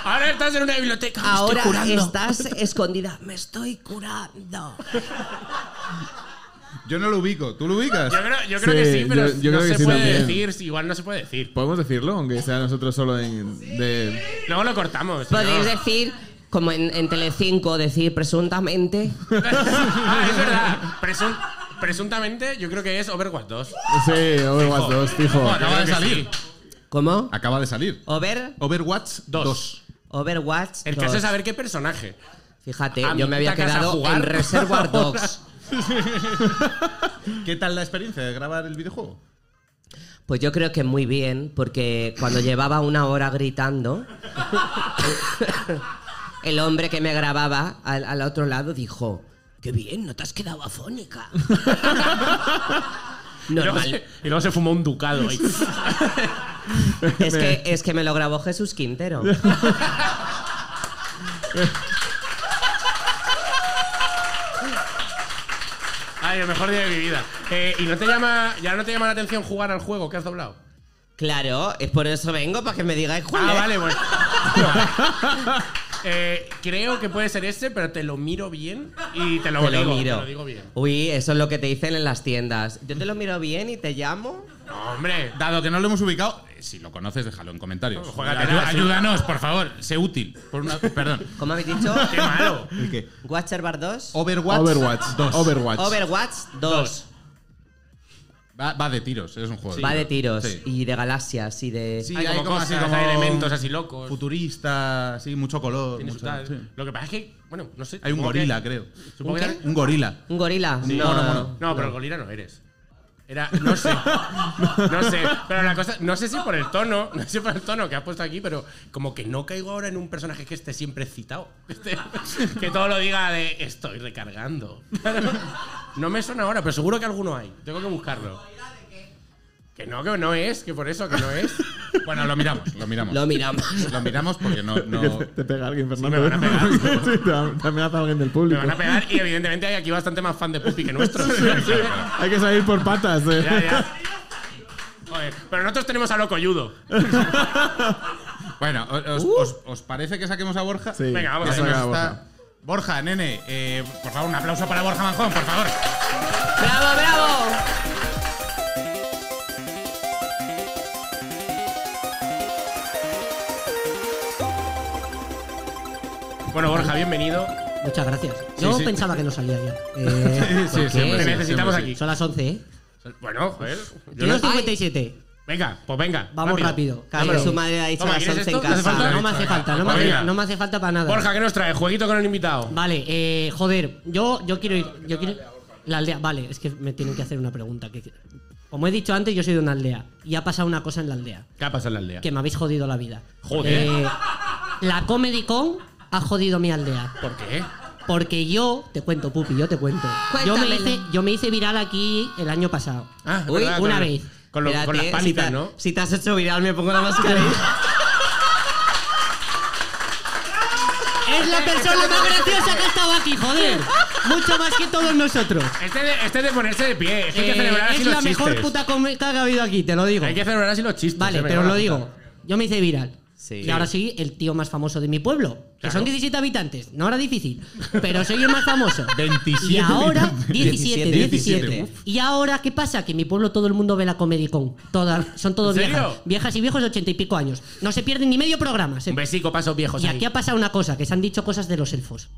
Speaker 12: Ahora estás en una biblioteca. me estoy
Speaker 10: Ahora
Speaker 12: curando.
Speaker 10: estás escondida, me estoy curando.
Speaker 3: Yo no lo ubico. ¿Tú lo ubicas?
Speaker 2: Yo creo, yo creo que sí, pero
Speaker 4: yo- yo
Speaker 2: no
Speaker 4: creo que
Speaker 2: se
Speaker 4: sí
Speaker 2: puede
Speaker 4: también.
Speaker 2: decir, si igual no se puede decir.
Speaker 4: Podemos decirlo, aunque sea nosotros solo en. De...
Speaker 2: Luego lo cortamos. si
Speaker 10: Podéis
Speaker 2: no.
Speaker 10: decir, como en, en Telecinco, decir presuntamente.
Speaker 2: Ah, es verdad. Presun- presuntamente, yo creo que es Overwatch 2.
Speaker 4: Sí, Overwatch
Speaker 2: Fijo.
Speaker 4: 2, fijo.
Speaker 2: Bueno,
Speaker 3: Acaba de
Speaker 2: Yo creo que
Speaker 3: salir.
Speaker 10: ¿Cómo?
Speaker 3: Acaba de salir.
Speaker 10: Over,
Speaker 3: Overwatch 2.
Speaker 10: Overwatch.
Speaker 2: El caso es
Speaker 10: dos.
Speaker 2: saber qué personaje.
Speaker 10: Fíjate,
Speaker 2: A
Speaker 10: yo
Speaker 2: mi
Speaker 10: me había
Speaker 2: puta casa
Speaker 10: quedado
Speaker 2: jugar.
Speaker 10: en Reservoir Dogs.
Speaker 3: ¿Qué tal la experiencia de grabar el videojuego?
Speaker 10: Pues yo creo que muy bien, porque cuando llevaba una hora gritando, el hombre que me grababa al, al otro lado dijo: Qué bien, no te has quedado afónica.
Speaker 2: Y luego
Speaker 10: Normal.
Speaker 2: se- Y luego se fumó un ducado. ahí.
Speaker 10: Es que, es que me lo grabó Jesús Quintero.
Speaker 2: Ay, el mejor día de mi vida. Eh, y no te llama, ya no te llama la atención jugar al juego que has doblado.
Speaker 10: Claro, es por eso vengo, para que me digáis cuál
Speaker 2: Ah,
Speaker 10: es.
Speaker 2: vale, bueno. Eh, creo que puede ser este, pero te lo miro bien y te lo,
Speaker 10: Te lo
Speaker 2: digo,
Speaker 10: miro.
Speaker 2: te lo digo bien.
Speaker 10: Uy, eso es lo que te dicen en las tiendas. Yo te lo miro bien y te llamo.
Speaker 2: No, hombre.
Speaker 3: Dado que no lo hemos ubicado, eh, si lo conoces, déjalo en comentarios.
Speaker 2: juégatela,
Speaker 3: Ayú-
Speaker 2: sí.
Speaker 3: ayúdanos, por favor, sé útil. Por una- perdón.
Speaker 10: ¿Cómo habéis dicho?
Speaker 2: Qué malo.
Speaker 3: ¿El qué?
Speaker 10: Watcher Bar 2.
Speaker 3: Overwatch,
Speaker 4: Overwatch
Speaker 3: 2.
Speaker 4: Overwatch.
Speaker 10: Overwatch 2.
Speaker 3: Va, va de tiros, es un juego.
Speaker 10: Va de tiros
Speaker 3: Sí.
Speaker 10: y de galaxias y de...
Speaker 3: Sí,
Speaker 2: Hay
Speaker 3: hay,
Speaker 2: como
Speaker 3: como, así,
Speaker 2: cosas,
Speaker 3: como
Speaker 2: hay elementos así locos.
Speaker 3: Futurista, sí, mucho color.
Speaker 2: Tiene su
Speaker 3: mucho-
Speaker 2: tal.
Speaker 3: sí.
Speaker 2: Lo que pasa es que, bueno, no sé.
Speaker 3: Hay un
Speaker 2: supongo que-
Speaker 3: gorila, creo.
Speaker 2: Supongo que.
Speaker 3: Un gorila.
Speaker 10: ¿Un gorila?
Speaker 3: Sí.
Speaker 10: No,
Speaker 3: Mono,
Speaker 10: no,
Speaker 3: mono.
Speaker 2: No, pero el gorila no eres. Era, no sé. No sé. Pero la cosa, no sé si por el tono, no sé por el tono que has puesto aquí, pero como que no caigo ahora en un personaje que esté siempre excitado. Este- que todo lo diga de estoy recargando. No me suena ahora, pero seguro que alguno hay. Tengo que buscarlo. Que no, que no es, que por eso que no es.
Speaker 3: Bueno, lo miramos, lo miramos.
Speaker 10: Lo miramos.
Speaker 3: Lo miramos porque no. no-
Speaker 4: Que te, te pega alguien, Fernando.
Speaker 2: me van a pegar.
Speaker 4: Sí, te- te amenaza alguien del
Speaker 2: Me
Speaker 4: público.
Speaker 2: van a pegar y evidentemente hay aquí bastante más fan de Puppy que nuestro.
Speaker 4: Hay que salir por patas. eh.
Speaker 2: Ya, ya. Joder, pero nosotros tenemos a Locoyudo.
Speaker 3: Bueno, o- os, os- os parece que saquemos a Borja?
Speaker 4: Uh. Sí,
Speaker 2: Venga, vamos
Speaker 3: Que
Speaker 2: a
Speaker 3: se
Speaker 4: saca
Speaker 3: nos
Speaker 4: a
Speaker 3: está-
Speaker 4: Borja.
Speaker 3: Borja, nene, eh, por favor, un aplauso para Borja Manjón, por favor.
Speaker 10: ¡Bravo, bravo!
Speaker 2: Bueno, Borja, bienvenido.
Speaker 13: Muchas gracias.
Speaker 2: Sí,
Speaker 13: Yo
Speaker 2: sí.
Speaker 13: pensaba que no salía bien.
Speaker 3: Sí,
Speaker 13: Eh,
Speaker 3: sí,
Speaker 13: ¿por
Speaker 3: siempre,
Speaker 2: Te
Speaker 13: qué?
Speaker 2: necesitamos
Speaker 3: siempre,
Speaker 2: aquí.
Speaker 13: Son las 11, ¿eh?
Speaker 2: Bueno, joder. Yo
Speaker 13: Yo
Speaker 2: no-
Speaker 13: 57.
Speaker 2: Venga, pues venga.
Speaker 13: Vamos rápido.
Speaker 10: Claro,
Speaker 13: Cállate.
Speaker 10: su madre ha dicho
Speaker 2: Toma,
Speaker 10: a las
Speaker 2: ¿quieres
Speaker 10: 11 en
Speaker 2: esto? ¿Hace falta? Pues
Speaker 10: casa.
Speaker 13: No me hace falta, no me hace,
Speaker 2: Venga.
Speaker 13: no me hace falta para nada.
Speaker 2: Borja, ¿qué nos trae? Jueguito con el invitado.
Speaker 13: Vale, eh, joder, yo, yo quiero ir. Yo quiero, la aldea, vale, es que me tienen que hacer una pregunta. que- como he dicho antes, yo soy de una aldea y ha pasado una cosa en la aldea.
Speaker 2: ¿Qué ha pasado en la aldea?
Speaker 13: que me habéis jodido la vida.
Speaker 2: Joder.
Speaker 13: Eh, la Comedy Con ha jodido mi aldea.
Speaker 2: ¿Por qué?
Speaker 13: Porque yo, te cuento, Pupi, yo te cuento. Yo me,
Speaker 10: Cuéntamelo.
Speaker 13: hice, yo me hice viral aquí el año pasado.
Speaker 2: Ah, es
Speaker 10: Uy,
Speaker 2: verdad,
Speaker 13: una
Speaker 2: con-
Speaker 13: vez.
Speaker 2: Con, lo- con
Speaker 10: Espérate,
Speaker 2: las palitas,
Speaker 10: si te,
Speaker 2: ¿no?
Speaker 10: Si te has hecho viral, me pongo la mascarilla.
Speaker 13: Es la persona más graciosa que ha estado aquí, joder. Mucho más que todos nosotros.
Speaker 2: Este de, este de ponerse de pie. Es que hay que
Speaker 13: Eh,
Speaker 2: celebrar así
Speaker 13: es
Speaker 2: los
Speaker 13: la
Speaker 2: chistes.
Speaker 13: mejor puta comedia que ha habido aquí, te lo digo.
Speaker 2: Hay que celebrar así los chistes.
Speaker 13: Vale,
Speaker 2: eh, me
Speaker 13: pero
Speaker 2: cago en
Speaker 13: lo
Speaker 2: la
Speaker 13: digo.
Speaker 2: puta.
Speaker 13: Yo me hice viral. Sí.
Speaker 10: Y ahora soy el tío más famoso de mi pueblo. Que son 17 habitantes. No era difícil. Pero soy el más famoso.
Speaker 3: 27
Speaker 10: Y ahora,
Speaker 3: habitantes.
Speaker 10: 17, 17.
Speaker 3: 17, uf.
Speaker 10: Y ahora, ¿qué pasa? Que en mi pueblo todo el mundo ve la Comedy Con. Todas, son todos
Speaker 2: ¿En serio?
Speaker 10: viejas. Viejas y viejos de ochenta y pico años. No se pierden ni medio programa. Se-
Speaker 2: Un besico para esos viejos
Speaker 10: y
Speaker 2: pues ahí. ¿Mm?
Speaker 10: aquí ha pasado una cosa, que se han dicho cosas de los elfos.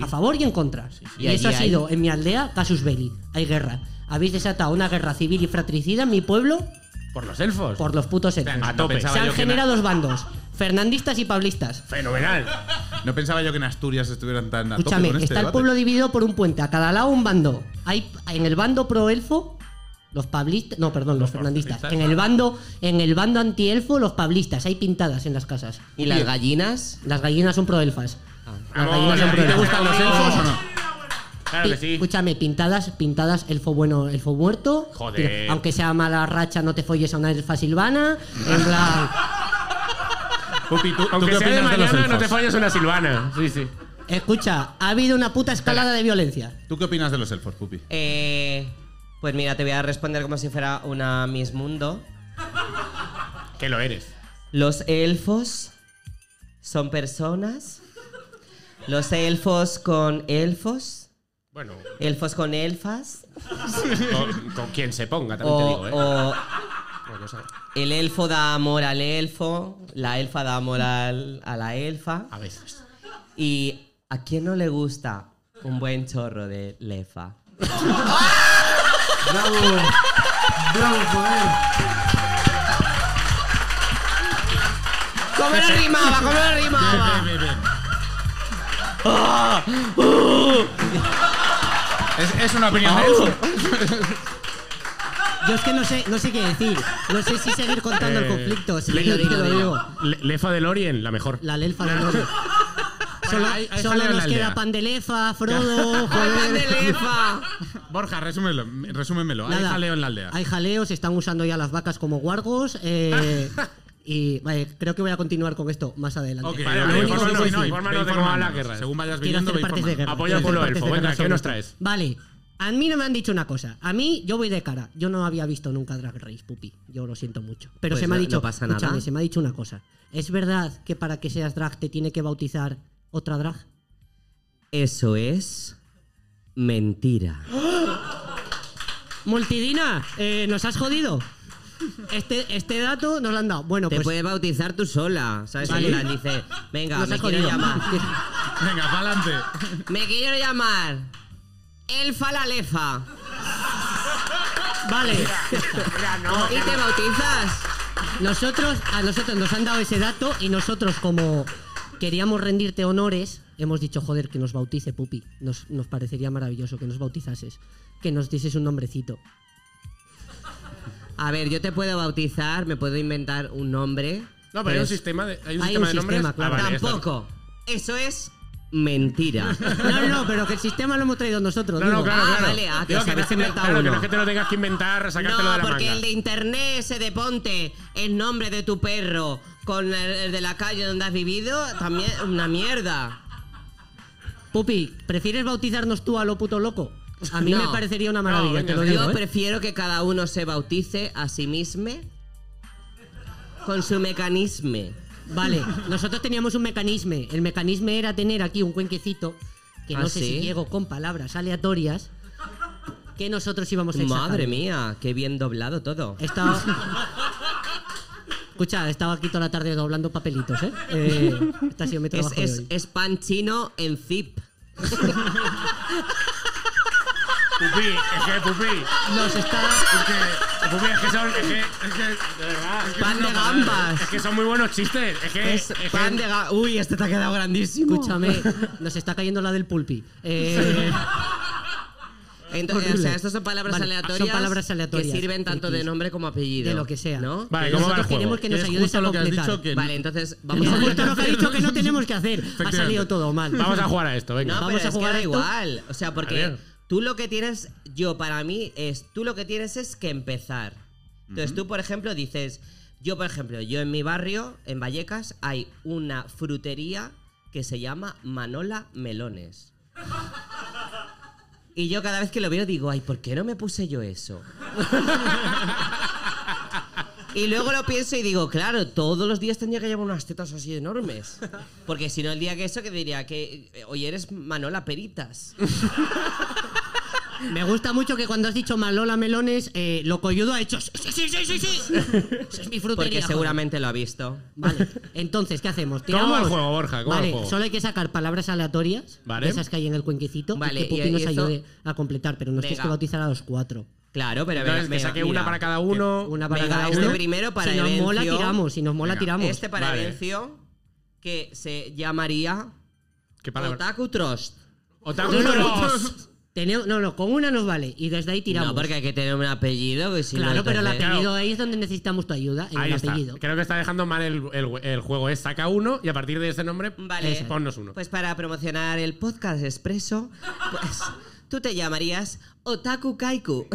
Speaker 10: A favor y en contra.
Speaker 2: sí.
Speaker 10: Y,
Speaker 2: Y
Speaker 10: eso ha
Speaker 2: allí hay-
Speaker 10: sido en mi aldea Casus Belli. Hay guerra. Habéis desatado una guerra civil y fratricida en mi pueblo
Speaker 2: Por los elfos.
Speaker 10: por los putos elfos.
Speaker 2: A tope.
Speaker 10: Se han generado dos bandos, fernandistas y pablistas.
Speaker 2: Fenomenal.
Speaker 3: No pensaba yo que en Asturias estuvieran tan a tope
Speaker 10: Escúchame,
Speaker 3: con este
Speaker 10: está el
Speaker 3: debate.
Speaker 10: pueblo dividido por un puente, a cada lado un bando. Hay en el bando pro elfo los pablistas, no, perdón, los fernandistas. En el bando en el bando antielfo los pablistas, hay pintadas en las casas.
Speaker 13: ¿Y las gallinas? Ah.
Speaker 10: Las gallinas son proelfas. Las
Speaker 2: Vamos, ¿a
Speaker 10: gallinas son
Speaker 2: ti te
Speaker 10: proelfas.
Speaker 2: gustan los elfos o no? Claro que
Speaker 10: Pi-
Speaker 2: sí.
Speaker 10: Escúchame, pintadas, pintadas, elfo bueno, elfo muerto.
Speaker 2: Joder.
Speaker 10: Tira, aunque sea mala racha, no te folles a una elfa silvana. En plan,
Speaker 3: Pupi, ¿tú, tú
Speaker 2: Aunque
Speaker 3: qué
Speaker 2: sea de
Speaker 3: opinas de los
Speaker 2: mañana,
Speaker 3: elfos?
Speaker 2: no te folles una silvana. Sí, sí.
Speaker 10: escucha, ha habido una puta escalada de violencia.
Speaker 3: ¿Tú qué opinas de los elfos, Pupi?
Speaker 13: Eh, pues mira, te voy a responder como si fuera una Miss Mundo.
Speaker 2: Que lo eres.
Speaker 13: Los elfos son personas. Los elfos con elfos.
Speaker 2: Bueno.
Speaker 13: Elfos con elfas.
Speaker 2: Con, con quien se ponga, también
Speaker 13: O,
Speaker 2: te digo, ¿eh?
Speaker 13: o
Speaker 2: Bueno, o sea,
Speaker 13: el elfo da amor al elfo. La elfa da amor al- a la elfa.
Speaker 2: a veces.
Speaker 13: Y a quién no le gusta un buen chorro de lefa.
Speaker 14: Bravo. Bravo, joder.
Speaker 13: ¿Cómo lo rimaba? ¿Cómo lo rimaba?
Speaker 3: Bien, bien, bien, bien.
Speaker 13: ¡Ah! ¡Uh!
Speaker 3: Es, es una opinión de elfo.
Speaker 10: Ah. Yo es que no sé, no sé qué decir. No sé si seguir contando el
Speaker 2: Eh,
Speaker 10: conflicto. Si
Speaker 2: Le-
Speaker 10: lo digo,
Speaker 2: Le-
Speaker 10: lo digo.
Speaker 2: Le- Lefa de Lorien, la mejor.
Speaker 10: La Lelfa de Lorien. Solo,
Speaker 3: hay- hay
Speaker 10: solo
Speaker 3: jaleo en
Speaker 10: nos
Speaker 3: la
Speaker 10: queda
Speaker 3: aldea.
Speaker 10: Pandelefa, Frodo,
Speaker 13: ¡Pan de
Speaker 10: joder.
Speaker 13: lefa!
Speaker 3: Borja, resúmelo, resúmemelo. Hay
Speaker 10: Nada.
Speaker 3: jaleo en la aldea.
Speaker 10: Hay jaleo, se están usando ya las vacas como guargos. eh, y vale, creo que voy a continuar con esto más adelante.
Speaker 3: Ok,
Speaker 2: Vale,
Speaker 3: vale,
Speaker 2: vale,
Speaker 3: lo único que
Speaker 2: infórmanos,
Speaker 3: voy a decir,
Speaker 2: infórmanos de
Speaker 3: ve
Speaker 2: cómo va la
Speaker 3: informándonos.
Speaker 2: guerra.
Speaker 3: Según vayas
Speaker 10: Quiero
Speaker 3: viendo, ve
Speaker 10: hacer partes de guerra.
Speaker 3: informando.
Speaker 2: Apoya
Speaker 10: Quiero
Speaker 2: por lo
Speaker 10: hacer partes
Speaker 2: elfo.
Speaker 10: de
Speaker 2: Venga,
Speaker 10: guerra
Speaker 2: ¿qué nos
Speaker 10: sobre
Speaker 2: traes?
Speaker 10: esto. Vale. A mí no me han dicho una cosa. A mí, yo voy de cara. Yo no había visto nunca Drag Race, pupi. Yo lo siento mucho. Pero
Speaker 13: Pues
Speaker 10: se me ha
Speaker 13: no-
Speaker 10: dicho.
Speaker 13: no pasa nada.
Speaker 10: escúchame, se me ha dicho una cosa. ¿Es verdad que para que seas drag te tiene que bautizar otra drag?
Speaker 13: Eso es mentira.
Speaker 10: Multidina, eh, nos has jodido. Este, este dato nos lo han dado. Bueno,
Speaker 13: Te
Speaker 10: pues.
Speaker 13: puedes bautizar tú sola, ¿sabes?
Speaker 10: Vale.
Speaker 13: En plan, dice, venga,
Speaker 10: Nos
Speaker 13: me
Speaker 10: has
Speaker 13: quiero
Speaker 10: jodido.
Speaker 13: llamar.
Speaker 3: Venga, pa'lante.
Speaker 13: me quiero llamar. Elfa la lefa.
Speaker 10: Vale.
Speaker 13: ¿Y te bautizas?
Speaker 10: Nosotros, a nosotros nos han dado ese dato y nosotros, como queríamos rendirte honores, hemos dicho, joder, que nos bautice, pupi. Nos, nos parecería maravilloso que nos bautizases. Que nos dices un nombrecito.
Speaker 13: A ver, yo te puedo bautizar, me puedo inventar un nombre.
Speaker 2: No, pero hay un
Speaker 13: es-
Speaker 2: sistema de, hay un
Speaker 10: Hay
Speaker 2: sistema
Speaker 10: un
Speaker 2: de nombres. Ah,
Speaker 10: sistema, claro.
Speaker 2: vale, ya está.
Speaker 13: Tampoco. Eso es mentira.
Speaker 10: No, no, pero que el sistema lo hemos traído nosotros.
Speaker 2: No, no,
Speaker 10: digo.
Speaker 2: claro,
Speaker 13: Ah,
Speaker 2: claro.
Speaker 13: vale, ah, que
Speaker 2: Digo
Speaker 13: os
Speaker 2: que no
Speaker 13: habéis
Speaker 2: es que te-
Speaker 13: inventado
Speaker 2: claro, que
Speaker 13: uno.
Speaker 2: no es que te lo tengas que inventar, sacártelo
Speaker 13: No,
Speaker 2: de la
Speaker 13: porque
Speaker 2: manga.
Speaker 13: el de internet ese de ponte el nombre de tu perro con el, el de la calle donde has vivido, también una mierda.
Speaker 10: Pupi, ¿prefieres bautizarnos tú a lo puto loco? A mí
Speaker 13: No.
Speaker 10: me parecería una
Speaker 2: No,
Speaker 10: maravilla, te
Speaker 2: venga,
Speaker 10: lo digo.
Speaker 13: Yo
Speaker 10: ¿eh?
Speaker 13: prefiero que cada uno se bautice a sí mismo con su mecanismo.
Speaker 10: Vale, nosotros teníamos un mecanismo. El mecanismo era tener aquí un cuenquecito, que no
Speaker 13: ¿Ah,
Speaker 10: sé
Speaker 13: sí?
Speaker 10: si llego con palabras aleatorias, que nosotros íbamos a ir
Speaker 13: Madre
Speaker 10: sacando.
Speaker 13: mía, qué bien doblado todo.
Speaker 10: Estaba... Escucha, estaba aquí toda la tarde doblando papelitos, ¿eh? Eh, este ha sido mi
Speaker 13: Es,
Speaker 10: trabajo
Speaker 13: es,
Speaker 10: de hoy.
Speaker 13: es pan chino en zip.
Speaker 2: Pupi, es que Pupi.
Speaker 10: Nos está...
Speaker 2: Es que, Pupi, pues es que son. Es que. Es que de verdad, es que
Speaker 13: Pan
Speaker 2: son
Speaker 13: de
Speaker 2: una pasada.
Speaker 13: gambas.
Speaker 2: Es que son muy buenos chistes. Es que.
Speaker 13: Es
Speaker 2: es que-
Speaker 13: pan de ga- Uy, este te ha quedado grandísimo.
Speaker 10: Escúchame, nos está cayendo la del pulpi. Eh,
Speaker 13: Entonces, o
Speaker 10: Horrible.
Speaker 13: sea, estas son palabras
Speaker 10: Vale,
Speaker 13: aleatorias.
Speaker 10: son palabras aleatorias.
Speaker 13: Que sirven tanto de
Speaker 10: X.
Speaker 13: nombre como apellido.
Speaker 10: De lo que sea.
Speaker 13: ¿No?
Speaker 2: Vale,
Speaker 10: que
Speaker 2: ¿cómo va el
Speaker 10: nosotros
Speaker 2: juego?
Speaker 10: queremos que nos
Speaker 3: Es
Speaker 10: ayudes
Speaker 3: justo
Speaker 10: a
Speaker 3: lo que has
Speaker 10: completar.
Speaker 3: dicho que-
Speaker 13: Vale, entonces vamos
Speaker 10: Vamos
Speaker 13: a
Speaker 10: a justo
Speaker 13: jugar.
Speaker 10: lo que ha dicho que no tenemos que hacer. Ha
Speaker 3: Efectivamente.
Speaker 10: salido todo mal.
Speaker 2: Vamos a jugar a esto, venga.
Speaker 13: No,
Speaker 10: Vamos
Speaker 13: pero
Speaker 10: a
Speaker 13: es que
Speaker 10: jugar
Speaker 13: da
Speaker 10: a esto.
Speaker 13: igual. O sea,
Speaker 2: A
Speaker 13: porque
Speaker 2: ver.
Speaker 13: tú lo que tienes, yo para mí, es tú lo que tienes es que empezar. Entonces tú, por ejemplo, dices, yo, por ejemplo, yo en mi barrio, en Vallecas, hay una frutería que se llama Manola Melones. Y yo cada vez que lo veo digo, ay, ¿por qué no me puse yo eso?
Speaker 10: Y luego lo pienso y digo, claro, todos los días tendría que llevar unas tetas así enormes. Porque si no, el día que eso, que diría que, eh, oye, eres Manola Peritas.
Speaker 13: Me gusta mucho que cuando has dicho Malola Melones, eh, lo coyudo ha hecho. Sí, sí, sí, sí, sí. Esa es mi frutería.
Speaker 10: Porque
Speaker 13: joder.
Speaker 10: seguramente lo ha visto.
Speaker 13: Vale, entonces, ¿qué hacemos?
Speaker 10: ¿Cómo
Speaker 13: Tiramos-
Speaker 10: el juego, Borja? ¿Cómo el
Speaker 13: vale,
Speaker 10: juego?
Speaker 13: solo hay que sacar palabras aleatorias,
Speaker 10: Vale.
Speaker 13: de esas que hay en el cuenquecito,
Speaker 10: Vale,
Speaker 13: y que
Speaker 10: y-
Speaker 13: Pupi
Speaker 10: y
Speaker 13: nos
Speaker 10: eso-
Speaker 13: ayude a completar, pero nos tienes
Speaker 10: Venga.
Speaker 13: que bautizar a los cuatro.
Speaker 10: Claro, pero
Speaker 13: Entonces,
Speaker 10: venga,
Speaker 13: que saque
Speaker 10: mira.
Speaker 13: una para cada uno. Una para
Speaker 10: Venga,
Speaker 13: cada
Speaker 10: este
Speaker 13: uno.
Speaker 10: primero para
Speaker 13: Si nos
Speaker 10: Evencio.
Speaker 13: mola, tiramos, si nos mola, tiramos.
Speaker 10: Este para
Speaker 13: Vale.
Speaker 10: Evencio, que se llamaría
Speaker 2: ¿Qué
Speaker 13: palabra?
Speaker 10: Otaku Trust.
Speaker 13: No, no, no. Tenemos- no, no, con una nos vale, y desde ahí tiramos.
Speaker 10: No, porque hay que tener un apellido. Que si no,
Speaker 13: claro, pero el
Speaker 10: entonces-
Speaker 13: apellido ahí es donde necesitamos tu ayuda, en
Speaker 2: Ahí
Speaker 13: el
Speaker 2: está.
Speaker 13: apellido.
Speaker 2: Creo que está dejando mal el, el- el juego. Es saca uno y a partir de ese nombre, eh,
Speaker 10: Vale.
Speaker 2: ponnos uno.
Speaker 10: Pues para promocionar el podcast expreso, pues tú te llamarías Otaku Kaiku.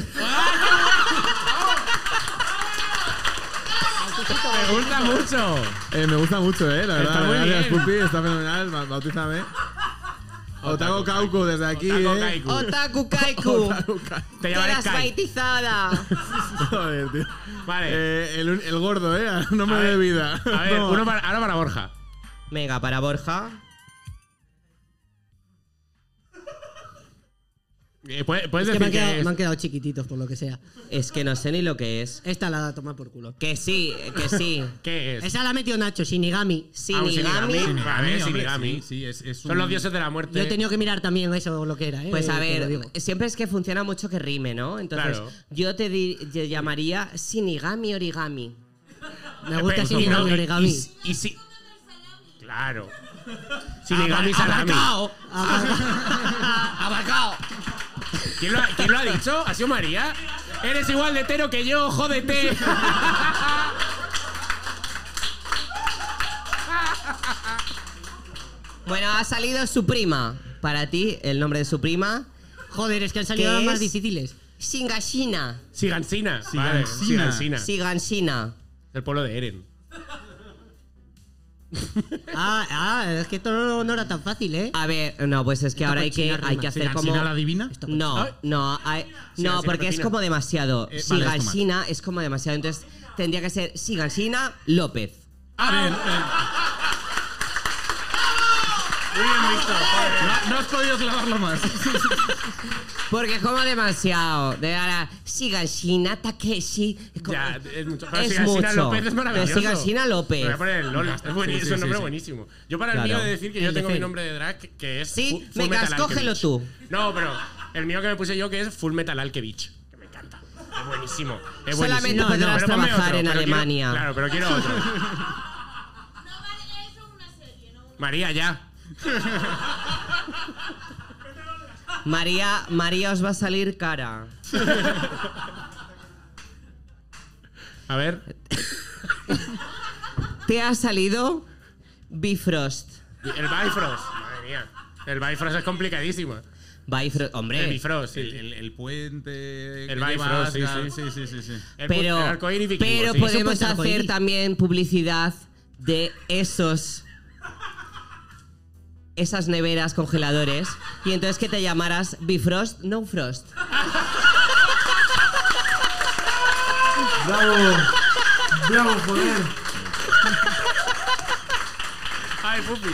Speaker 2: Me gusta mucho.
Speaker 4: Eh, me gusta mucho, eh, la
Speaker 2: Está
Speaker 4: verdad.
Speaker 2: muy
Speaker 4: Gracias,
Speaker 2: bien.
Speaker 4: Pupi, está fenomenal. ba- Bautízame. Otago Cauco desde aquí,
Speaker 2: Otago
Speaker 4: eh.
Speaker 2: Kaiku.
Speaker 10: Otaku Kaiku.
Speaker 4: Te
Speaker 10: Todas baitizada.
Speaker 4: Joder, tío.
Speaker 2: Vale.
Speaker 4: Eh, el, el gordo, eh. No me dé vida.
Speaker 2: A ver,
Speaker 4: Toma.
Speaker 2: uno para, ahora para Borja.
Speaker 10: Venga, para Borja.
Speaker 2: Eh, puede- puedes
Speaker 13: Es que me
Speaker 2: decir
Speaker 13: han,
Speaker 2: que,
Speaker 13: quedado,
Speaker 2: es- Ah,
Speaker 13: me han quedado chiquititos, por lo que sea.
Speaker 10: Es que no sé ni lo que es.
Speaker 13: Esta la da tomar por culo.
Speaker 10: Que sí, que sí.
Speaker 2: ¿Qué es?
Speaker 13: Esa la ha metido Nacho, Shinigami.
Speaker 10: Sinigami.
Speaker 2: A ver,
Speaker 3: hombre,
Speaker 2: Shinigami.
Speaker 3: sí, sí, es, es
Speaker 2: Son
Speaker 3: un-
Speaker 2: los dioses de la muerte.
Speaker 13: Yo he tenido que mirar también eso, lo que era. ¿eh?
Speaker 10: Pues a
Speaker 13: Te lo digo.
Speaker 10: ver, siempre es que funciona mucho que rime, ¿no? Entonces,
Speaker 2: Claro.
Speaker 10: yo te, di- te llamaría Sinigami Origami.
Speaker 13: Me gusta
Speaker 2: Pero-
Speaker 13: Shinigami
Speaker 2: pero-
Speaker 13: Origami.
Speaker 2: Y, y si. Claro. Shinigami Salami.
Speaker 3: ¡Abarcado!
Speaker 2: ¿Quién lo, ha, quién lo ha dicho? ¿Ha sido María? Eres igual de hetero que yo, jódete.
Speaker 10: Bueno, ha salido su prima. Para ti, el nombre de su prima.
Speaker 13: Joder, es que han salido
Speaker 10: ¿Qué
Speaker 13: las más
Speaker 10: es?
Speaker 13: difíciles.
Speaker 10: Shingashina.
Speaker 2: Sigansina. Vale,
Speaker 3: Sigansina.
Speaker 2: Sigansina.
Speaker 10: Sigansina.
Speaker 2: Del pueblo de Eren.
Speaker 13: Ah, ah, es que esto no, no era tan fácil, ¿eh?
Speaker 10: A ver, no, pues es que
Speaker 13: Esta
Speaker 10: ahora hay que,
Speaker 13: cochina
Speaker 10: hay
Speaker 13: rima.
Speaker 10: que hacer
Speaker 3: ¿Sigansina
Speaker 10: como.
Speaker 3: la divina?
Speaker 10: No, no, hay-
Speaker 3: Sigansina
Speaker 10: no, porque es
Speaker 3: Pepina.
Speaker 10: como demasiado.
Speaker 3: Eh, vale, es como-
Speaker 10: Sigansina es como demasiado. Entonces, tendría que ser Sigansina López.
Speaker 13: Ah,
Speaker 3: A ver. No, no has podido clavarlo más.
Speaker 10: Porque como demasiado. De ahora, Sigansina Takeshi. es como-
Speaker 2: Ya, es mucho. Pero
Speaker 10: Es
Speaker 2: Sigansina
Speaker 10: mucho.
Speaker 2: López es maravilloso.
Speaker 10: Pero Sigansina López. Ah,
Speaker 2: Me voy a poner el Lola.
Speaker 3: Sí,
Speaker 2: Es, buenísimo,
Speaker 3: sí,
Speaker 2: es un nombre
Speaker 3: sí, sí.
Speaker 2: buenísimo. Yo para el
Speaker 10: Claro.
Speaker 2: mío he de decir que
Speaker 13: El
Speaker 2: yo
Speaker 13: de
Speaker 2: tengo mi
Speaker 13: Fer.
Speaker 2: nombre de drag que es.
Speaker 10: Sí,
Speaker 2: Fu- Full
Speaker 10: venga,
Speaker 2: Metal
Speaker 10: escógelo
Speaker 2: Alchemist.
Speaker 10: tú.
Speaker 2: No, pero el mío que me puse yo que es Full Metal Alkevich. Que me encanta. Es buenísimo. Es buenísimo.
Speaker 10: Solamente
Speaker 2: No, no,
Speaker 10: podrás
Speaker 2: pero ponme
Speaker 10: trabajar
Speaker 2: pero
Speaker 10: en
Speaker 2: quiero-
Speaker 10: Alemania.
Speaker 2: claro, pero quiero otro. María, ya.
Speaker 10: María, María os va a salir cara.
Speaker 2: A ver.
Speaker 10: Te ha salido Bifrost.
Speaker 2: El Bifrost. Madre mía. El Bifrost es
Speaker 10: Eh.
Speaker 2: complicadísimo.
Speaker 10: Bifrost,
Speaker 2: El
Speaker 10: hombre.
Speaker 2: Bifrost, sí.
Speaker 3: El, el- el puente.
Speaker 2: El
Speaker 3: que lleva
Speaker 2: Bifrost, sí,
Speaker 3: Asgard.
Speaker 2: sí.
Speaker 3: sí, sí, sí.
Speaker 2: El pu-
Speaker 10: Pero,
Speaker 2: el arcoíris vikingo,
Speaker 10: pero
Speaker 2: sí.
Speaker 10: podemos
Speaker 13: Eso puede ser
Speaker 10: hacer
Speaker 13: arcoíris.
Speaker 10: también publicidad de esos. Esas neveras, congeladores. Y entonces que te llamaras Bifrost, no Frost.
Speaker 5: Bravo. Bravo, joder.
Speaker 2: Ay, Pupi.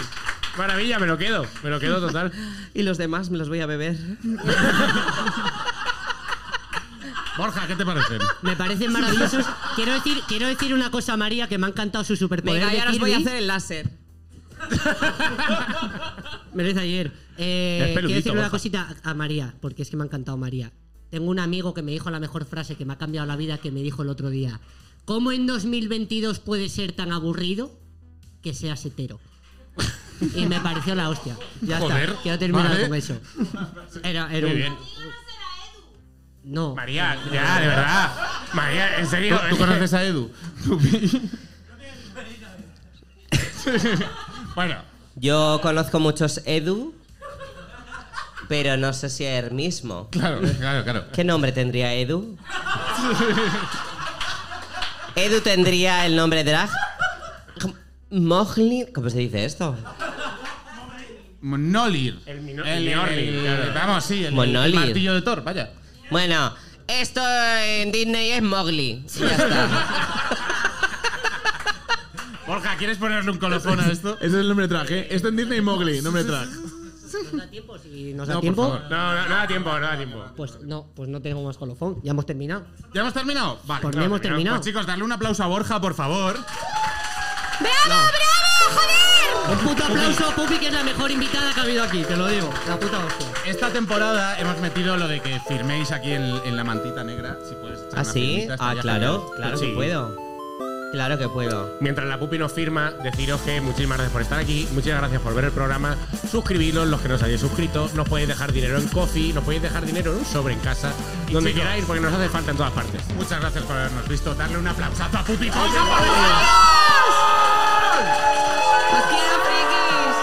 Speaker 2: Maravilla, me lo quedo. Me lo quedo total.
Speaker 10: Y los demás me los voy a beber.
Speaker 3: Borja, ¿qué te parecen?
Speaker 13: Me parecen maravillosos. Quiero decir, quiero decir una cosa, María, que me ha encantado su superpoder.
Speaker 10: Venga,
Speaker 13: de
Speaker 10: ya los voy a
Speaker 13: Kirby.
Speaker 10: hacer el láser.
Speaker 13: Me lo hice ayer. Eh,
Speaker 2: Es
Speaker 13: quiero
Speaker 2: peludito,
Speaker 13: decir una
Speaker 2: Borja.
Speaker 13: cosita a María, porque es que me ha encantado María. Tengo un amigo que me dijo la mejor frase que me ha cambiado la vida, que me dijo el otro día. ¿Cómo en 2022 puede ser tan aburrido que seas hetero? Y me pareció la hostia. Ya
Speaker 2: Joder,
Speaker 13: está, quiero terminar
Speaker 2: vale.
Speaker 13: con eso. Era, era
Speaker 2: Muy
Speaker 13: un-
Speaker 2: bien.
Speaker 13: No.
Speaker 2: María, ya, de verdad. María, en serio.
Speaker 3: ¿Tú conoces a Edu? bueno,
Speaker 10: Yo conozco muchos Edu, pero no sé si es el mismo.
Speaker 3: claro, claro, claro.
Speaker 10: ¿Qué nombre tendría Edu? Edu tendría el nombre drag. Mojli. ¿Cómo se dice esto?
Speaker 3: Monolir.
Speaker 2: El mino- el Mjolnir, claro.
Speaker 3: Vamos, sí, el, el
Speaker 10: Monolir.
Speaker 3: martillo de Thor, vaya.
Speaker 10: Bueno, esto en Disney es Mowgli. Y ya está.
Speaker 3: Borja, ¿quieres ponerle un colofón a esto?
Speaker 4: Ese es el nombre de track, ¿eh? Esto en Disney Mowgli, nombre de track.
Speaker 13: ¿Nos da tiempo? Si nos da
Speaker 2: No, por
Speaker 13: tiempo.
Speaker 2: favor. No, no, no da tiempo, no da tiempo.
Speaker 13: Pues no, pues no tengo más colofón. Ya hemos terminado.
Speaker 3: ¿Ya hemos terminado? Vale.
Speaker 13: Pues no hemos terminado.
Speaker 3: Pues chicos, darle un aplauso a Borja, por favor.
Speaker 13: Un puto aplauso a Pupi, que es la mejor invitada que ha habido aquí, te lo digo. La puta hostia.
Speaker 3: Esta temporada hemos metido lo de que firméis aquí en, en la mantita negra, si puedes. echar
Speaker 10: ¿Ah,
Speaker 3: una
Speaker 10: sí?
Speaker 3: firmita,
Speaker 10: Ah,
Speaker 3: estaría
Speaker 10: claro,
Speaker 3: genial.
Speaker 10: claro
Speaker 2: Sí.
Speaker 10: que puedo. Claro que puedo.
Speaker 2: Mientras la pupi nos firma, deciros que muchísimas gracias por estar aquí, muchas gracias por ver el programa, suscribiros los que no os hayáis suscrito, nos podéis dejar dinero en coffee, nos podéis dejar dinero en un sobre en casa, donde
Speaker 3: chicos.
Speaker 2: queráis, porque nos hace falta en todas partes.
Speaker 3: Muchas gracias por habernos visto. Darle un aplausazo a Pupi. por
Speaker 12: ¡Vamos!
Speaker 3: favor.
Speaker 12: ¡Os quiero, frikis!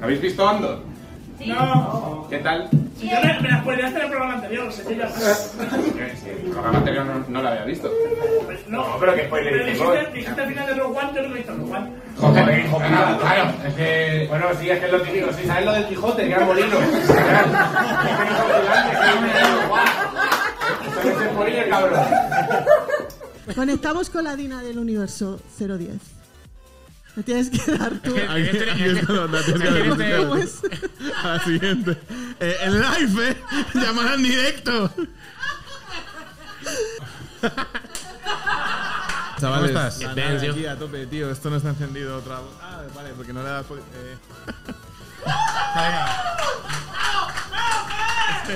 Speaker 3: ¿Habéis visto Andor?
Speaker 12: No.
Speaker 3: ¿Qué tal?
Speaker 12: Si yo me, me las spoileaste en el programa anterior, se te
Speaker 3: El programa anterior no, no lo había visto.
Speaker 12: No,
Speaker 3: pero que spoiler
Speaker 12: Pero
Speaker 3: dices,
Speaker 12: dijiste, dijiste al final de Rogue One, yo no lo he visto Rogue One.
Speaker 3: Joder, hijo puta. Claro, es que. Bueno, sí, es que es lo típico. Si sabes lo del Quijote, que era molino. Es que no es cabrón.
Speaker 6: Conectamos con la Dina del universo 010. Me tienes que dar tú.
Speaker 3: Este,
Speaker 4: Aquí es donde tienes que
Speaker 6: este-
Speaker 4: haber visto. A la siguiente. Eh, en live, ¿eh? Llamada en directo. Chavales,
Speaker 3: ¿Cómo estás?
Speaker 4: nada,
Speaker 3: Bien, tío.
Speaker 4: aquí a tope, tío. Esto no está encendido otra vez. Ah, vale, porque no le das... poli- Eh.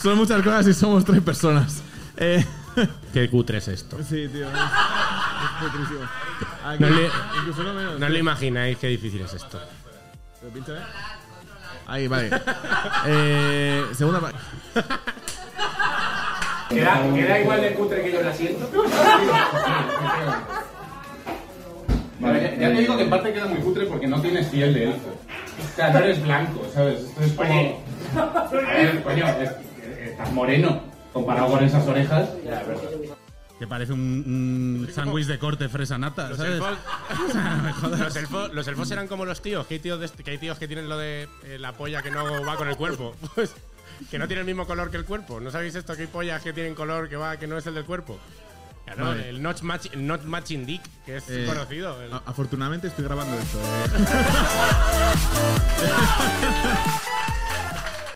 Speaker 4: Son muchas cosas y somos tres personas. Eh,
Speaker 3: este.
Speaker 2: Qué cutre es esto.
Speaker 4: sí, tío. Es, es putrísimo. Aquí,
Speaker 2: No le-
Speaker 4: incluso no menos.
Speaker 2: No os lo imagináis qué difícil es esto.
Speaker 4: Pero pincha, ¿eh? Ahí, vale. Eh, segunda parte.
Speaker 12: ¿Queda, igual de cutre que yo el asiento?
Speaker 3: Vale, ya- ya te digo que en parte queda muy cutre porque no tienes piel de elfo. O sea, no eres blanco, ¿sabes? Esto es como. A ver, coño, es- estás moreno comparado con esas orejas. Que parece un, sándwich de corte fresa nata,
Speaker 2: Los elfos, los, elfos, los elfos eran como los tíos, que hay tíos, de este- que, hay tíos que tienen lo de eh, la polla que no va con el cuerpo. Pues, que no tiene el mismo color que el cuerpo. ¿No sabéis esto? Que hay pollas que tienen color que va que no es el del cuerpo. Claro,
Speaker 4: Vale.
Speaker 2: el not, match- el not matching dick, que es
Speaker 4: Eh,
Speaker 2: conocido. el-
Speaker 4: a- afortunadamente estoy grabando esto. eh.